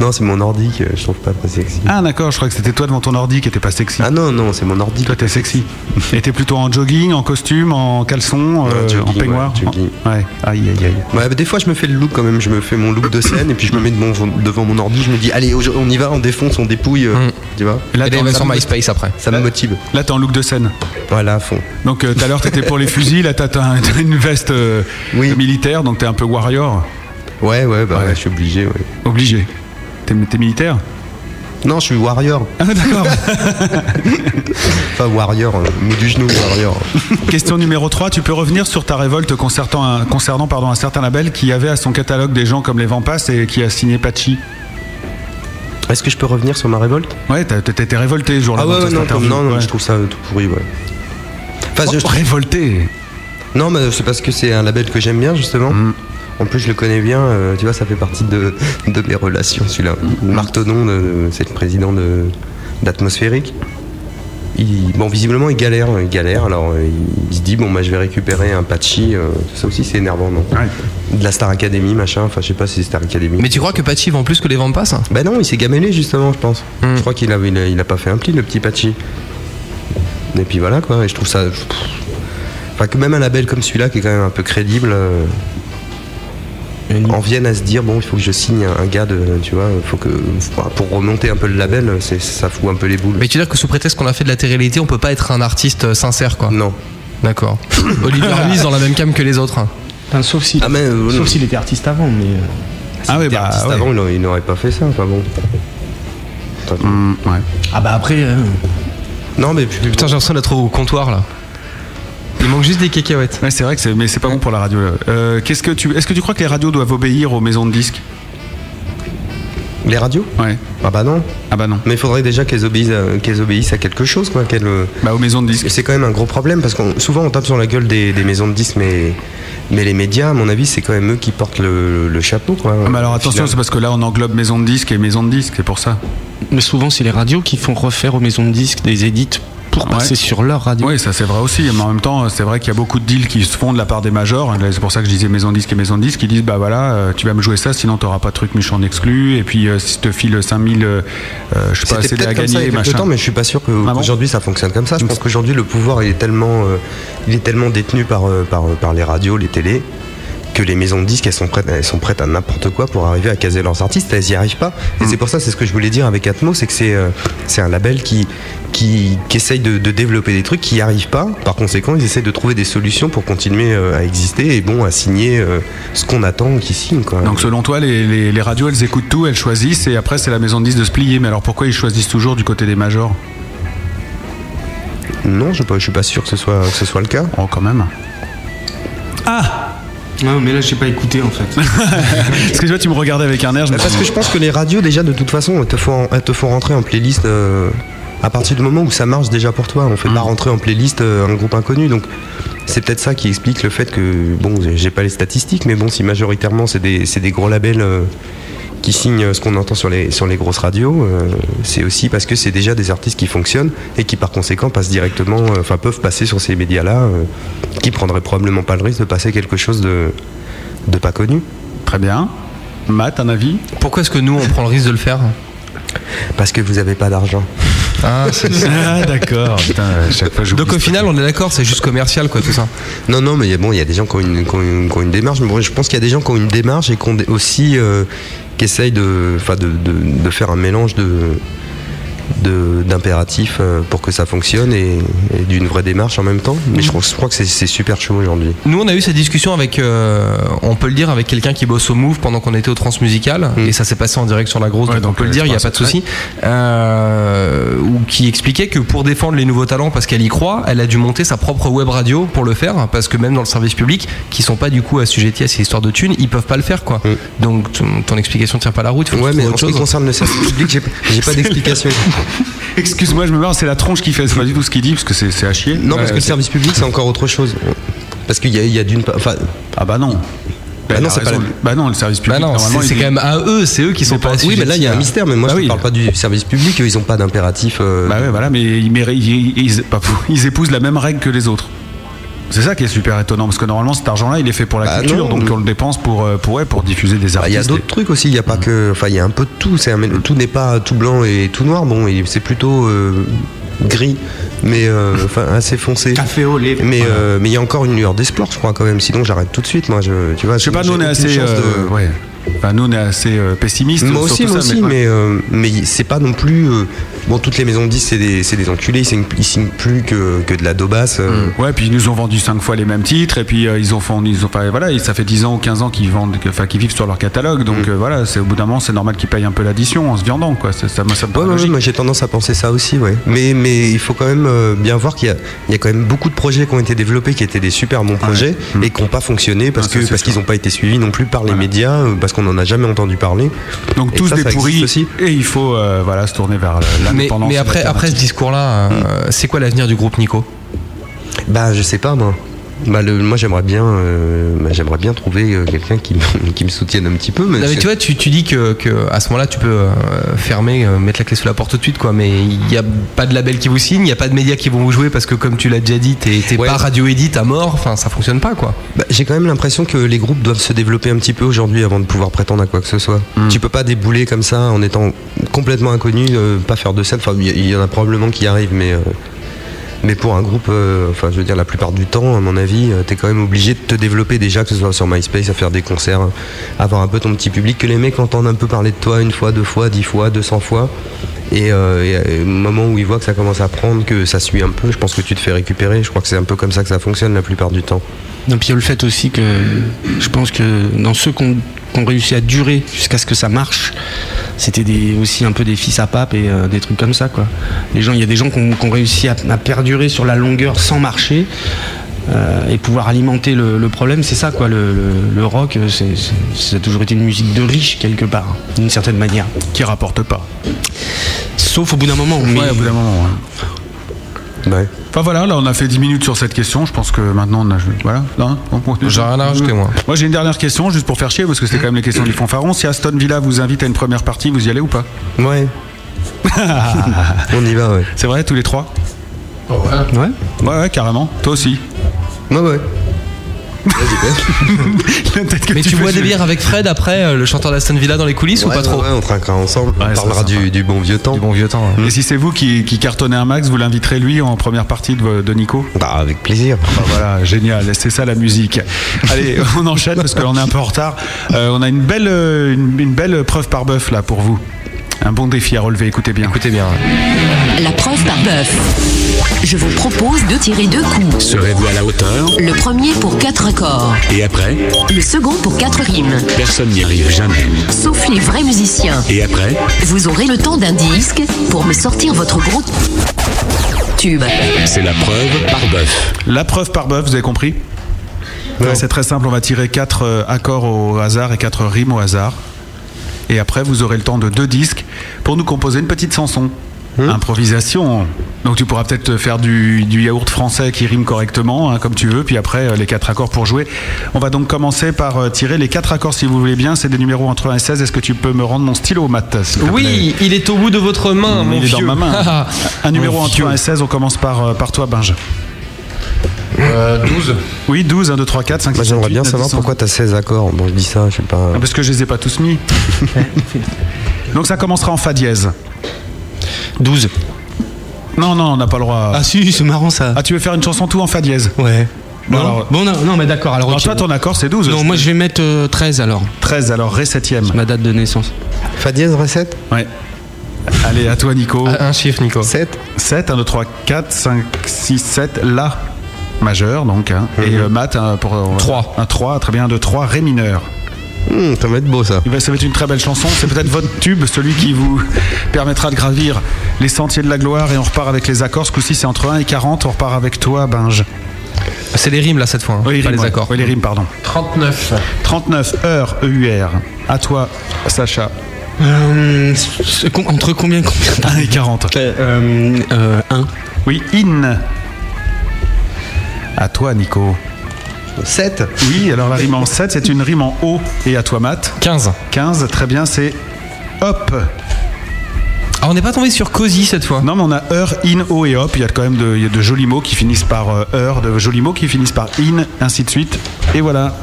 Non, c'est mon ordi que je trouve pas très sexy. Ah, d'accord, je crois que c'était toi devant ton ordi qui était pas sexy. Ah non, non, c'est mon ordi. Toi, t'es sexy. [LAUGHS] Et t'es plutôt en jogging, en costume, en caleçon, euh, jogging, en peignoir. ouais, jogging. en- Ouais, aïe, aïe, aïe. Ouais, mais des fois, je me fais le look quand même. Je me fais mon look de scène et puis je me mets de mon- devant mon ordi. Je me dis, allez, aujourd'hui, on y va, on défonce, on dépouille. euh, Mm. Tu vois Et là, Et t'es on en- va sur MySpace après. Ça me motive. là, t'es en look de scène. Voilà, à fond. Donc, euh, tout à l'heure, t'étais pour les fusils, là, t'as t'as un- t'as une veste euh, Oui. militaire, donc t'es un peu warrior. Ouais, ouais, bah Ouais. ouais, je suis obligé. ouais. Obligé. T'es t'es militaire Non, je suis warrior. Ah, d'accord. Enfin, warrior, euh, mou du genou, warrior. [LAUGHS] Question numéro 3, tu peux revenir sur ta révolte concernant un, concernant, pardon, un certain label qui avait à son catalogue des gens comme les Vampas et qui a signé Pachi. Est-ce que je peux revenir sur ma révolte Ouais, t'as- t'étais t'étais révolté ce jour-là. Ah dans ouais, cette ouais, non, interview. non, non, Ouais. je trouve ça euh, tout pourri, ouais. Enfin, je- Oh, révolté Non, mais c'est parce que c'est un label que j'aime bien, justement. Mm. En plus, je le connais bien, euh, tu vois, ça fait partie de, de mes relations, celui-là. Mm. Marc Tonon, de- c'est le président de- d'Atmosphérique. Il, bon, visiblement, il galère, il galère. Alors, euh, il se dit, bon, bah, je vais récupérer un patchy. euh, ça aussi, c'est énervant, non Ouais. De la Star Academy, machin. Enfin, je sais pas si c'est Star Academy. Mais tu crois que Patchy vend plus que les ventes passent Bah non, il s'est gamellé justement, je pense. Hmm. Je crois qu'il a, il a, il a pas fait un pli, le petit Patchy. Et puis voilà quoi, et je trouve ça. pff, Enfin, que même un label comme celui-là qui est quand même un peu crédible. euh, en viennent à se dire bon, il faut que je signe un, un gars de, tu vois, faut que pour remonter un peu le label, c'est ça fout un peu les boules. Mais tu veux dire que sous prétexte qu'on a fait de la télé-réalité, on peut pas être un artiste euh, sincère, quoi Non. D'accord. [COUGHS] Olivier Ruiz dans la même cam que les autres. Enfin, sauf s'il mais, euh, non. sauf s'il était artiste avant, mais. euh, Ah oui, bah avant, il aurait- il n'aurait pas fait ça. Enfin bon. Ah bah après. Non mais putain, j'ai l'impression d'être au comptoir là. Il manque juste des cacahuètes. Ouais, c'est vrai que c'est, mais c'est pas bon pour la radio. là. Euh, qu'est-ce que tu, est-ce que tu crois que les radios doivent obéir aux maisons de disques Les radios Ouais. Ah bah non. Ah bah non. Mais il faudrait déjà qu'elles obéissent, à- qu'elles obéissent à quelque chose, quoi. qu'elles, euh, Bah, aux maisons de disques. C'est quand même un gros problème parce qu'on souvent on tape sur la gueule des, des maisons de disques, mais mais les médias, à mon avis, c'est quand même eux qui portent le, le chapeau, quoi. Ah, mais alors attention, c'est parce que là on englobe maison de disques et maison de disques, c'est pour ça. Mais souvent, c'est les radios qui font refaire aux maisons de disques des édits pour passer sur leur radio. Oui, ça c'est vrai aussi. Mais en même temps, c'est vrai qu'il y a beaucoup de deals qui se font de la part des majors. C'est pour ça que je disais maison de disque et maison de disque. Ils disent bah voilà, euh, tu vas me jouer ça, sinon t'auras pas de truc méchant exclu. Et puis euh, si tu te files 5000, euh, euh, je sais pas, C'était CD à peut-être comme ça il y gagner, a quelques machin. temps, mais je suis pas sûr Ah bon qu'aujourd'hui ça fonctionne comme ça. Je pense qu'aujourd'hui le pouvoir il est tellement, euh, il est tellement détenu par, euh, par, euh, par les radios, les télés, que les maisons de disques elles sont prêtes, elles sont prêtes à n'importe quoi pour arriver à caser leurs artistes. Elles y arrivent pas. Mm. Et c'est pour ça, c'est ce que je voulais dire avec Atmo, c'est que c'est, euh, c'est un label qui, qui, qui essaye de, de développer des trucs qui n'y arrivent pas. Par conséquent, ils essaient de trouver des solutions pour continuer euh, à exister et bon à signer euh, ce qu'on attend qu'ils signent. Quoi. Donc selon toi, les, les- les radios, elles écoutent tout, elles choisissent, et après c'est la maison de disques de se plier. Mais alors pourquoi ils choisissent toujours du côté des majors Non, je ne suis pas sûr que ce soit, que ce soit le cas. Oh, quand même. Non, Ah, mais là, j'ai pas écouté [LAUGHS] en fait. Parce que tu vois, tu me regardais avec un air. Je me Bah, Parce suis que dit, je pense que les radios, déjà, de toute façon, elles te font, elles te font rentrer en playlist euh, à partir du moment où ça marche déjà pour toi. On fait pas rentrer en playlist euh, un groupe inconnu. Donc, c'est peut-être ça qui explique le fait que, bon, j'ai- j'ai pas les statistiques, mais bon, si majoritairement c'est des, c'est des gros labels. euh, qui signent euh, ce qu'on entend sur les, sur les grosses radios, euh, c'est aussi parce que c'est déjà des artistes qui fonctionnent et qui par conséquent passent directement, euh, enfin peuvent passer sur ces médias-là, euh, qui prendraient probablement pas le risque de passer quelque chose de, de pas connu. Très bien. Matt, un avis Pourquoi est-ce que nous on prend le risque de le faire Parce que vous avez pas d'argent. Ah, [LAUGHS] c'est- Ah, d'accord. Putain, à chaque fois, j'oublie Donc au final, on est d'accord, c'est juste commercial quoi tout ça. Non, non, mais bon, il y a des gens qui ont une, qui ont une- qui ont une démarche. Mais bon, je pense qu'il y a des gens qui ont une démarche et qui ont des- aussi euh, qui essayent de, enfin, de, de, de faire un mélange de de- d'impératifs euh, pour que ça fonctionne et, et d'une vraie démarche en même temps. Mais je, crois- je crois que c'est- c'est super chaud aujourd'hui. Nous, on a eu cette discussion avec, euh, on peut le dire, avec quelqu'un qui bosse au Move pendant qu'on était au Transmusical, et ça s'est passé en direct sur la grosse, Ouais, donc, donc, on peut le euh, dire, c'est il n'y a pas pas de souci. Euh, ou qui expliquait que pour défendre les nouveaux talents, parce qu'elle y croit, elle a dû monter sa propre web radio pour le faire, parce que même dans le service public, qui sont pas du coup assujettis à ces histoires de thunes, ils peuvent pas le faire quoi. Donc ton, ton explication tient pas la route. il Faut Ouais, trouver mais en autre ce qui chose. concerne le service public, j'ai j'ai pas d'explication. Excuse-moi, je me marre, c'est la tronche qui fait. C'est pas du tout ce qu'il dit, parce que c'est c'est à chier. Euh, Non, parce Ouais, que le c'est- service public, c'est encore autre chose. Parce qu'il y a, il y a d'une part. Enfin, Ah bah non. Bah non, Elle a c'est pas raison. la- Bah non, le service public, Bah non, normalement, c'est il c'est dit- quand même à eux, c'est eux qui sont pas oui, assujettis. mais là, il y a un à- mystère. Mais moi, Bah je oui. te parle pas du service public. Eux, ils ont pas d'impératif. euh, Bah ouais, voilà, mais ils, méri- ils- ils- pas fou, ils épousent la même règle que les autres. C'est ça qui est super étonnant, parce que normalement cet argent-là, il est fait pour la Bah culture, non. donc on le dépense pour, euh, pour, ouais, pour diffuser des Bah, artistes. Il y a d'autres trucs aussi, il n'y a pas que. Enfin, il y a un peu de tout. C'est un mél- tout n'est pas tout blanc et tout noir. Bon, et c'est plutôt euh, gris, mais euh, enfin assez foncé. Café au lait. Mais euh, mais il y a encore une lueur d'espoir, je crois quand même. Sinon, j'arrête tout de suite. Moi, je, tu vois, Je sais pas, nous on est assez, euh, ouais. Enfin, nous on est assez euh, pessimiste. Moi sur aussi, tout moi ça, aussi, ouais. mais, euh, mais c'est pas non plus. euh, bon, toutes les maisons de 10, c'est des, c'est des enculés, ils signent, ils signent plus que, que de la daubasse. euh, Ouais, puis ils nous ont vendu cinq fois les mêmes titres, et puis euh, ils ont fait, ils ont, enfin, voilà, et ça fait 10 ans ou 15 ans qu'ils vendent, que- enfin, qu'ils vivent sur leur catalogue, donc euh, voilà, c'est au bout d'un moment, c'est normal qu'ils payent un peu l'addition en se viandant, quoi. Ça, ça, moi, ça me Ouais, paraît ouais, logique. moi j'ai tendance à penser ça aussi, ouais. Mais, mais il faut quand même euh, bien voir qu'il y a, il y a quand même beaucoup de projets qui ont été développés, qui étaient des super bons projets et qui n'ont pas fonctionné parce Ah, Mm. ça, que c'est parce qu'ils n'ont pas été suivis non plus par les médias, euh, parce qu'on n'en a jamais entendu parler. Donc Et tous ça, des ça existe pourris, aussi. et il faut, euh, voilà, se tourner vers la- Mais, l'indépendance. mais après, après ce discours-là, euh, c'est quoi l'avenir du groupe Nico Bah je sais pas moi. Bah, le- moi j'aimerais bien, euh, bah, j'aimerais bien trouver euh, quelqu'un qui, me- [LAUGHS] qui me soutienne un petit peu. Mais Non, mais c'est- tu vois, tu, tu dis que, que à ce moment-là, tu peux euh, fermer, euh, mettre la clé sous la porte tout de suite, quoi. Mais il n'y a pas de label qui vous signe, il n'y a pas de médias qui vont vous jouer parce que, comme tu l'as déjà dit, t'es t'es Ouais. pas radio-édite à mort, enfin, ça fonctionne pas, quoi. Bah, J'ai quand même l'impression que les groupes doivent se développer un petit peu aujourd'hui avant de pouvoir prétendre à quoi que ce soit. Tu peux pas débouler comme ça en étant complètement inconnu, euh, pas faire de scène. Enfin, il y, il y en a probablement qui arrivent, mais euh, Mais pour un groupe, euh, enfin, je veux dire, la plupart du temps, à mon avis, euh, t'es quand même obligé de te développer déjà, que ce soit sur MySpace, à faire des concerts, euh, avoir un peu ton petit public, que les mecs entendent un peu parler de toi une fois, deux fois, dix fois, deux cents fois. Et, euh, et, euh, au moment où ils voient que ça commence à prendre, que ça suit un peu, je pense que tu te fais récupérer. Je crois que c'est un peu comme ça que ça fonctionne la plupart du temps. Non, puis il y a le fait aussi que je pense que dans ceux qu'on ont réussi à durer jusqu'à ce que ça marche, c'était des- aussi un peu des fils à pape et euh, des trucs comme ça. Quoi. Les gens, il y a des gens qui ont, qui ont réussi à, à perdurer sur la longueur sans marcher. euh, et pouvoir alimenter le, le problème, c'est ça quoi. Le, le- le rock, euh, c'est- c'est- ça a toujours été une musique de riche quelque part, d'une certaine manière. Qui rapporte pas. Sauf au bout d'un moment. Ouais, au bout d'un moment. ouais. Enfin voilà, là on a fait 10 minutes sur cette question. Je pense que maintenant on a. Voilà, non, hein, on continue. J'ai rien à rajouter, moi. Moi j'ai une dernière question, juste pour faire chier, parce que c'était quand même les questions du fanfaron. Si Aston Villa vous invite à une première partie, vous y allez ou pas [LAUGHS] Ouais. on y va, ouais. C'est vrai, tous les trois ouais. ouais. Ouais, ouais, carrément. Toi aussi Ouais, ouais. Mais tu bois des bières avec Fred après, euh, le chanteur d'Aston Villa dans les coulisses ou Ouais, pas trop ouais, on trinquera ensemble. on parlera du, du bon vieux temps. Du bon vieux temps. Et si c'est vous qui, qui cartonnez un max, vous l'inviterez lui en première partie de, de Nico Bah avec plaisir. voilà, génial, c'est ça la musique. Allez, [LAUGHS] on enchaîne parce que là, on est un peu en retard. Euh, on a une belle, euh, une, une belle preuve par bœuf là pour vous. Un bon défi à relever, écoutez bien. Écoutez bien. La preuve par bœuf. Je vous propose de tirer deux coups. Serez-vous à la hauteur Le premier pour quatre accords. Et après Le second pour quatre rimes. Personne n'y arrive jamais. Sauf les vrais musiciens. Et après Vous aurez le temps d'un disque pour me sortir votre gros tube. C'est la preuve par bœuf. La preuve par bœuf, vous avez compris Ouais, C'est très simple, on va tirer 4 accords au hasard et 4 rimes au hasard. Et après, vous aurez le temps de deux disques pour nous composer une petite chanson. Improvisation. Donc tu pourras peut-être faire du, du yaourt français qui rime correctement, hein, comme tu veux, puis après euh, les quatre accords pour jouer. On va donc commencer par euh, tirer les quatre accords si vous voulez bien. C'est des numéros entre 1 et 16. Est-ce que tu peux me rendre mon stylo, Matt s'il te plaît Oui, il est au bout de votre Ah, main, mon Il est dans vieux. ma [LAUGHS] main. Un numéro Mon entre vieux. 1 et 16, on commence par, euh, par toi, Benj. 12. Oui, 12, 1, 2, 3, 4, 5, Moi 6, 7, j'aimerais 8, bien 9, savoir 10, pourquoi t'as 16 accords. Bon, je dis ça, je sais pas. Ah, Parce que je les ai pas tous [LAUGHS] mis. Donc ça commencera en fa dièse. 12. Non, non, on n'a pas le droit. Ah si, c'est marrant ça. Ah, tu veux faire une chanson tout en fa dièse Ouais. Bon, Non, alors- bon, non, non, mais d'accord. Alors, Alors ok. toi, ton accord, c'est 12. non, moi je vais mettre euh, 13 alors, 13, alors ré 7 ma date de naissance. Fa dièse, recette Ouais. Allez, à toi, Nico. Un chiffre, Nico. 7 7, 1, 2, 3, 4, 5, 6, 7, La majeur, donc. hein. Et euh, Matt, hein, pour. on va- 3. Un 3, très bien, 2, 3, Ré mineur. Hum, Ça va être beau ça. Eh ben, Ça va être une très belle chanson. C'est peut-être votre tube, celui qui vous [LAUGHS] permettra de gravir les sentiers de la gloire. Et on repart avec les accords. Ce coup-ci, c'est entre 1 et 40. On repart avec toi, Binge. C'est les rimes là cette fois, hein, Oui, les pas rimes, les ouais. accords. Oui, les rimes, pardon. 39. 39 heures EUR. À toi, Sacha. Euh, c'est- com- entre combien et combien 1 et 40. euh, euh, un. Oui, in. À toi, Nico. 7 Oui, alors la rime en 7, c'est une rime en O. Et à toi, Matt. 15. 15, très bien, c'est hop. Ah, on n'est pas tombé sur Cozy cette fois. Non, mais on a heure, in, O et hop. Il y a quand même de, il y a de jolis mots qui finissent par euh, heure, de jolis mots qui finissent par in, ainsi de suite. Et voilà.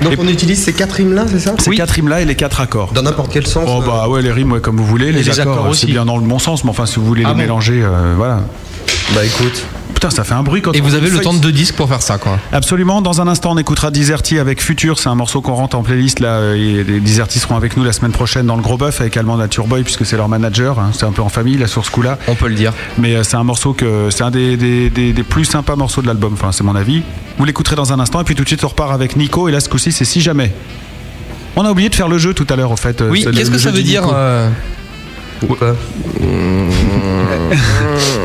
Donc Et- on utilise ces 4 rimes là, c'est ça Ces quatre rimes-là et les quatre accords. Dans n'importe quel sens. Oh euh, bah ouais les rimes ouais, comme vous voulez les, les accords, euh, accords c'est aussi. bien dans le bon sens mais enfin si vous voulez Ah les mélanger euh, voilà Bah écoute. putain ça fait un bruit quand Et on- vous avez le feuille- temps de deux disques pour faire ça, quoi. Absolument. Dans un instant, on écoutera Dizerti avec Futur. C'est un morceau qu'on rentre en playlist. Là, euh, et les Dizerti seront avec nous la semaine prochaine dans le Gros Bœuf avec Allemand Nature Boy, puisque c'est leur manager. hein. C'est un peu en famille, là, sur ce coup-là. On peut le dire. Mais euh, c'est un morceau que c'est un des, des- des- des plus sympas morceaux de l'album. Enfin, c'est mon avis. Vous l'écouterez dans un instant. Et puis tout de suite, on repart avec Nico. Et là, ce coup-ci, c'est si jamais. On a oublié de faire le jeu tout à l'heure, au fait. Euh, Oui, C'est le- qu'est-ce le que ça jeu veut du dire Nico. euh, Ou pas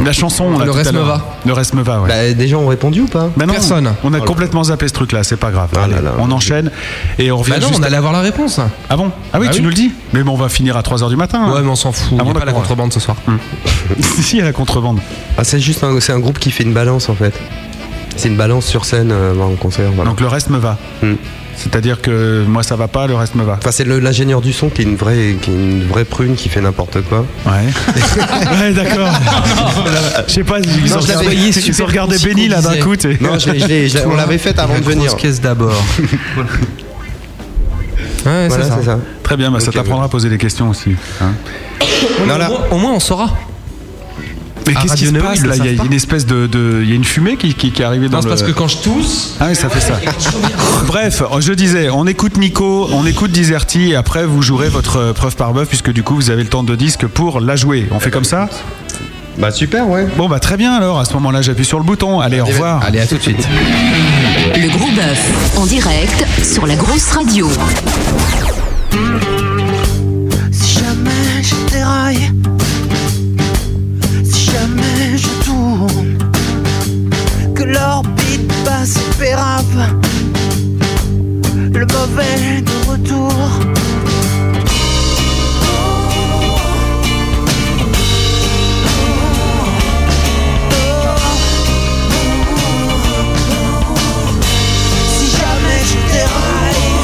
La chanson, on euh, l'a Le tout à reste me l'heure. va. Le reste me va, ouais. Bah des gens ont répondu ou pas Bah non, personne. On a Oh là. complètement zappé ce truc-là, c'est pas grave. Ah Allez, là là. on enchaîne et on revient Bah non, juste on allait avoir la réponse. Ah bon Ah oui, Ah tu oui. nous le dis Mais bon, on va finir à 3h du matin. hein. Ouais, mais on s'en fout. Ah on bon, n'est pas la d'accord. contrebande ce soir. si, à la contrebande. Ah c'est juste un, c'est un groupe qui fait une balance en fait. C'est une balance sur scène euh, en concert. Voilà. Donc le reste me va. Hmm. C'est-à-dire que moi ça va pas, le reste me va. Enfin c'est le- l'ingénieur du son qui est une vraie, qui est une vraie prune qui fait n'importe quoi. Ouais. [LAUGHS] ouais, d'accord. Je sais pas, ils Non, ont je l'avais- regardé- ils ont regardé Psycho Benny là d'un disait. coup. t'es- Non, je l'ai- je l'ai- je l'ai- on l'avait faite avant de venir. Grosse caisse [LAUGHS] d'abord. Ouais, Voilà c'est ça. c'est ça. Très bien, bah, ça Ok, t'apprendra à poser des questions aussi. hein. Non, Au là- moins- Au moins, on saura. Mais à qu'est-ce qui Radio se Neo, passe ils le là Il y a savent pas. une espèce de, de- il y a une fumée qui, qui, qui est arrivée dans Non, le. c'est parce que quand je tousse. Ah oui, ça fait ça. Bref, je disais, on écoute Nico, on écoute Dizerti, et après vous jouerez votre euh, preuve par bœuf, puisque du coup vous avez le temps de disque pour la jouer. On fait comme ça Bah super, ouais. Eh ben, Bon bah très bien alors, à ce moment-là j'appuie sur le bouton. Allez, au revoir. Eh ben, Allez, à tout de suite. Le gros bœuf, en direct sur la grosse radio. Si jamais je déraille, si jamais je tourne, que l'orbite passe pérave, le mauvais de retour. Si jamais je déraille.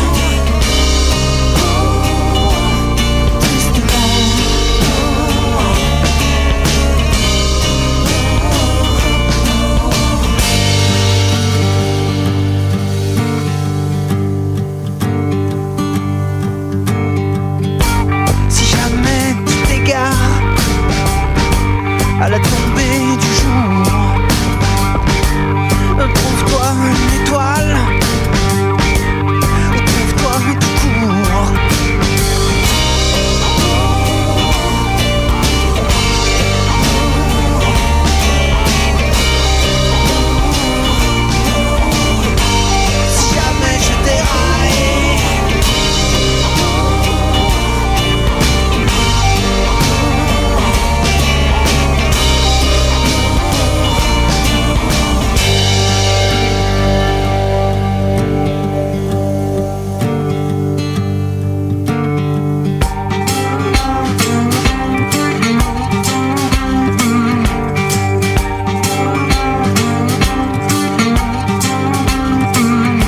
Si jamais tu t'égares à la tombée du jour, trouve-toi une étoile, trouve-toi tout court. Si jamais je déraille.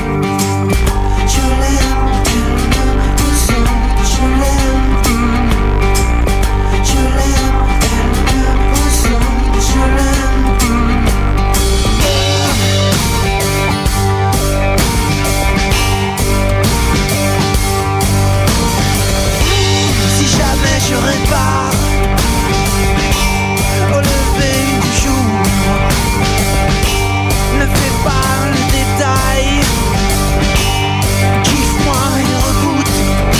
Je l'aime tellement innocent, je l'aime Je l'aime tellement innocent, je l'aime Si jamais je répare Au lever du jour Ne fais pas le détail Kiffe-moi une regoute.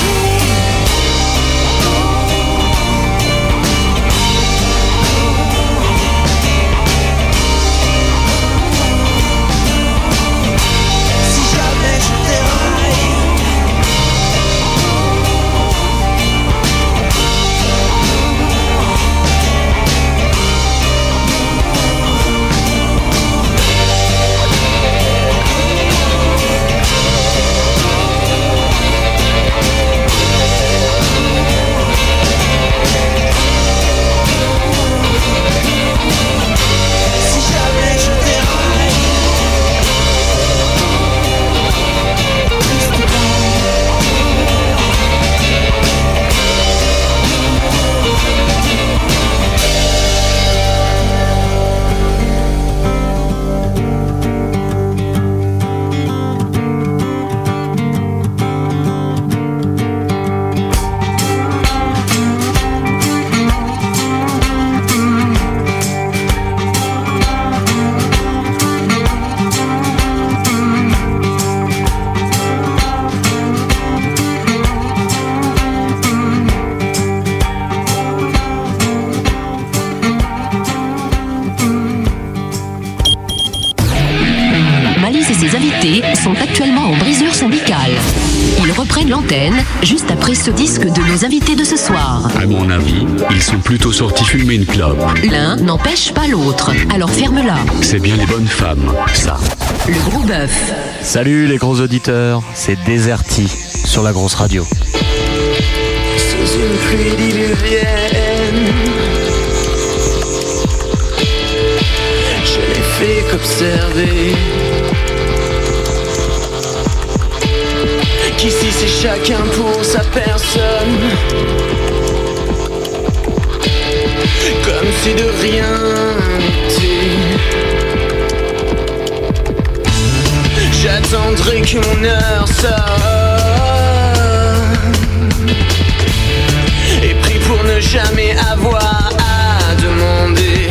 Si jamais je déraille. Si jamais je déraille, Malice et ses invités sont actuellement en brisure syndicale. Ils reprennent l'antenne juste après ce disque de nos invités de ce soir. À mon avis, ils sont plutôt sortis fumer une clope. L'un n'empêche pas l'autre, alors ferme-la. C'est bien les bonnes femmes, ça. Le gros bœuf. Salut les gros auditeurs, c'est Déserti sur la grosse radio. Sous une pluie diluvienne Je n'ai fait qu'observer Qu'ici c'est chacun pour sa personne Comme si de rien n'était J'attendrai que mon heure sonne et pris pour ne jamais avoir à demander.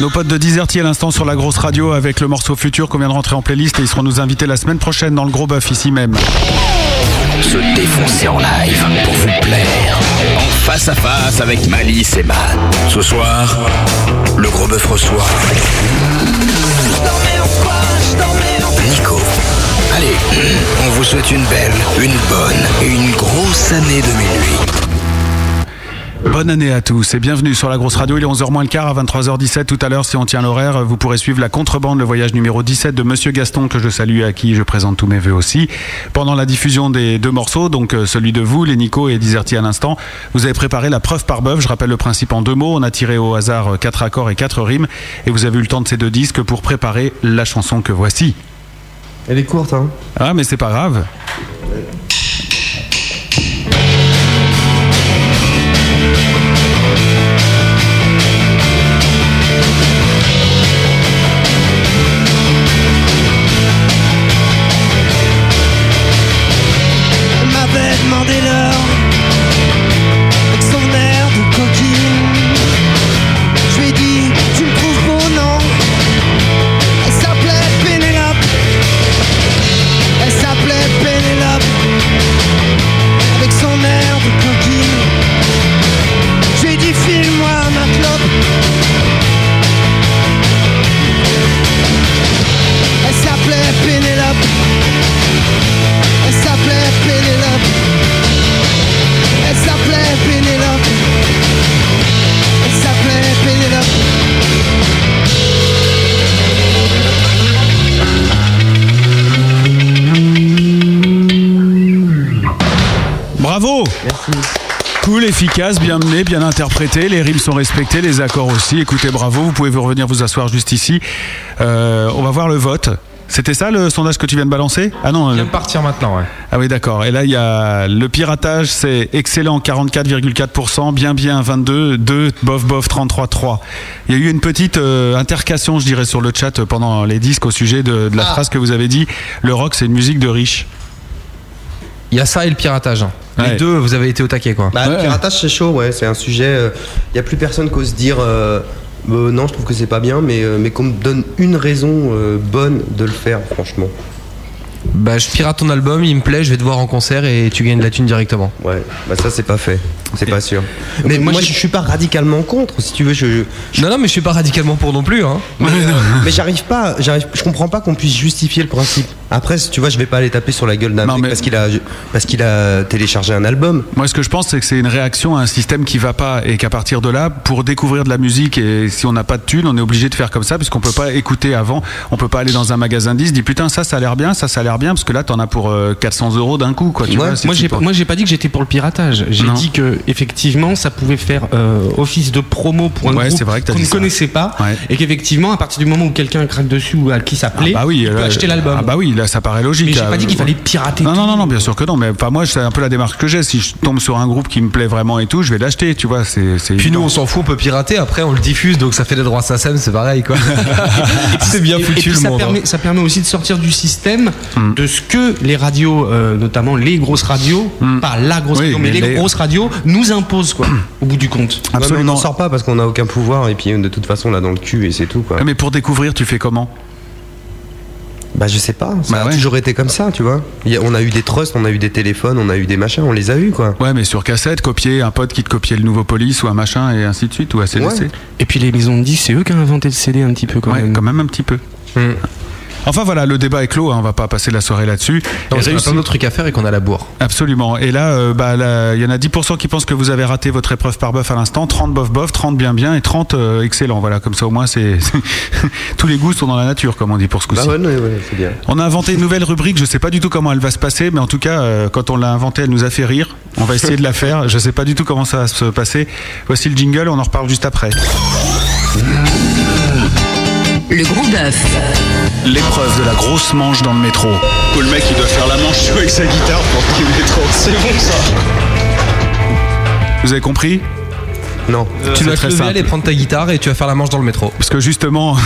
Nos potes de Dizerti à l'instant sur la grosse radio avec le morceau futur qu'on vient de rentrer en playlist et ils seront nous invités la semaine prochaine dans le gros bœuf ici même. Se défoncer en live pour vous plaire. En face à face avec Malice et Matt. Ce soir, le gros bœuf reçoit. Nico. Allez, on vous souhaite une belle, une bonne et une grosse année 2008. Bonne année à tous et bienvenue sur la grosse radio. Il est 11h moins le quart à 23h17 tout à l'heure si on tient l'horaire. Vous pourrez suivre la contrebande, le voyage numéro 17 de Monsieur Gaston que je salue à qui je présente tous mes voeux aussi. Pendant la diffusion des deux morceaux, donc euh, celui de vous, les Nico et Dizerti à l'instant, vous avez préparé la preuve par bœuf. Je rappelle le principe en deux mots. On a tiré au hasard euh, quatre accords et quatre rimes et vous avez eu le temps de ces deux disques pour préparer la chanson que voici. Elle est courte, hein Ah mais c'est pas grave. Elle m'avait demandé l'heure Avec son air de coquine Je lui ai dit tu me trouves beau non Elle s'appelait Pénélope Elle s'appelait Pénélope Avec son air de coquine Je lui ai dit file-moi ma clope Elle s'appelait Pénélope elle s'appelait Pénélope. Elle s'appelait Pénélope. Elle s'appelait Pénélope. Bravo Cool, efficace, bien mené, bien interprété. Les rimes sont respectées, les accords aussi. Écoutez, bravo. Vous pouvez vous revenir vous asseoir juste ici. Euh, on va voir le vote. C'était ça le sondage que tu viens de balancer Ah non. Il vient de partir maintenant, ouais. Ah oui, d'accord. Et là, il y a le piratage, c'est excellent, 44,4%, bien bien, 22, 2, bof bof, 33, 3. Il y a eu une petite euh, intercation, je dirais, sur le chat euh, pendant les disques au sujet de, de la phrase que vous avez dit. Le rock, c'est une musique de riche. Il y a ça et le piratage. hein. Les Ouais. deux, vous avez été au taquet, quoi. Bah, Le piratage, c'est chaud, ouais. C'est un sujet. Il n'y a plus personne qui ose dire. euh, Euh, non, je trouve que c'est pas bien, mais, euh, mais qu'on me donne une raison euh, bonne de le faire, franchement. Bah, je pirate ton album, il me plaît, je vais te voir en concert et tu gagnes de la thune directement. Ouais, bah ça c'est pas fait, c'est pas sûr. Mais moi, je, je suis pas radicalement contre, si tu veux. Je, [LAUGHS] Non, non, mais je suis pas radicalement pour non plus. Hein. Mais, euh, mais j'arrive pas, j'arrive, je comprends pas qu'on puisse justifier le principe. Après, tu vois, je vais pas aller taper sur la gueule d'un mec parce qu'il a, parce qu'il a téléchargé un album. Moi, ce que je pense, c'est que c'est une réaction à un système qui va pas et qu'à partir de là, pour découvrir de la musique et si on n'a pas de thunes, on est obligé de faire comme ça puisqu'on peut pas écouter avant. On peut pas aller dans un magasin disque, dire putain ça, ça a l'air bien, ça, ça a l'air bien parce que là, t'en as pour euh, 400 euros d'un coup, quoi. Tu Ouais, vois, c'est moi, j'ai, type- hein. moi, j'ai pas dit que j'étais pour le piratage. J'ai Non. dit que effectivement, ça pouvait faire euh, office de promo pour un Ouais, groupe c'est vrai que t'as qu'on dit ne ça. connaissait pas, et qu'effectivement, à partir du moment où quelqu'un craque dessus ou à qui ça plaît, Ah bah oui, il peut euh, acheter l'album. Ah bah oui, là ça paraît logique. Mais j'ai Ah, pas dit qu'il euh, fallait pirater. Non, non, non, non, bien sûr que non. Mais enfin, moi, c'est un peu la démarche que j'ai. Si je tombe sur un groupe qui me plaît vraiment et tout, je vais l'acheter, tu vois. C'est. c'est Puis évident. nous, on s'en fout, on peut pirater, après on le diffuse, donc ça fait des droits SACEM, c'est pareil, quoi. c'est bien Et foutu puis le ça monde. hein. permet, ça permet aussi de sortir du système de ce que les radios, euh, notamment les grosses radios, pas la grosse Oui, radio, mais, mais les, les- grosses radios, nous imposent quoi, au bout du compte. Ouais, mais on n'en sort pas parce qu'on a aucun pouvoir et puis euh, de toute façon là dans le cul et c'est tout quoi. Ouais, Mais pour découvrir, tu fais comment Bah je sais pas, ça a toujours été comme ça, tu vois. Il y a- on a eu des trusts, on a eu des téléphones, on a eu des machins, on les a eu quoi. Ouais, mais sur cassette, copier un pote qui te copiait le nouveau Police ou un machin et ainsi de suite ou un CDC. Ouais. Et puis les maisons de disques, c'est eux qui ont inventé le CD un petit peu quand Ouais, même. quand même un petit peu. Enfin voilà, le débat est clos, hein, on va pas passer la soirée là-dessus. Parce qu'on a plein d'autres trucs à faire et qu'on a la bourre. Euh, Absolument. Et là, euh, bah, là, il y en a 10% qui pensent que vous avez raté votre épreuve par bœuf à l'instant, 30 bof bof, 30 bien bien et 30 euh, excellent. Voilà, comme ça au moins, c'est [LAUGHS] tous les goûts sont dans la nature, comme on dit pour ce coup-ci. Bah ouais, ouais, ouais, c'est bien. On a inventé une nouvelle rubrique, je sais pas du tout comment elle va se passer, mais en tout cas, euh, quand on l'a inventée, elle nous a fait rire. On va essayer de la [LAUGHS] faire, je sais pas du tout comment ça va se passer. Voici le jingle, on en reparle juste après. Le gros bœuf. L'épreuve de la grosse manche dans le métro. Ou Oh, le mec il doit faire la manche [LAUGHS] avec sa guitare pour qu'il est trop. C'est bon ça Vous avez compris Non. tu vas te lever, aller prendre ta guitare et tu vas faire la manche dans le métro. Parce que justement. [LAUGHS]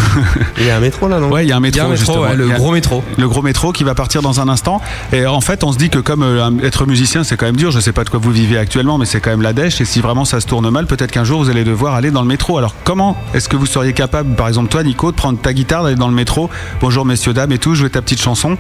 Il y a un métro là, non Ouais, il y a un métro. Il y a un métro, justement. ouais, le Il y a- gros métro. Le gros métro qui va partir dans un instant. Et en fait, on se dit que comme euh, être musicien, c'est quand même dur. Je sais pas de quoi vous vivez actuellement, mais c'est quand même la dèche. Et si vraiment ça se tourne mal, peut-être qu'un jour vous allez devoir aller dans le métro. Alors comment est-ce que vous seriez capable, par exemple toi, Nico, de prendre ta guitare, d'aller dans le métro, bonjour messieurs dames et tout, jouer ta petite chanson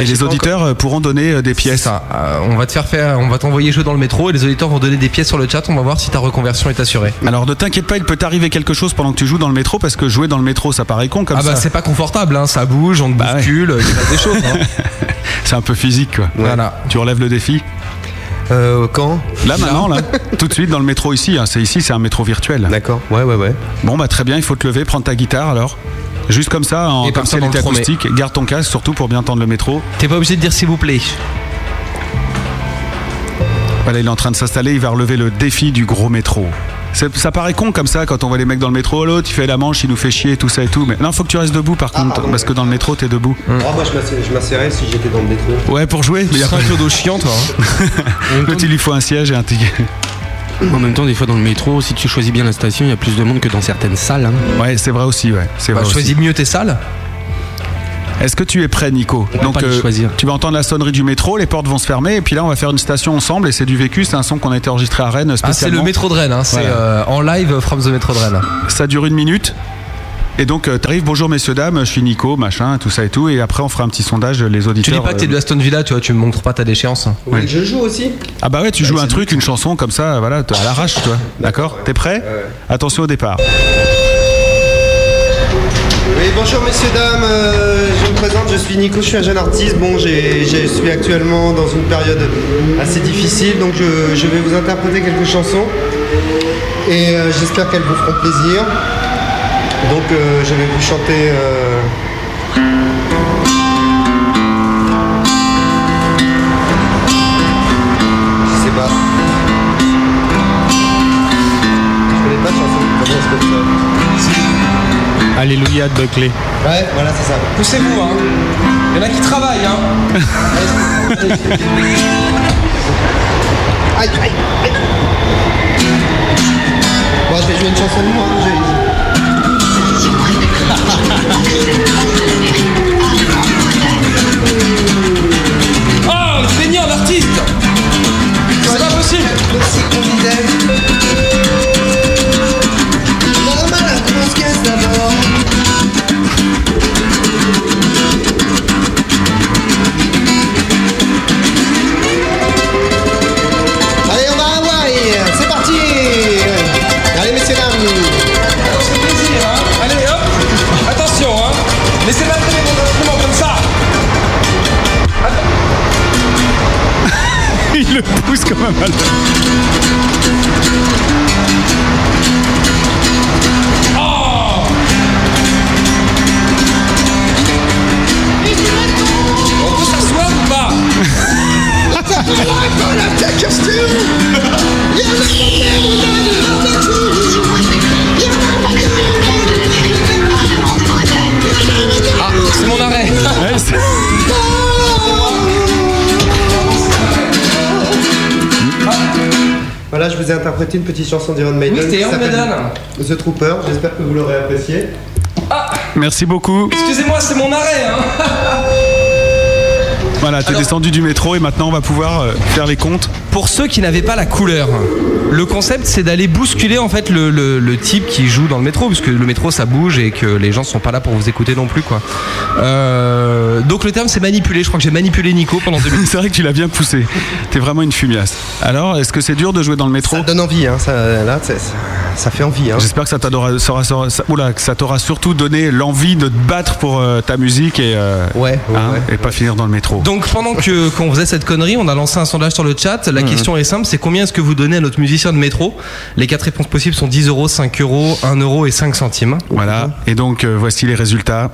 Et je sais les pas auditeurs euh, pourront donner euh, des pièces. Euh, on va te faire faire, on va t'envoyer jouer dans le métro et les auditeurs vont donner des pièces sur le chat. On va voir si ta reconversion est assurée. Alors ne t'inquiète pas, il peut t'arriver quelque chose pendant que tu joues dans le métro parce que jouer dans le métro, ça paraît con comme ah bah ça. c'est pas confortable, hein, ça bouge, on te bouscule, il se passe des choses. hein. C'est un peu physique quoi. Voilà. Tu relèves le défi Euh, Quand Là maintenant, là, tout de suite dans le métro ici. hein. C'est ici, c'est un métro virtuel. D'accord. Ouais, ouais, ouais. Bon bah très bien, il faut te lever, prendre ta guitare alors. Juste comme ça, en, Et comme partir si elle dans était le tromé. acoustique. Garde ton casque surtout pour bien entendre le métro. T'es pas obligé de dire s'il vous plaît. Voilà, Bah, il est en train de s'installer, il va relever le défi du gros métro. C'est- Ça paraît con comme ça quand on voit les mecs dans le métro, oh, l'autre il fait la manche, il nous fait chier, tout ça et tout. Mais non, faut que tu restes debout Ah, par contre, parce que dans le métro t'es debout. Mmh. Oh, moi je m'asser- je m'asserrais si j'étais dans le métro. Ouais, pour jouer. Mais Tu seras après- un clodo chiant toi. hein. L'autre, il lui faut un siège et un ticket. En même temps, des fois dans le métro, si tu choisis bien la station, il y a plus de monde que dans certaines salles. hein. Ouais, c'est vrai aussi, ouais. C'est Bah, vrai aussi. choisis mieux tes salles. Est-ce que tu es prêt, Nico euh, va pas les choisir. tu vas entendre la sonnerie du métro, les portes vont se fermer, et puis là, on va faire une station ensemble, et c'est du vécu. C'est un son qu'on a été enregistré à Rennes Ah, c'est spécialement. le métro de Rennes, hein, c'est Voilà. euh, en live from the métro de Rennes. Ça dure une minute. Et donc, tu t'arrives, bonjour messieurs, dames, je suis Nico, machin, tout ça et tout. Et après, on fera un petit sondage, les Tu auditeurs. dis pas que t'es euh, de Aston Villa, tu vois, tu me montres pas ta déchéance. Ouais. Je joue aussi Ah bah ouais, tu joues un truc, une chanson comme ça, voilà, t- à l'arrache, toi. D'accord T'es prêt Attention au départ. Oui, bonjour messieurs, dames, euh, je me présente, je suis Nico, je suis un jeune artiste. Bon, j'ai- je suis actuellement dans une période assez difficile, donc je, je vais vous interpréter quelques chansons et euh, j'espère qu'elles vous feront plaisir. Donc, euh, je vais vous chanter. euh, Je sais pas. Je connais pas de chanson qui commence comme ça. Alléluia de Buckley. Ouais, voilà, c'est ça. Poussez-vous, hein. Il y en a qui travaillent, hein. Aïe, aïe, aïe. Bon, je vais jouer une chanson de moi. hein, j'ai- Oh, le feignant, l'artiste C'est pas possible Je sais qu'on disait. Normal, la France, qu'est-ce d'abord Allez, on va à Hawaï. C'est parti. Allez, messieurs, dames. C'est plaisir, hein. Allez, hop Attention, hein. Laissez pas traîner vos instruments comme ça [LAUGHS] il le pousse comme un malade. Oh. On peut s'asseoir ou pas Ah, c'est mon arrêt Ouais, c'est- Voilà, je vous ai interprété une petite chanson d'Iron Maiden. Oui, c'était qui Iron s'appelle Maiden. The Trooper, j'espère que vous l'aurez apprécié. Merci beaucoup. Excusez-moi, c'est mon arrêt, hein Voilà, t'es descendu du métro, et maintenant, on va pouvoir euh, faire les comptes. [LAUGHS] Pour ceux qui n'avaient pas la couleur, le concept c'est d'aller bousculer en fait le, le- le type qui joue dans le métro, puisque le métro ça bouge et que les gens sont pas là pour vous écouter non plus quoi. Euh, donc le terme c'est manipuler, je crois que j'ai manipulé Nico pendant deux minutes. C'est vrai que tu l'as bien poussé. T'es vraiment une fumiasse. Alors, est-ce que c'est dur de jouer dans le métro Ça donne envie, hein, ça, là, ça, ça fait envie. Hein. J'espère que ça t'aura- ça aura- ça aura- ça- oula, que ça t'aura surtout donné l'envie de te battre pour euh, ta musique et, euh, Ouais, ouais, ouais. et pas finir dans le métro. Donc pendant que qu'on faisait cette connerie, on a lancé un sondage sur le chat. La question est simple, c'est combien est-ce que vous donnez à notre musicien de métro Les quatre réponses possibles sont 10 euros, 5 euros, 1 euro et 5 centimes. Voilà. Et donc, euh, voici les résultats.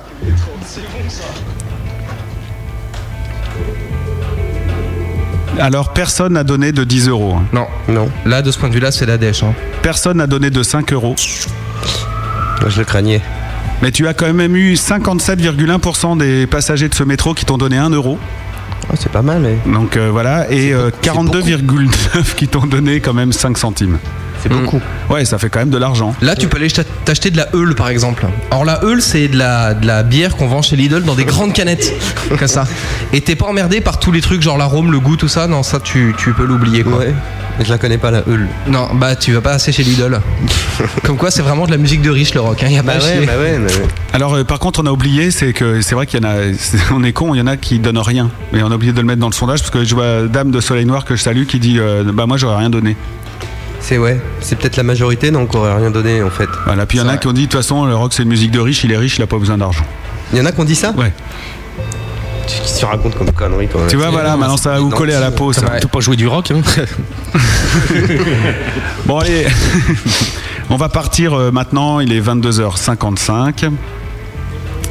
Alors, personne n'a donné de 10 euros. hein. Non. Non, Là, de ce point de vue-là, c'est la dèche. hein. Personne n'a donné de 5 euros. je le craignais. Mais tu as quand même eu 57,1% des passagers de ce métro qui t'ont donné 1 euro. Oh, c'est pas mal. [LAUGHS] eh. Donc euh, voilà, et euh, 42,9 qui t'ont donné quand même 5 centimes. C'est beaucoup. Ouais, ça fait quand même de l'argent. Là, tu peux aller t'ach- t'acheter de la Eul par exemple. Alors, la Eul, c'est de la, de la bière qu'on vend chez Lidl dans des grandes canettes, comme ça. Et t'es pas emmerdé par tous les trucs, genre l'arôme, le goût, tout ça. Non, ça, tu, tu peux l'oublier quoi. Ouais. Je la connais pas, la Eul. Non, bah, tu vas pas assez chez Lidl. comme quoi, c'est vraiment de la musique de riche, le rock. Hein. Y a Bah Ah, pas à chier. Alors, euh, par contre, on a oublié, c'est que c'est [LAUGHS] vrai qu'il y en a, on est con, il y en a qui donnent rien. Mais on a oublié de le mettre dans le sondage parce que je vois Dame de Soleil Noir que je salue qui dit euh, Bah, moi, j'aurais rien donné. C'est ouais, c'est peut-être la majorité, non, qui aurait rien donné en fait. Voilà, puis il y en a qui ont dit De toute façon, le rock, c'est une musique de riche, il est riche, il a pas besoin d'argent. Il y en a qui ont dit ça Ouais. Qui se racontent comme conneries quand même. Tu vois, voilà, maintenant ça va vous coller à la peau. Ça. Ouais. pas jouer du rock. hein. bon, allez, [LAUGHS] on va partir euh, maintenant. Il est 22h55.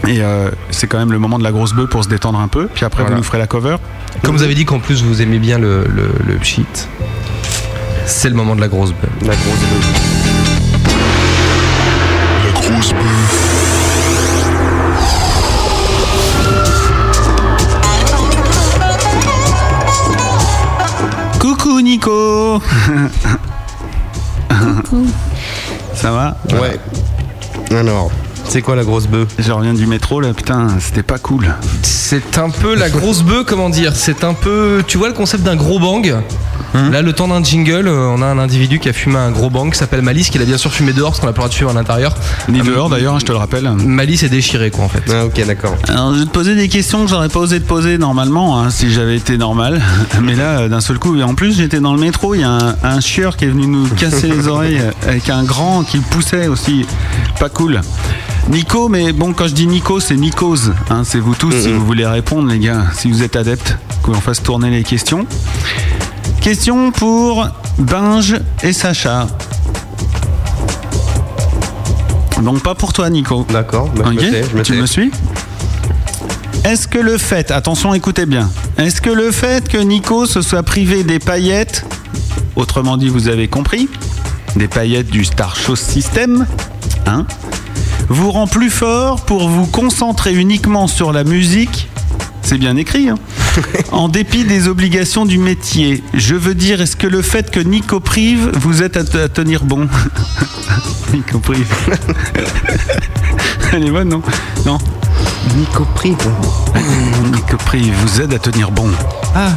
Et euh, c'est quand même le moment de la grosse bœuf pour se détendre un peu. Puis après, Voilà. vous nous ferez la cover. Comme vous avez dit qu'en plus vous aimez bien le, le, le pchit, c'est le moment de la grosse bœuf. La grosse La grosse bœuf. Coucou Nico Ça va Ouais. Alors, c'est quoi la grosse bœuf Je reviens du métro là, putain, c'était pas cool. C'est un peu la grosse bœuf, comment dire C'est un peu, tu vois le concept d'un gros bang Hmm. Là, le temps d'un jingle, euh, on a un individu qui a fumé un gros bang qui s'appelle Malice, qu'il a bien sûr fumé dehors parce qu'on a pas le droit de fumer à l'intérieur. Ni dehors d'ailleurs, hein, je te le rappelle. Malice est déchiré quoi en fait. Ah ok, d'accord. Alors, je vais te poser des questions que j'aurais pas osé te poser normalement hein, si j'avais été normal. [LAUGHS] Mais là, euh, d'un seul coup, et en plus, j'étais dans le métro, il y a un, un chieur qui est venu nous casser les oreilles euh, avec un grand qui poussait aussi. Pas cool. Nico, mais bon, quand je dis Nico, c'est Nikos. hein, c'est vous tous si vous voulez répondre, les gars. Si vous êtes adeptes, qu'on fasse tourner les questions. Question pour Binge et Sacha. Donc pas pour toi Nico. D'accord, bah, je me tais, je me tu tais. me suis Est-ce que le fait, attention écoutez bien, est-ce que le fait que Nico se soit privé des paillettes, autrement dit vous avez compris, des paillettes du Star Show System, hein, vous rend plus fort pour vous concentrer uniquement sur la musique c'est bien écrit. [LAUGHS] hein. en dépit des obligations du métier, je veux dire, est-ce que le fait que Nico prive vous aide à, t- à tenir bon [LAUGHS] Nico prive. [LAUGHS] Elle est bonne, non Non. Nico prive. [LAUGHS] Nico prive vous aide à tenir bon. Ah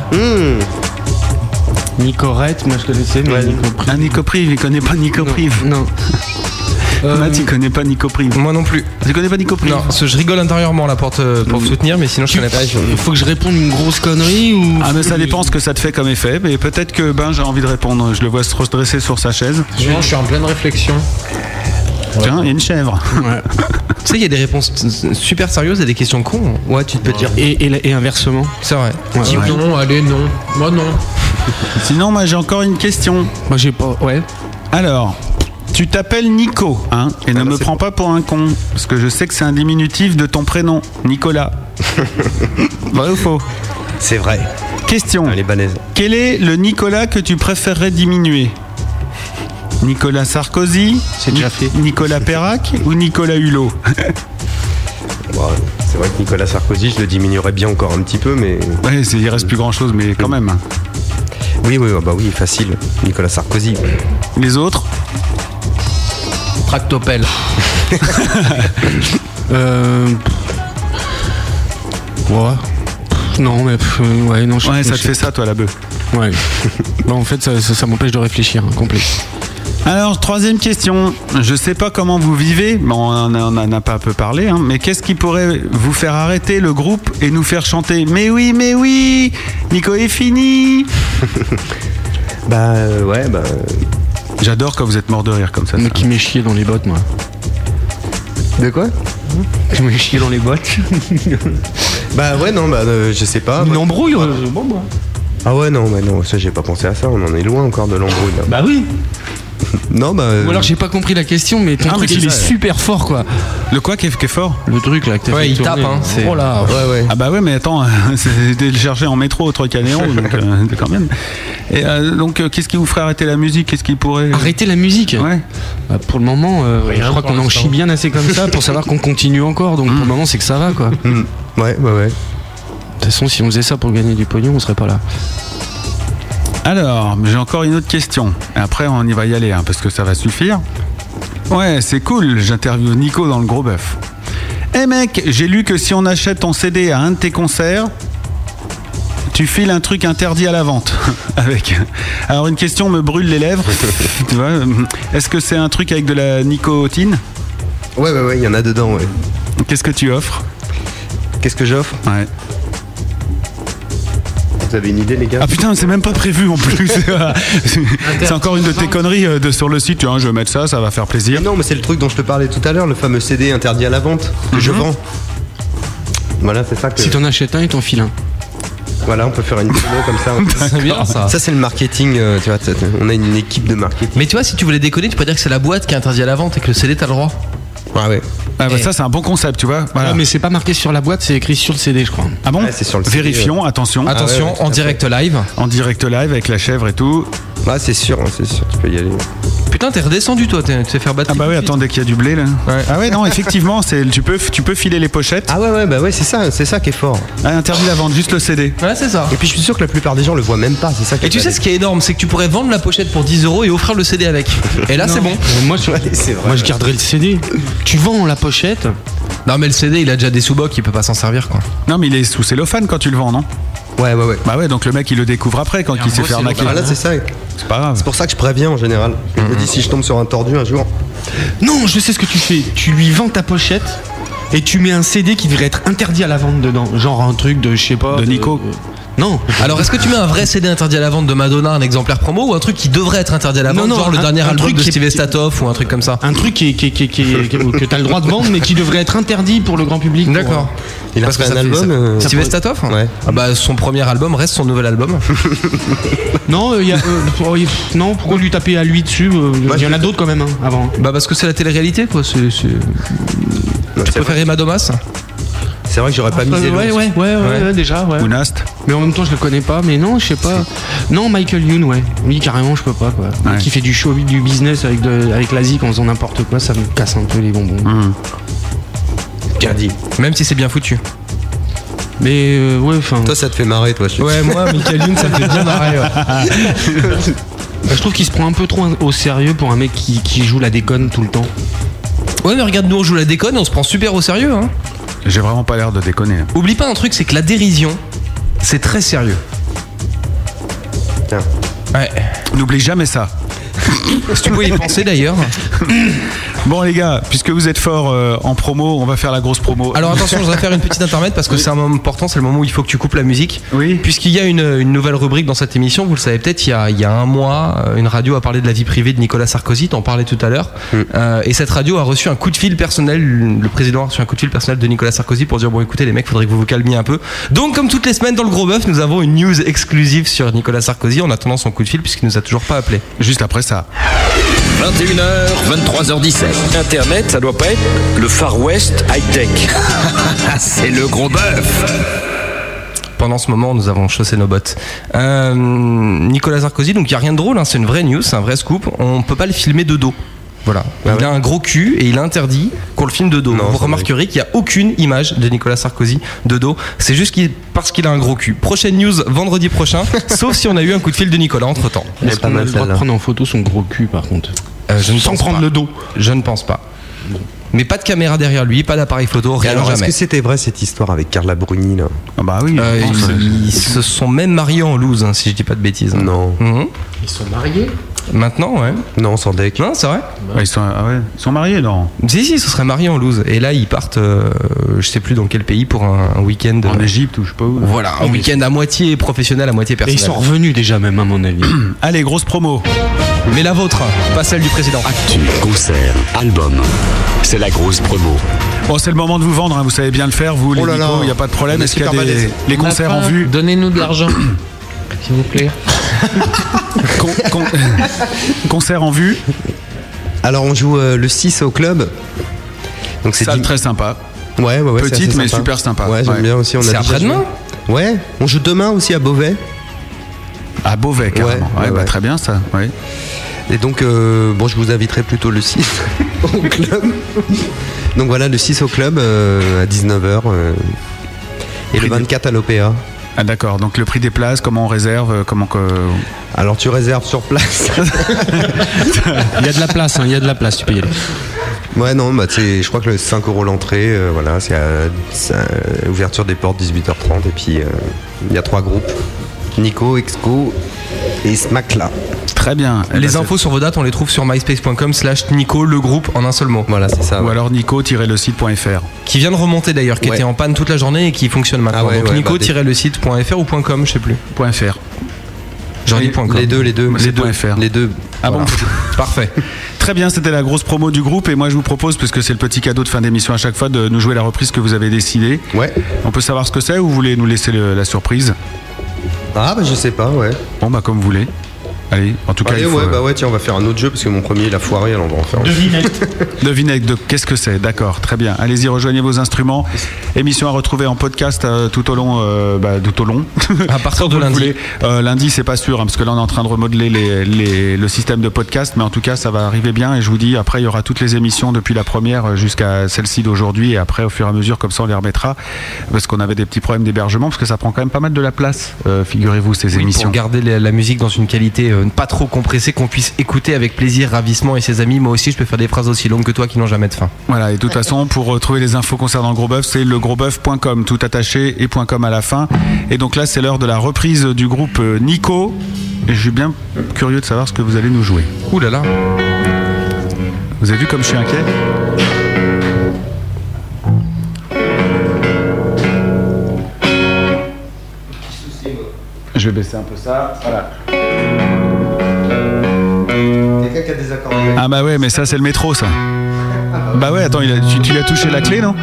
Nicorette, moi je connaissais, mais Nicoprive. Ah, Nicoprive, il connaît pas Nicoprive. Non. Euh, Matt, il connaît pas Nicoprive. Moi non plus. Tu connais pas Nicoprive Non, parce que je rigole intérieurement là pour te, pour te soutenir, mais sinon je connais pas. Faut que je réponde une grosse connerie ou. Ah mais ça dépend ce que ça te fait comme effet, mais peut-être que ben j'ai envie de répondre, je le vois se redresser sur sa chaise. Non, je suis en pleine réflexion. Tiens, il y a une chèvre. Tu sais, il y a des réponses t- super sérieuses et des questions cons. Ouais, tu te peux dire. Et, inversement. C'est vrai. Dis Ouais. non, allez, non. Moi, non. Sinon, moi j'ai encore une question. Moi j'ai pas. Ouais. Alors, tu t'appelles Nico, hein, et ne me prends pas pour un con, parce que je sais que c'est un diminutif de ton prénom, Nicolas. vrai ou faux C'est vrai. Question. Elle est balèze. Quel est le Nicolas que tu préférerais diminuer Nicolas Sarkozy C'est déjà fait. Nicolas Perrac ou Nicolas Hulot Bon, c'est vrai que Nicolas Sarkozy, je le diminuerais bien encore un petit peu, mais. Ouais, c'est- il reste plus grand chose, mais quand même. Oui, oui, ah bah oui, facile. Nicolas Sarkozy. Les autres Tractopelle. Euh. pff, Ouais. Pff, Non, mais. pff, euh, Ouais, non, je Ouais, ça te je- fait ça, toi, la bœuf. Ouais. Bah, en fait, ça, ça- ça m'empêche de réfléchir, hein, complet. Alors, troisième question. Je sais pas comment vous vivez, mais on en a- on en a pas un peu parlé, hein, mais qu'est-ce qui pourrait vous faire arrêter le groupe et nous faire chanter Mais oui, mais oui, Nico est fini Bah euh, ouais, bah. J'adore quand vous êtes mort de rire comme ça. Mais qui m'est chié dans les bottes, moi. De quoi Qui m'est chié dans les bottes Bah ouais, non, bah euh, je sais pas. Une embrouille, euh, bon, moi. Ah ouais, non, bah non, ça j'ai pas pensé à ça, on en est loin encore de l'embrouille. là. Bah oui [LAUGHS] Non, bah. euh, [LAUGHS] Ou alors j'ai pas compris la question, mais ton Ah, mais truc c'est il est ça, ouais. super fort quoi. Le quoi qui est, qui est fort Le truc là que t'as Ouais, fait il tourner. tape, hein, c'est- Oh euh, là Ouais, ouais. Ah bah ouais, mais attends, [LAUGHS] c'était le chercher en métro au Trocadéro, donc euh, quand même. Et euh, donc, euh, qu'est-ce qui vous ferait arrêter la musique Qu'est-ce qui pourrait... Arrêtez la musique Ouais. Bah, Pour le moment, euh, je crois pour qu'on en l'instant. chie bien assez comme ça pour savoir qu'on continue encore, donc pour le moment c'est que ça va quoi. De hmm, ouais, ouais, ouais. toute façon, si on faisait ça pour gagner du pognon, on serait pas là. Alors, j'ai encore une autre question. Après, on y va y aller, hein, parce que ça va suffire. Ouais, c'est cool, j'interviewe Nico dans le gros bœuf. Eh mec, j'ai lu que si on achète ton CD à un de tes concerts, tu files un truc interdit à la vente [LAUGHS] avec. Alors une question me brûle les lèvres. tu vois, euh, est-ce que c'est un truc avec de la nicotine Ouais, ouais, ouais, il y en a dedans, ouais. Qu'est-ce que tu offres Qu'est-ce que j'offre Ouais. Vous avez une idée, les gars Ah putain, c'est même pas prévu en [LAUGHS] plus. c'est encore une de tes conneries euh, de, sur le site. tu vois, je vais mettre ça, ça va faire plaisir. Non, mais c'est le truc dont je te parlais tout à l'heure, le fameux CD interdit à la vente que je vends. Voilà, c'est ça que. Mhm. Si t'en achètes un, il t'en file un. Voilà, on peut faire une promo comme [LAUGHS] ça. C'est bien, ça. Ça, c'est le marketing. euh, tu vois, t'as- t'as- on a une équipe de marketing. Mais tu vois, si tu voulais déconner, tu peux dire que c'est la boîte qui est interdite à la vente et que le CD, t'as le droit. Ah ouais. Ah bah ça c'est un bon concept, tu vois. Voilà. Ouais, Ah, mais c'est pas marqué sur la boîte, c'est écrit sur le CD, je crois. Ah bon Ouais, Ah, c'est sur le euh. Ah, CD, Vérifions, ouais. attention. Attention, en direct live. En direct live avec la chèvre et tout. Ah, c'est sûr, hein, c'est sûr, tu peux y aller. Putain, t'es redescendu, toi, t'es- tu t'es fait battre. Ah bah oui, attends, dès qu'il y a du blé là. Ah ouais, non, effectivement, c'est- tu peux, tu peux filer les pochettes. Ah ouais, ouais, bah ouais, c'est ça, c'est ça qui est fort. Ah, interdit la vente, juste le CD. Ouais, c'est ça. Et puis je suis sûr que la plupart des gens le voient même pas, c'est ça qui Et tu sais ce qui est énorme, c'est que tu pourrais vendre la pochette pour 10 euros et offrir le CD avec. Et là, Ah, c'est bon. Moi, je, c'est vrai. moi, je garderai le CD. Tu vends la pochette Non, mais le CD, il a déjà des sous-bocs, il peut pas s'en servir, quoi. Non, mais il est sous cellophane quand tu le vends, non Ouais, ouais, ouais. Bah ouais, donc le mec il le découvre après quand il s'est fait arnaquer. Ah, là, c'est ça. C'est pas grave. C'est pour ça que je préviens en général. Je me dis si je tombe sur un tordu un jour. Non, je sais ce que tu fais. Tu lui vends ta pochette et tu mets un CD qui devrait être interdit à la vente dedans. Genre un truc de, je sais pas. De Nico. Non. Alors, est-ce que tu mets un vrai CD interdit à la vente de Madonna, un exemplaire promo, ou un truc qui devrait être interdit à la Non, vente, non, genre le un- dernier un album truc de qui est- Steve Estatoff ou un truc comme ça Un truc qui, est- qui, est- qui, est- qui est- que t'as le droit de vendre mais qui devrait être interdit pour le grand public. pour, D'accord. Il a Parce que fait ça un fait- album. ça- euh, Steve Estatoff Ouais. Ah bah, son premier album reste son nouvel album. euh, Non, euh, y a, euh, oh, y- non, pourquoi lui taper à lui dessus euh, Il y en a d'autres quand même hein, avant. Bah, parce que c'est la télé-réalité, quoi. c'est- c'est- Non, Tu c'est vrai. préférais Madomas C'est vrai que j'aurais pas Ouais, misé. Euh, ouais, le- ouais, ouais, ouais, Ouais. ouais, déjà, ouais. Ou Nast. Mais en même temps, je le connais pas, mais non, je sais pas. Non, Michael Youn, ouais. Lui, carrément, je peux pas, quoi. Ouais. Qui fait du show, du business avec, de, avec l'Asie en faisant n'importe quoi, ça me casse un peu les bonbons. Bien dit. Même si c'est bien foutu. Mais euh, ouais, enfin. Toi, ça te fait marrer, toi. je- Ouais, moi, Michael Youn, ça me fait bien marrer. ouais. Je trouve qu'il se prend un peu trop au sérieux pour un mec qui, qui joue la déconne tout le temps. Ouais, mais regarde, nous on joue la déconne, on se prend super au sérieux. Hein. J'ai vraiment pas l'air de déconner. Oublie pas un truc, c'est que la dérision, c'est très sérieux. Tiens. Ouais. N'oublie jamais ça. Si tu pouvais y penser d'ailleurs. Bon les gars, puisque vous êtes forts euh, en promo, on va faire la grosse promo. Alors attention, je vais faire une petite intermède parce que c'est un moment important, c'est le moment où il faut que tu coupes la musique. Oui. Puisqu'il y a une, une nouvelle rubrique dans cette émission, vous le savez peut-être, il y a, il y a un mois, euh, une radio a parlé de la vie privée de Nicolas Sarkozy, t'en parlais tout à l'heure. Euh, et cette radio a reçu un coup de fil personnel, le président a reçu un coup de fil personnel de Nicolas Sarkozy pour dire bon écoutez les mecs, faudrait que vous vous calmiez un peu. Donc comme toutes les semaines dans le gros bœuf, nous avons une news exclusive sur Nicolas Sarkozy en attendant son coup de fil puisqu'il nous a toujours pas appelé. Juste après ça. 21h, 23h17. Internet, ça doit pas être le Far West [LAUGHS] high-tech. C'est le gros bœuf. Pendant ce moment, nous avons chaussé nos bottes. Euh, Nicolas Sarkozy, donc il n'y a rien de drôle, hein, c'est une vraie news, c'est un vrai scoop. On ne peut pas le filmer de dos. Voilà. il a un gros cul et il est interdit qu'on le filme de dos. Ah Non, Vous c'est remarquerez qu'il n'y a aucune image de Nicolas Sarkozy de dos. C'est juste qu'il- parce qu'il a un gros cul. Prochaine news vendredi [LAUGHS] prochain, sauf si on a eu un coup de fil de Nicolas entre temps. Elle est Est-ce pas qu'on a mal, le droit de celle-là. prendre en photo son gros cul, par contre Euh, je ne Sans pense prendre pas. le dos. Je ne pense pas. Mais pas de caméra derrière lui, pas d'appareil photo, Et rien alors, est-ce jamais. que c'était vrai cette histoire avec Carla Bruni là Ah bah oui. Euh, je pense, euh, ils, ils se sont même mariés en loose, hein, si je dis pas de bêtises. hein. Non, Mhm. Ils sont mariés Maintenant, ouais. non, sans deck. Non, Hein, c'est vrai. ouais, ils, sont, ah ouais, ils sont mariés non Si, si, ce serait marié en loose. Et là, ils partent, euh, je sais plus dans quel pays, pour un, un week-end. En Égypte ou je sais pas où. Voilà, un week-end à moitié professionnel, à moitié Et ils personnel. sont revenus déjà, même, à mon [CLEARS THROAT] avis. Allez, grosse promo. Mais la vôtre, pas celle du président. Ah, Actu, concert, album. C'est la grosse promo. Bon, c'est le moment de vous vendre, hein, vous savez bien le faire, vous, les Oh là là. il n'y a pas de problème. On est Est-ce qu'il y a super des balèze. les concerts en vue Donnez-nous de [COUGHS] l'argent, s'il vous plaît. Con- con- [LAUGHS] Concerts en vue, Alors, on joue euh, le 6 au club. Donc, c'est salle dim- très sympa. Ouais, ouais, ouais, c'est Petite, assez mais super sympa. Ouais, j'aime Ouais. bien aussi. on a C'est déjà après-demain joué. Ouais, on joue demain aussi à Beauvais. À Beauvais, carrément. Ouais, Ouais, ouais, bah, ouais. Très bien, ça. Ouais. Et donc, euh, bon, je vous inviterai plutôt le 6 [LAUGHS] au club. Donc voilà, le 6 au club euh, à 19h. euh, et le 24 à l'Opéra. Ah, D'accord, donc le prix des places, comment on réserve, euh, comment que... Alors tu réserves sur place. [LAUGHS] Il y a de la place, hein, il y a de la place, tu peux y aller. Ouais, non, bah, c'est- je crois que le 5 euros l'entrée, euh, voilà, c'est à, c'est à ouverture des portes 18h30 et puis euh, il y a trois groupes. Nico, Exco et Smacla. Très bien. Eh bah, Les infos sur vos dates, on les trouve sur myspace.com slash Nico, le groupe en un seul mot. Voilà, c'est ça. Ou alors nico-le site.fr. Qui vient de remonter d'ailleurs, qui était en panne toute la journée et qui fonctionne maintenant. Ah ouais, Donc ouais, bah, des- nico-le site.fr ou .com, je sais plus. .fr. J'en dis .com. Les deux, les deux, C'est les deux, .fr. les deux. Ah Voilà. [LAUGHS] bon [LAUGHS] Parfait. Très bien, c'était la grosse promo du groupe et moi je vous propose, puisque c'est le petit cadeau de fin d'émission à chaque fois, de nous jouer la reprise que vous avez décidée. Ouais. On peut savoir ce que c'est ou vous voulez nous laisser le- la surprise Ah bah je sais pas, ouais. Bon bah comme vous voulez. Allez, en tout cas. Allez, il faut, ouais, euh, bah ouais, tiens, on va faire un autre jeu parce que mon premier il a foiré, alors on va en faire un. Devinette euh, de qu'est-ce que c'est, d'accord, très bien. Allez-y, rejoignez vos instruments. Émission à retrouver en podcast euh, tout au long, euh, bah, tout au long. [LAUGHS] À partir de Vous le lundi. voulez. Euh, lundi, c'est pas sûr, hein, parce que là on est en train de remodeler les- les- le système de podcast, mais en tout cas ça va arriver bien. Et je vous dis, après il y aura toutes les émissions depuis la première euh, jusqu'à celle-ci d'aujourd'hui, et après au fur et à mesure, comme ça on les remettra, parce qu'on avait des petits problèmes d'hébergement, parce que ça prend quand même pas mal de la place, euh, figurez-vous ces Oui, émissions. pour garder la, la musique dans une qualité euh, pas trop compressée, qu'on puisse écouter avec plaisir, ravissement et ses amis. Moi aussi, je peux faire des phrases aussi longues que toi qui n'ont jamais de fin. Voilà, et de toute façon, pour euh, trouver les infos concernant le gros bœuf, c'est legrosbœuf.com, tout attaché et .com à la fin. Et donc là, c'est l'heure de la reprise du groupe euh, Nico. Et je suis bien curieux de savoir ce que vous allez nous jouer. Ouh là là Vous avez vu comme je suis inquiet Je vais baisser un peu ça, voilà. Quelqu'un qui a des accords. Ah bah ouais, mais ça c'est le métro ça. Bah ouais, attends, il a- tu, tu lui as touché la clé, non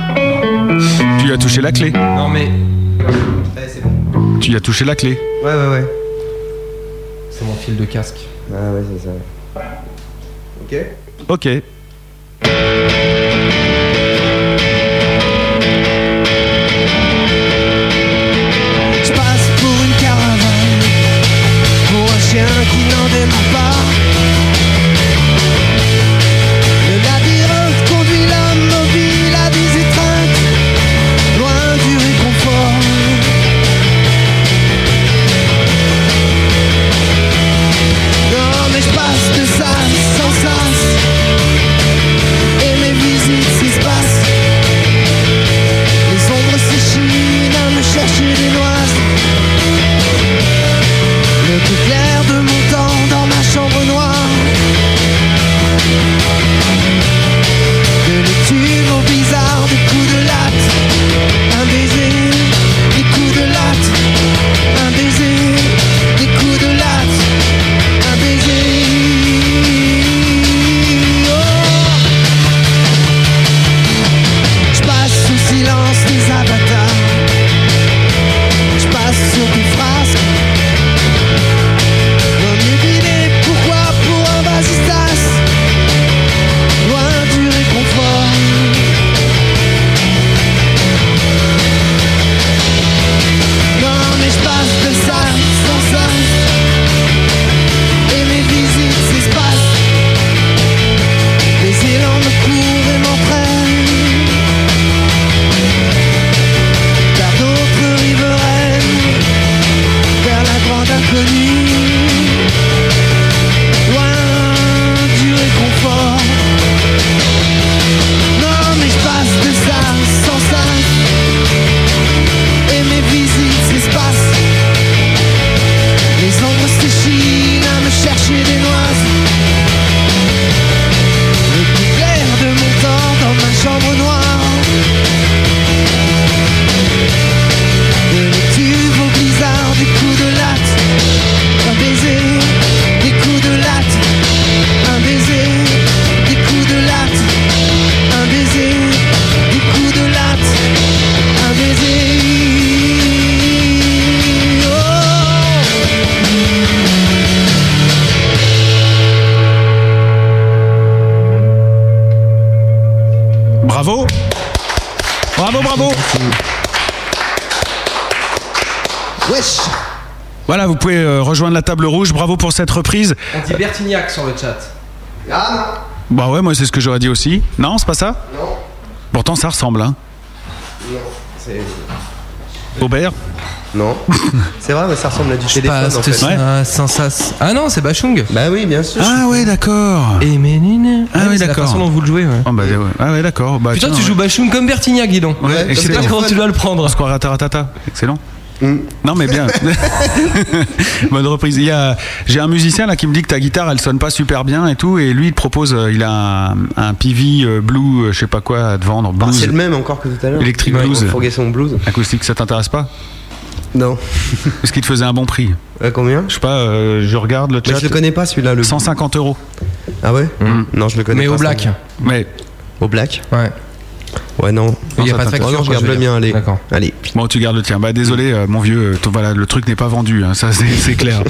Tu lui as touché la clé. Non mais... Eh, Tu lui as touché la clé. Ouais, ouais, ouais. C'est mon fil de casque. Ah ouais, c'est ça. Ok. Ok. Je passe pour une caravane Pour un chien qui n'en démarre pas Le labyrinthe conduit l'homme mobile à des étreintes Loin du réconfort Non mais je passe de sas en sas Et mes visites s'espacent Les ombres s'échinent à me chercher des noises le plus clair de mon temps dans ma chambre noire De l'étude au bizarre des coups de latte Un baiser, des coups de latte Un baiser, des coups de latte Un baiser Oh. Je passe sous silence des avatars Je passe sur des phrases Omnubilé, pourquoi pour un vasistas Loin du réconfort Non mais je passe de ça sans ça Et mes visites s'espacent Les élans me courent et m'entraînent Vers d'autres riveraines Vers la grande inconnue Loin du réconfort Non mais je passe de ça sans ça Et mes visites s'espacent Les ombres s'échinent à me chercher des noises Le plus clair de mon temps dans ma chambre noire de l'étuve au blizzard des coups de latte Un baiser, des coups de latte Un baiser, des coups de latte Un baiser, des coups de latte Un baiser Oh. Bravo Bravo, bravo Wesh Voilà, vous pouvez euh, rejoindre la table rouge. Bravo pour cette reprise. On dit Bertignac sur le chat. Ah Bah ouais, moi c'est ce que j'aurais dit aussi. Non, c'est pas ça Non. Pourtant ça ressemble, hein. non. C'est. Aubert Non. C'est vrai, mais ça ressemble à du téléphone. Passe, en fait. ça, sans sas. Ah non, c'est Bachung. Bah oui, bien sûr. Ah ouais, d'accord. Et mais Ah oui, C'est la d'accord. façon dont vous le jouez. ouais. Ah bah, ouais. Ah ouais, d'accord. Bah, Putain, tiens, tu ouais. joues Bachung comme Bertignac, dis donc. Ouais, Je sais excellent. pas comment tu dois le prendre. On se croirait à Taratata. Excellent. Non mais bien. [LAUGHS] Bonne reprise. Il y a, j'ai un musicien là qui me dit que ta guitare elle sonne pas super bien et tout et lui il te propose euh, il a un, un PV euh, blue euh, je sais pas quoi à te vendre Bah, blues. c'est le même encore que tout à l'heure. Electric Ouais, blues. on fourguait son blues. Acoustique ça t'intéresse pas Non. Parce qu'il te faisait un bon prix. combien Je sais pas euh, je regarde le Mais chat. je le connais pas celui-là. Le... 150 euros. Ah ouais Non, je le connais Mais pas. au black. ça. Mais Au black Ouais. Ouais, non. Il y a pas de facture, Oh non, je quoi, garde je veux le dire. mien, allez. D'accord. Allez. Bon, tu gardes le tien. Bah, désolé, euh, mon vieux, euh, t- voilà, le truc n'est pas vendu, hein, ça c'est c'est [LAUGHS] clair.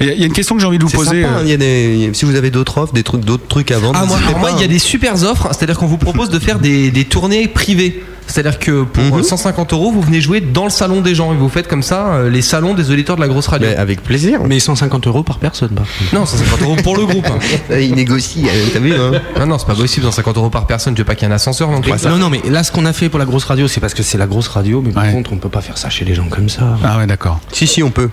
Il y, a- il y a une question que j'ai envie de vous C'est poser. sympa, hein, euh, il y a des- Si vous avez d'autres offres, des trucs, d'autres trucs à vendre, Ah, moi, n'hésitez alors moi, pas, il y a hein. des super offres, c'est-à-dire qu'on vous propose de faire des, des tournées privées. C'est-à-dire que pour Mhm. euh, 150 euros, vous venez jouer dans le salon des gens et vous faites comme ça euh, les salons des auditeurs de la grosse radio. Mais Bah, avec [LAUGHS] plaisir. Mais 150 euros par personne, par contre. Non, 150 euros pour le groupe. hein. [LAUGHS] Il négocie, t'as vu Non, non, c'est pas possible, 150 euros par personne, tu veux pas qu'il y ait un ascenseur non plus. Ouais, non, non, mais là, ce qu'on a fait pour la grosse radio, c'est parce que c'est la grosse radio, mais par contre, on peut pas faire ça chez les gens comme hein. ça. Ah ouais, d'accord. Si, si, on peut.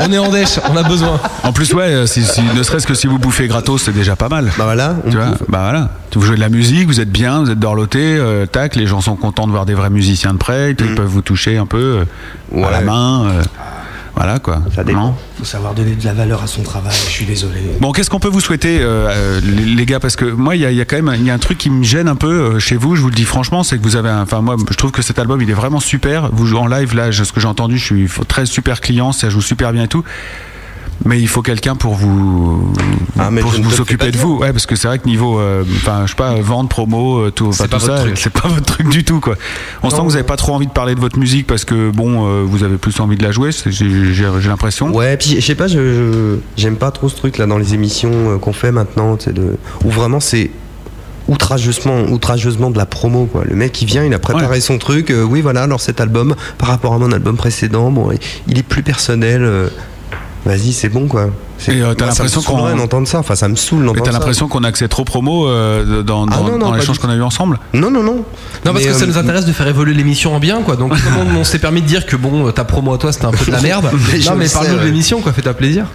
On est en dèche, on a besoin. En plus, ouais, euh, si- si- ne serait-ce que si vous bouffez gratos, c'est déjà pas mal. Bah voilà, on tu vois, bouffe. bah voilà. Vous jouez de la musique, vous êtes bien, vous êtes dorloté, euh, tac, les gens sont contents de voir des vrais musiciens de près, ils peuvent vous toucher un peu euh, à la Mm. Ouais. Ah. main. euh, voilà quoi. Ça dépend. Faut savoir donner de la valeur à son travail, je suis désolé. Bon, qu'est-ce qu'on peut vous souhaiter, euh, euh, les, les gars Parce que moi, il y a, il y a quand même il y a un truc qui me gêne un peu euh, chez vous. Je vous le dis franchement, c'est que vous avez. un- Enfin, moi, je trouve que cet album, il est vraiment super. Vous jouez en live, là, je- ce que j'ai entendu, je suis f- très super client, ça joue super bien et tout. Mais il faut quelqu'un pour vous Ah, mais pour je ne te le vous fais occuper pas de vous, ouais, parce que c'est vrai que niveau, euh, enfin, je sais pas, vente, promo, euh, tout, enfin, C'est pas tout votre ça, truc. c'est pas [LAUGHS] votre truc du tout, quoi. On sent que vous avez pas trop envie de parler de votre musique parce que bon, euh, vous avez plus envie de la jouer, c'est- j'ai j'ai- j'ai l'impression. Ouais, puis je sais pas, je- je j'aime pas trop ce truc là dans les émissions euh, qu'on fait maintenant, tu sais, de, où vraiment c'est outrageusement, outrageusement de la promo quoi. Le mec il vient, il a préparé son truc, euh, oui voilà, alors cet album par rapport à mon album précédent, bon, il- il est plus personnel. euh, Vas-y, c'est bon quoi. C'est- Et, euh, t'as moi, ça me l'impression qu'on- saoulerait d'entendre ça, enfin ça me saoule Mais d'entendre t'as ça. l'impression qu'on accède trop promo euh, dans, dans, Ah non, non, dans pas l'échange du qu'on a eu ensemble Non, non, non. Non, parce Mais, que ça euh, nous intéresse de faire évoluer l'émission en bien, [LAUGHS] quoi. Donc, comme on, on s'est permis de dire que bon, euh, ta promo à toi c'était un peu de la merde. Mais je non, mais sais, parle-nous de ouais. l'émission, quoi. Fais-toi plaisir.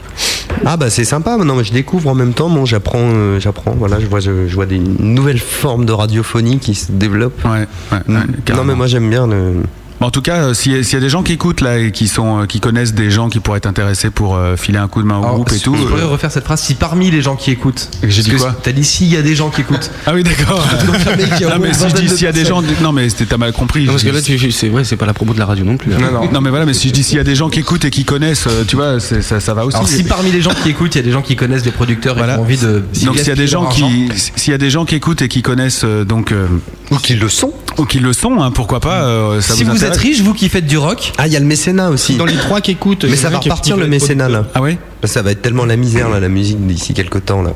Ah bah c'est sympa, maintenant je découvre en même temps, bon j'apprends, euh, j'apprends, voilà, je vois, je, je vois des nouvelles formes de radiophonie qui se développent. Ouais, ouais, ouais, Mm. Mmh. non carrément. mais moi j'aime bien le... En tout cas, euh, s'il y, a- s'il y a des gens qui écoutent là et qui, sont, euh, qui connaissent des gens qui pourraient être intéressés pour euh, filer un coup de main au Alors, groupe et si- tout. Je pourrais euh, refaire cette phrase si parmi les gens qui écoutent. J'ai dit Parce que quoi T'as dit s'il y a des gens qui écoutent. Ah oui, d'accord. [LAUGHS] non, mais si je dis s'il y a des gens. Non, mais c'était- t'as mal compris. parce Je que dis- là, tu- c'est ouais, c'est pas la promo de la radio non plus. hein. là. Non, non. Non, mais voilà, mais si je dis s'il y a des gens qui écoutent et qui connaissent, euh, tu vois, c'est- ça, ça va aussi. Alors, [LAUGHS] si parmi les gens qui écoutent, il y a des gens qui connaissent des producteurs et qui ont envie de. Donc s'il y a des gens qui s'il y a des gens qui écoutent et qui connaissent euh, donc euh, Ou qui le sont. ou qui le sont hein, pourquoi pas euh, ça Si vous, vous êtes intéresse riche, vous qui faites du rock, Ah, il y a le mécénat aussi. Dans les trois qui écoutent, Mais il y en ça a va un qui- repartir qui le veut être mécénat là. Ah oui Là, Ça va être tellement la misère là, la musique d'ici quelques temps là.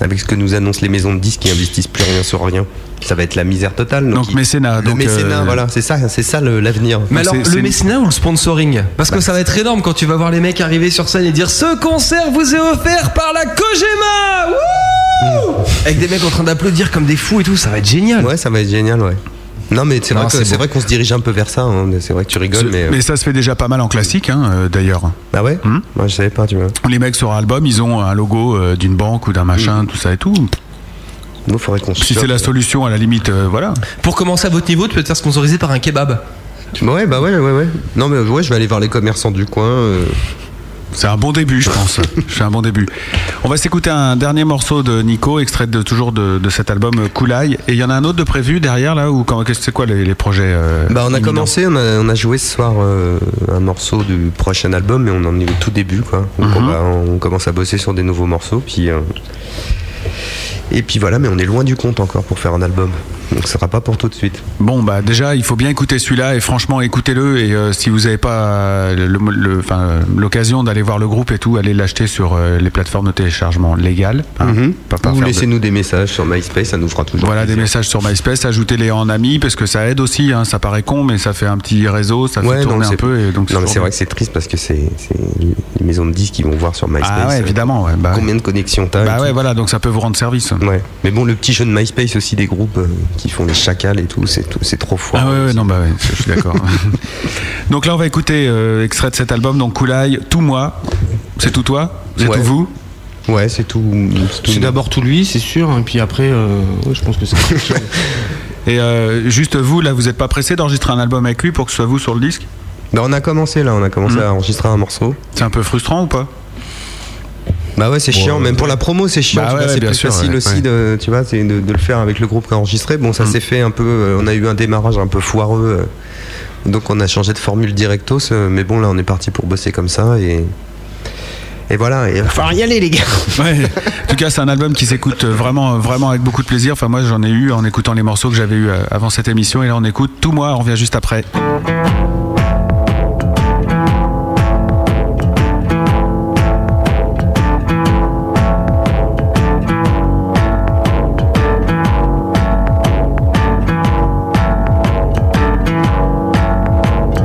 Avec ce que nous annoncent les maisons de disques qui investissent plus rien sur rien. Ça va être la misère totale. Donc, il- mécénat, Le donc, mécénat, euh, voilà, c'est ça, c'est ça le- l'avenir. Mais Donc, alors, c'est- le c'est- mécénat ou le sponsoring Bah. Parce que ça va être énorme quand tu vas voir les mecs arriver sur scène et dire Ce concert vous est offert par la Kojima Wouh Avec des mecs en train d'applaudir comme des fous et tout, ça va être génial. Ouais, ça va être génial, ouais. Non, mais c'est Non, vrai que- c'est c'est beau. vrai qu'on se dirige un peu vers ça. hein. C'est vrai que tu rigoles, mais. euh, mais Hmm ça se fait déjà pas mal en classique hein, euh, d'ailleurs Ah ouais Moi, je savais pas, tu vois. les mecs sur album ils ont un logo euh, d'une banque ou d'un machin Mm. tout ça et tout Nous, faudrait qu'on se si c'est la solution à la limite euh, voilà Pour commencer à votre niveau, tu peux te faire sponsoriser par un kebab. Bah ouais, bah ouais, ouais, ouais. Non, mais ouais, je vais aller voir les commerçants du coin. euh. C'est un bon début, je [LAUGHS] pense. C'est un bon début. On va s'écouter un dernier morceau de Nico, extrait de, toujours de, de cet album Koulaï. Et il y en a un autre de prévu derrière, là, ou quand- qu'est-ce- c'est quoi les, les projets euh, Bah, on a imminents commencé, on a, on a joué ce soir euh, un morceau du prochain album, mais on en est au tout début, quoi. Donc, Mhm. on, va- on commence à bosser sur des nouveaux morceaux, puis. euh, Et puis voilà, mais on est loin du compte encore pour faire un album. Donc, ce sera pas pour tout de suite. Bon, bah déjà, il faut bien écouter celui-là, et franchement, écoutez-le. Et euh, si vous n'avez pas euh, le- le- enfin, euh, l'occasion d'aller voir le groupe et tout, allez l'acheter sur euh, les plateformes de téléchargement légales. hein. Pas par faire Vous de- Mhm. laissez-nous des messages sur MySpace, ça nous fera toujours. Voilà des plaisir. messages sur MySpace, ajoutez-les en amis parce que ça aide aussi, hein, ça paraît con mais ça fait un petit réseau, ça fait Ouais, non, tourner mais un c'est- peu et donc Non, mais c'est toujours vrai que c'est triste parce que c'est c'est les maisons de disques qui vont voir sur MySpace. Ah ouais, euh, évidemment. Ouais, bah, Combien de connexions t'as et bah tout. ouais, voilà, donc ça peut vous rendre service. Ouais. Mais bon, le petit jeu de MySpace aussi des groupes, euh, qui font les chacals et tout, c'est tout, c'est trop fort. Ah ouais, ouais, non, bah ouais, je suis [LAUGHS] d'accord. donc là, on va écouter euh, extrait de cet album, donc Koulaï, Tout Moi, c'est tout toi, c'est Ouais. tout vous. Ouais, c'est tout. C'est d'abord tout lui, c'est sûr, et puis après, euh, ouais, je pense que c'est. [LAUGHS] Et euh, juste vous, là, vous n'êtes pas pressé d'enregistrer un album avec lui pour que ce soit vous sur le disque Non, Bah, on a commencé là, on a commencé à enregistrer un morceau. C'est un peu frustrant ou pas Bah ouais, c'est Bon, chiant, euh, même pour la promo, c'est chiant. Bah tu vois, ouais, c'est bien plus sûr, facile ouais, aussi ouais. De, tu vois, c'est de, de le faire avec le groupe qui a enregistré. Bon, ça s'est fait un peu. euh, on a eu un démarrage un peu foireux. euh, donc on a changé de formule directos. euh, mais bon, là, on est parti pour bosser comme ça. Et, et euh, voilà, il va falloir y aller, les gars. Ouais. [LAUGHS] En tout cas, c'est un album qui s'écoute euh, vraiment, vraiment avec beaucoup de plaisir. Enfin, moi, j'en ai eu en écoutant les morceaux que j'avais eu euh, avant cette émission. Et là, on écoute Tout Moi, on revient juste après.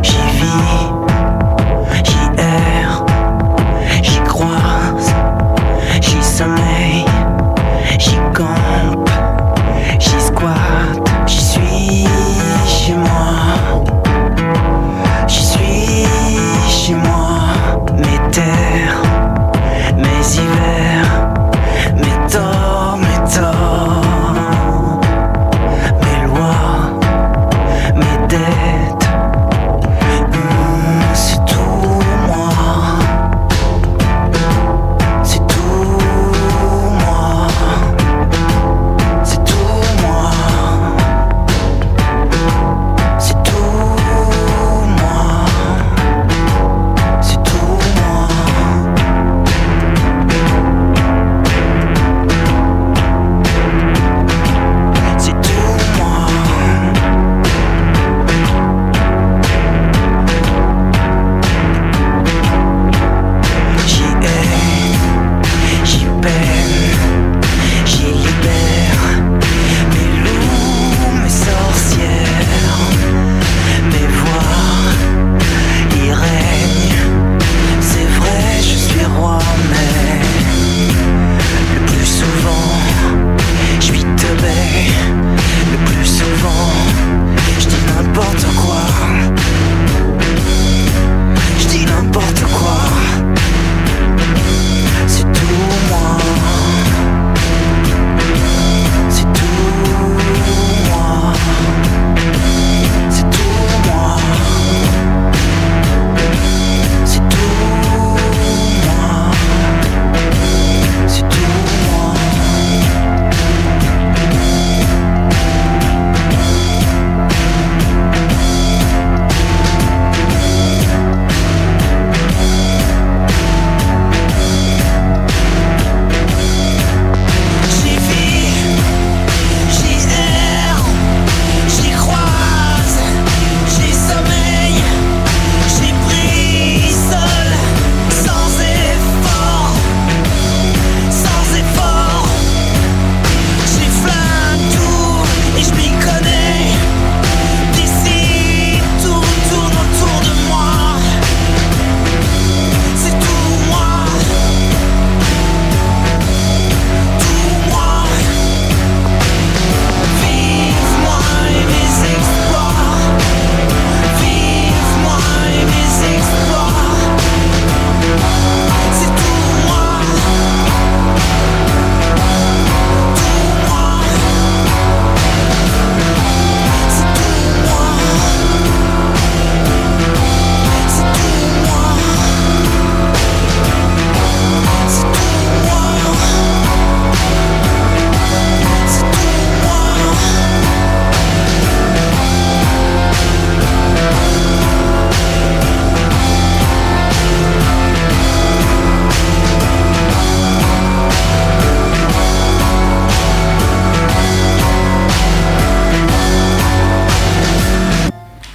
J'y vis, j'y erre, j'y croise, j'y sommeille, j'y campe, j'y squatte, j'y suis chez moi. Mmh,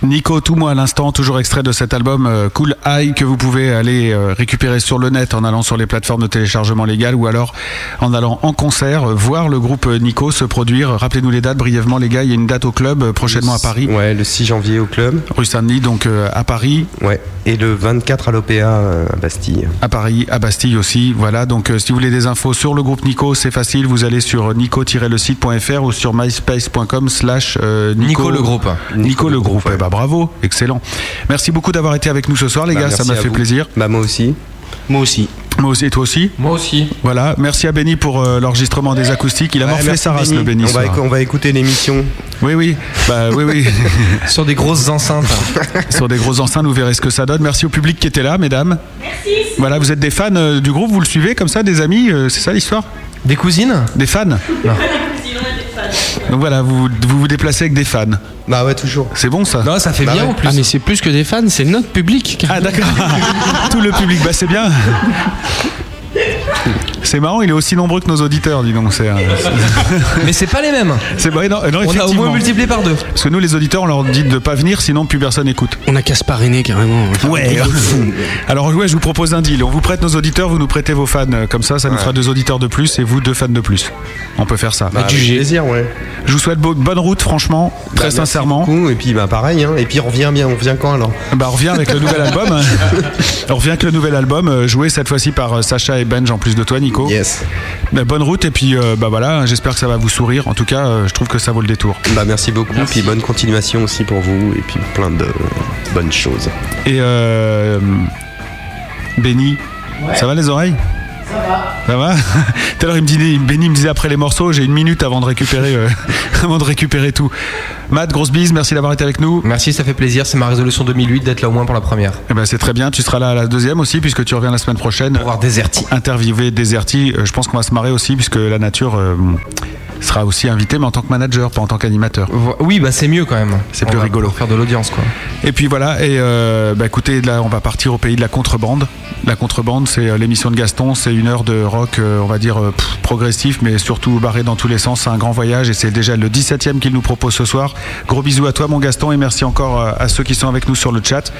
Nico tout moi à l'instant, toujours extrait de cet album euh, Cool High que vous pouvez aller euh, récupérer sur le net en allant sur les plateformes de téléchargement légal ou alors en allant en concert, euh, voir le groupe Nico se produire. Rappelez-nous les dates brièvement les gars, il y a une date au club euh, prochainement à Paris. Ouais, le 6 janvier au club. Rue Saint-Denis, donc euh, à Paris. Ouais. Et le 24 à l'OPA euh, à Bastille. À Paris, à Bastille aussi. Voilà, donc euh, si vous voulez des infos sur le groupe Nico, c'est facile. Vous allez sur nico-le-site.fr ou sur myspace.com slash euh, Nico le groupe. Nico le groupe. Eh ben, bravo, excellent. Merci beaucoup d'avoir été avec nous ce soir, les Bah, gars. Ça merci m'a à fait vous. plaisir. Bah, moi aussi. Moi aussi. Moi aussi, et toi aussi Moi aussi. Voilà, merci à Benny pour euh, l'enregistrement des acoustiques. Il a Ouais, morflé Bah, merci, sa race, Benny. le Benny. On va ce soir. éc- on va écouter l'émission. Oui, oui. Bah, oui, oui. [LAUGHS] Sur des grosses [LAUGHS] enceintes. Sur des grosses enceintes, vous verrez ce que ça donne. Merci au public qui était là, mesdames. Merci. Voilà, vous êtes des fans euh, du groupe, vous le suivez comme ça, des amis, euh, c'est ça l'histoire Des cousines Des fans Donc voilà, vous, vous vous déplacez avec des fans. Bah ouais, toujours. C'est bon ça Non, ça fait bien en plus. Ah, mais c'est plus que des fans, c'est notre public. Ah, [LAUGHS] d'accord. Tout le public, bah c'est bien. C'est marrant, il est aussi nombreux que nos auditeurs, dis donc. C'est, euh, Mais c'est pas les mêmes. c'est, ouais, non, non, On a au effectivement. moins multiplié par deux. Parce que nous, les auditeurs, on leur dit de pas venir, sinon plus personne écoute. On a qu'à se parrainer carrément. Ouais. Alors ouais, je vous propose un deal. On vous prête nos auditeurs, vous nous prêtez vos fans. euh, Comme ça, ça nous fera deux auditeurs de plus et vous deux fans de plus. On peut faire ça. Bah, avec plaisir, ouais. Je vous souhaite bo- bonne route, franchement, Bah, très merci sincèrement. beaucoup. Et puis bah pareil, hein. et puis on revient bien, on revient quand alors Bah, on revient avec le nouvel album. hein. On revient avec le nouvel album, euh, joué cette fois-ci par euh, Sacha et Benj en plus de toi, Nico. Yes. Bah, bonne route et puis euh, bah voilà, j'espère que ça va vous sourire. En tout cas, euh, je trouve que ça vaut le détour. Bah merci beaucoup, puis bonne continuation aussi pour vous, et puis plein de bonnes choses. Et euh, Benny, ça va les oreilles ça va Tout à l'heure, il me disait, Benny me disait après les morceaux, j'ai une minute avant de récupérer, euh, [LAUGHS] avant de récupérer tout. Matt, grosse bise, merci d'avoir été avec nous. Merci, ça fait plaisir. C'est ma résolution 2008 d'être là au moins pour la première. Eh ben, c'est très bien, tu seras là à la deuxième aussi, puisque tu reviens la semaine prochaine. Pour voir Deserti. Interviewer Deserti, Euh, je pense qu'on va se marrer aussi, puisque la nature euh, bon, sera aussi invitée, mais en tant que manager, pas en tant qu'animateur. Vo- Oui, bah c'est mieux quand même. C'est On plus va rigolo. Faire de l'audience quoi. Et puis voilà, et euh, bah écoutez, là on va partir au pays de la contrebande. La contrebande, c'est euh, l'émission de Gaston, c'est une heure de rock, euh, on va dire euh, pff, progressif, mais surtout barré dans tous les sens. C'est un grand voyage et c'est déjà le 17e qu'il nous propose ce soir. Gros bisous à toi, mon Gaston, et merci encore euh, à ceux qui sont avec nous sur le chat.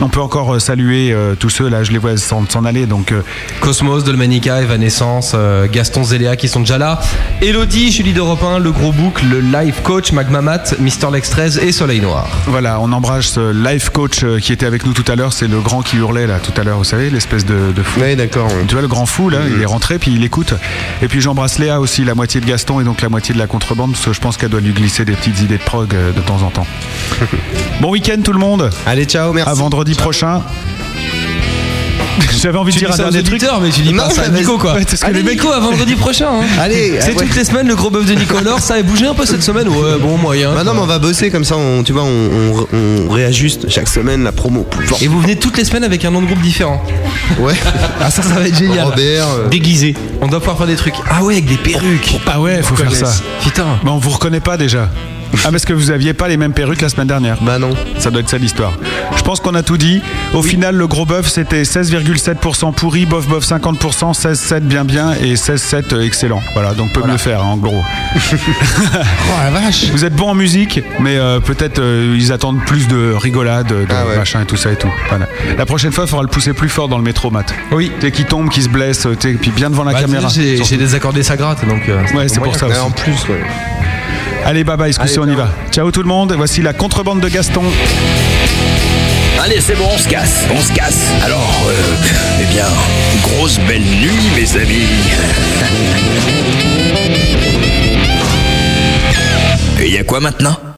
On peut encore euh, saluer euh, tous ceux, là je les vois s'en s'en aller, donc euh, Cosmos, Dolmanica, Evanescence, euh, Gaston Zéléa qui sont déjà là. Elodie, Julie D'Europe 1, Le Gros Bouc, Le Live Coach, Magma Mat, Mister Lex 13 et Soleil Noir. Voilà, on embrasse ce Life Coach euh, qui était avec nous tout à l'heure. C'est le grand qui hurlait là tout à l'heure, vous savez, l'espèce de, de fou. Oui, d'accord. Tu vois, le grand fou là, il est rentré puis il écoute. Et puis j'embrasse Léa aussi, la moitié de Gaston et donc la moitié de la contrebande, parce que je pense qu'elle doit lui glisser des petites idées de prog euh, de temps en [LAUGHS] temps. bon week-end tout le monde. Allez, ciao, Ah, merci. À vendredi prochain. J'avais envie Tu de dis dire un ça aux dernier truc. auditeurs, mais tu dis Non, pas ça à mais Nico quoi. vas-y. Ouais, c'est ce que Allez, les mecs- Nico, à vendredi prochain. hein. c'est Allez, ah ouais. toutes les semaines le gros bœuf de Nico. Alors ça a bougé un peu cette semaine Ouais, bon moyen. Bah non, mais on va bosser comme ça, on, tu vois, on, on- on réajuste chaque semaine la promo plus fort. Et vous venez toutes les semaines avec un nom de groupe différent. Ouais. Ah ça, ça va être génial. Robert, euh, Déguisé. On doit pouvoir faire des trucs. Ah ouais, avec des perruques. Ah ouais, faut faire ça. Putain. Mais on vous reconnaît pas déjà. Ah parce que vous aviez pas les mêmes perruques la semaine dernière. bah non. Ça doit être ça l'histoire. Je pense qu'on a tout dit. Au final, le gros bœuf, c'était 16,7% pourri, bof bof 50%, 16,7 bien bien et 16,7 euh, excellent. Voilà, donc peut me le faire hein, en gros. Oh la vache. Vous êtes bon en musique, mais euh, peut-être euh, ils attendent plus de rigolade, de Ah ouais. machin et tout ça et tout. Voilà. La prochaine fois, il faudra le pousser plus fort dans le métro, Matt. Oui. T'es qui tombe, qui se blesse, euh, t'es puis bien devant la Bah, caméra. J'ai Surtout. j'ai désaccordé sa gratte donc. euh, Ouais, c'est pour ça Ouais, aussi. Bah, en plus, ouais. Allez, bye bye, ce coup-ci, on y va. Ciao tout le monde, voici la contrebande de Gaston. Allez, c'est bon, on se casse, on se casse. Alors, euh, eh bien, grosse belle nuit, mes amis. Et il y a quoi maintenant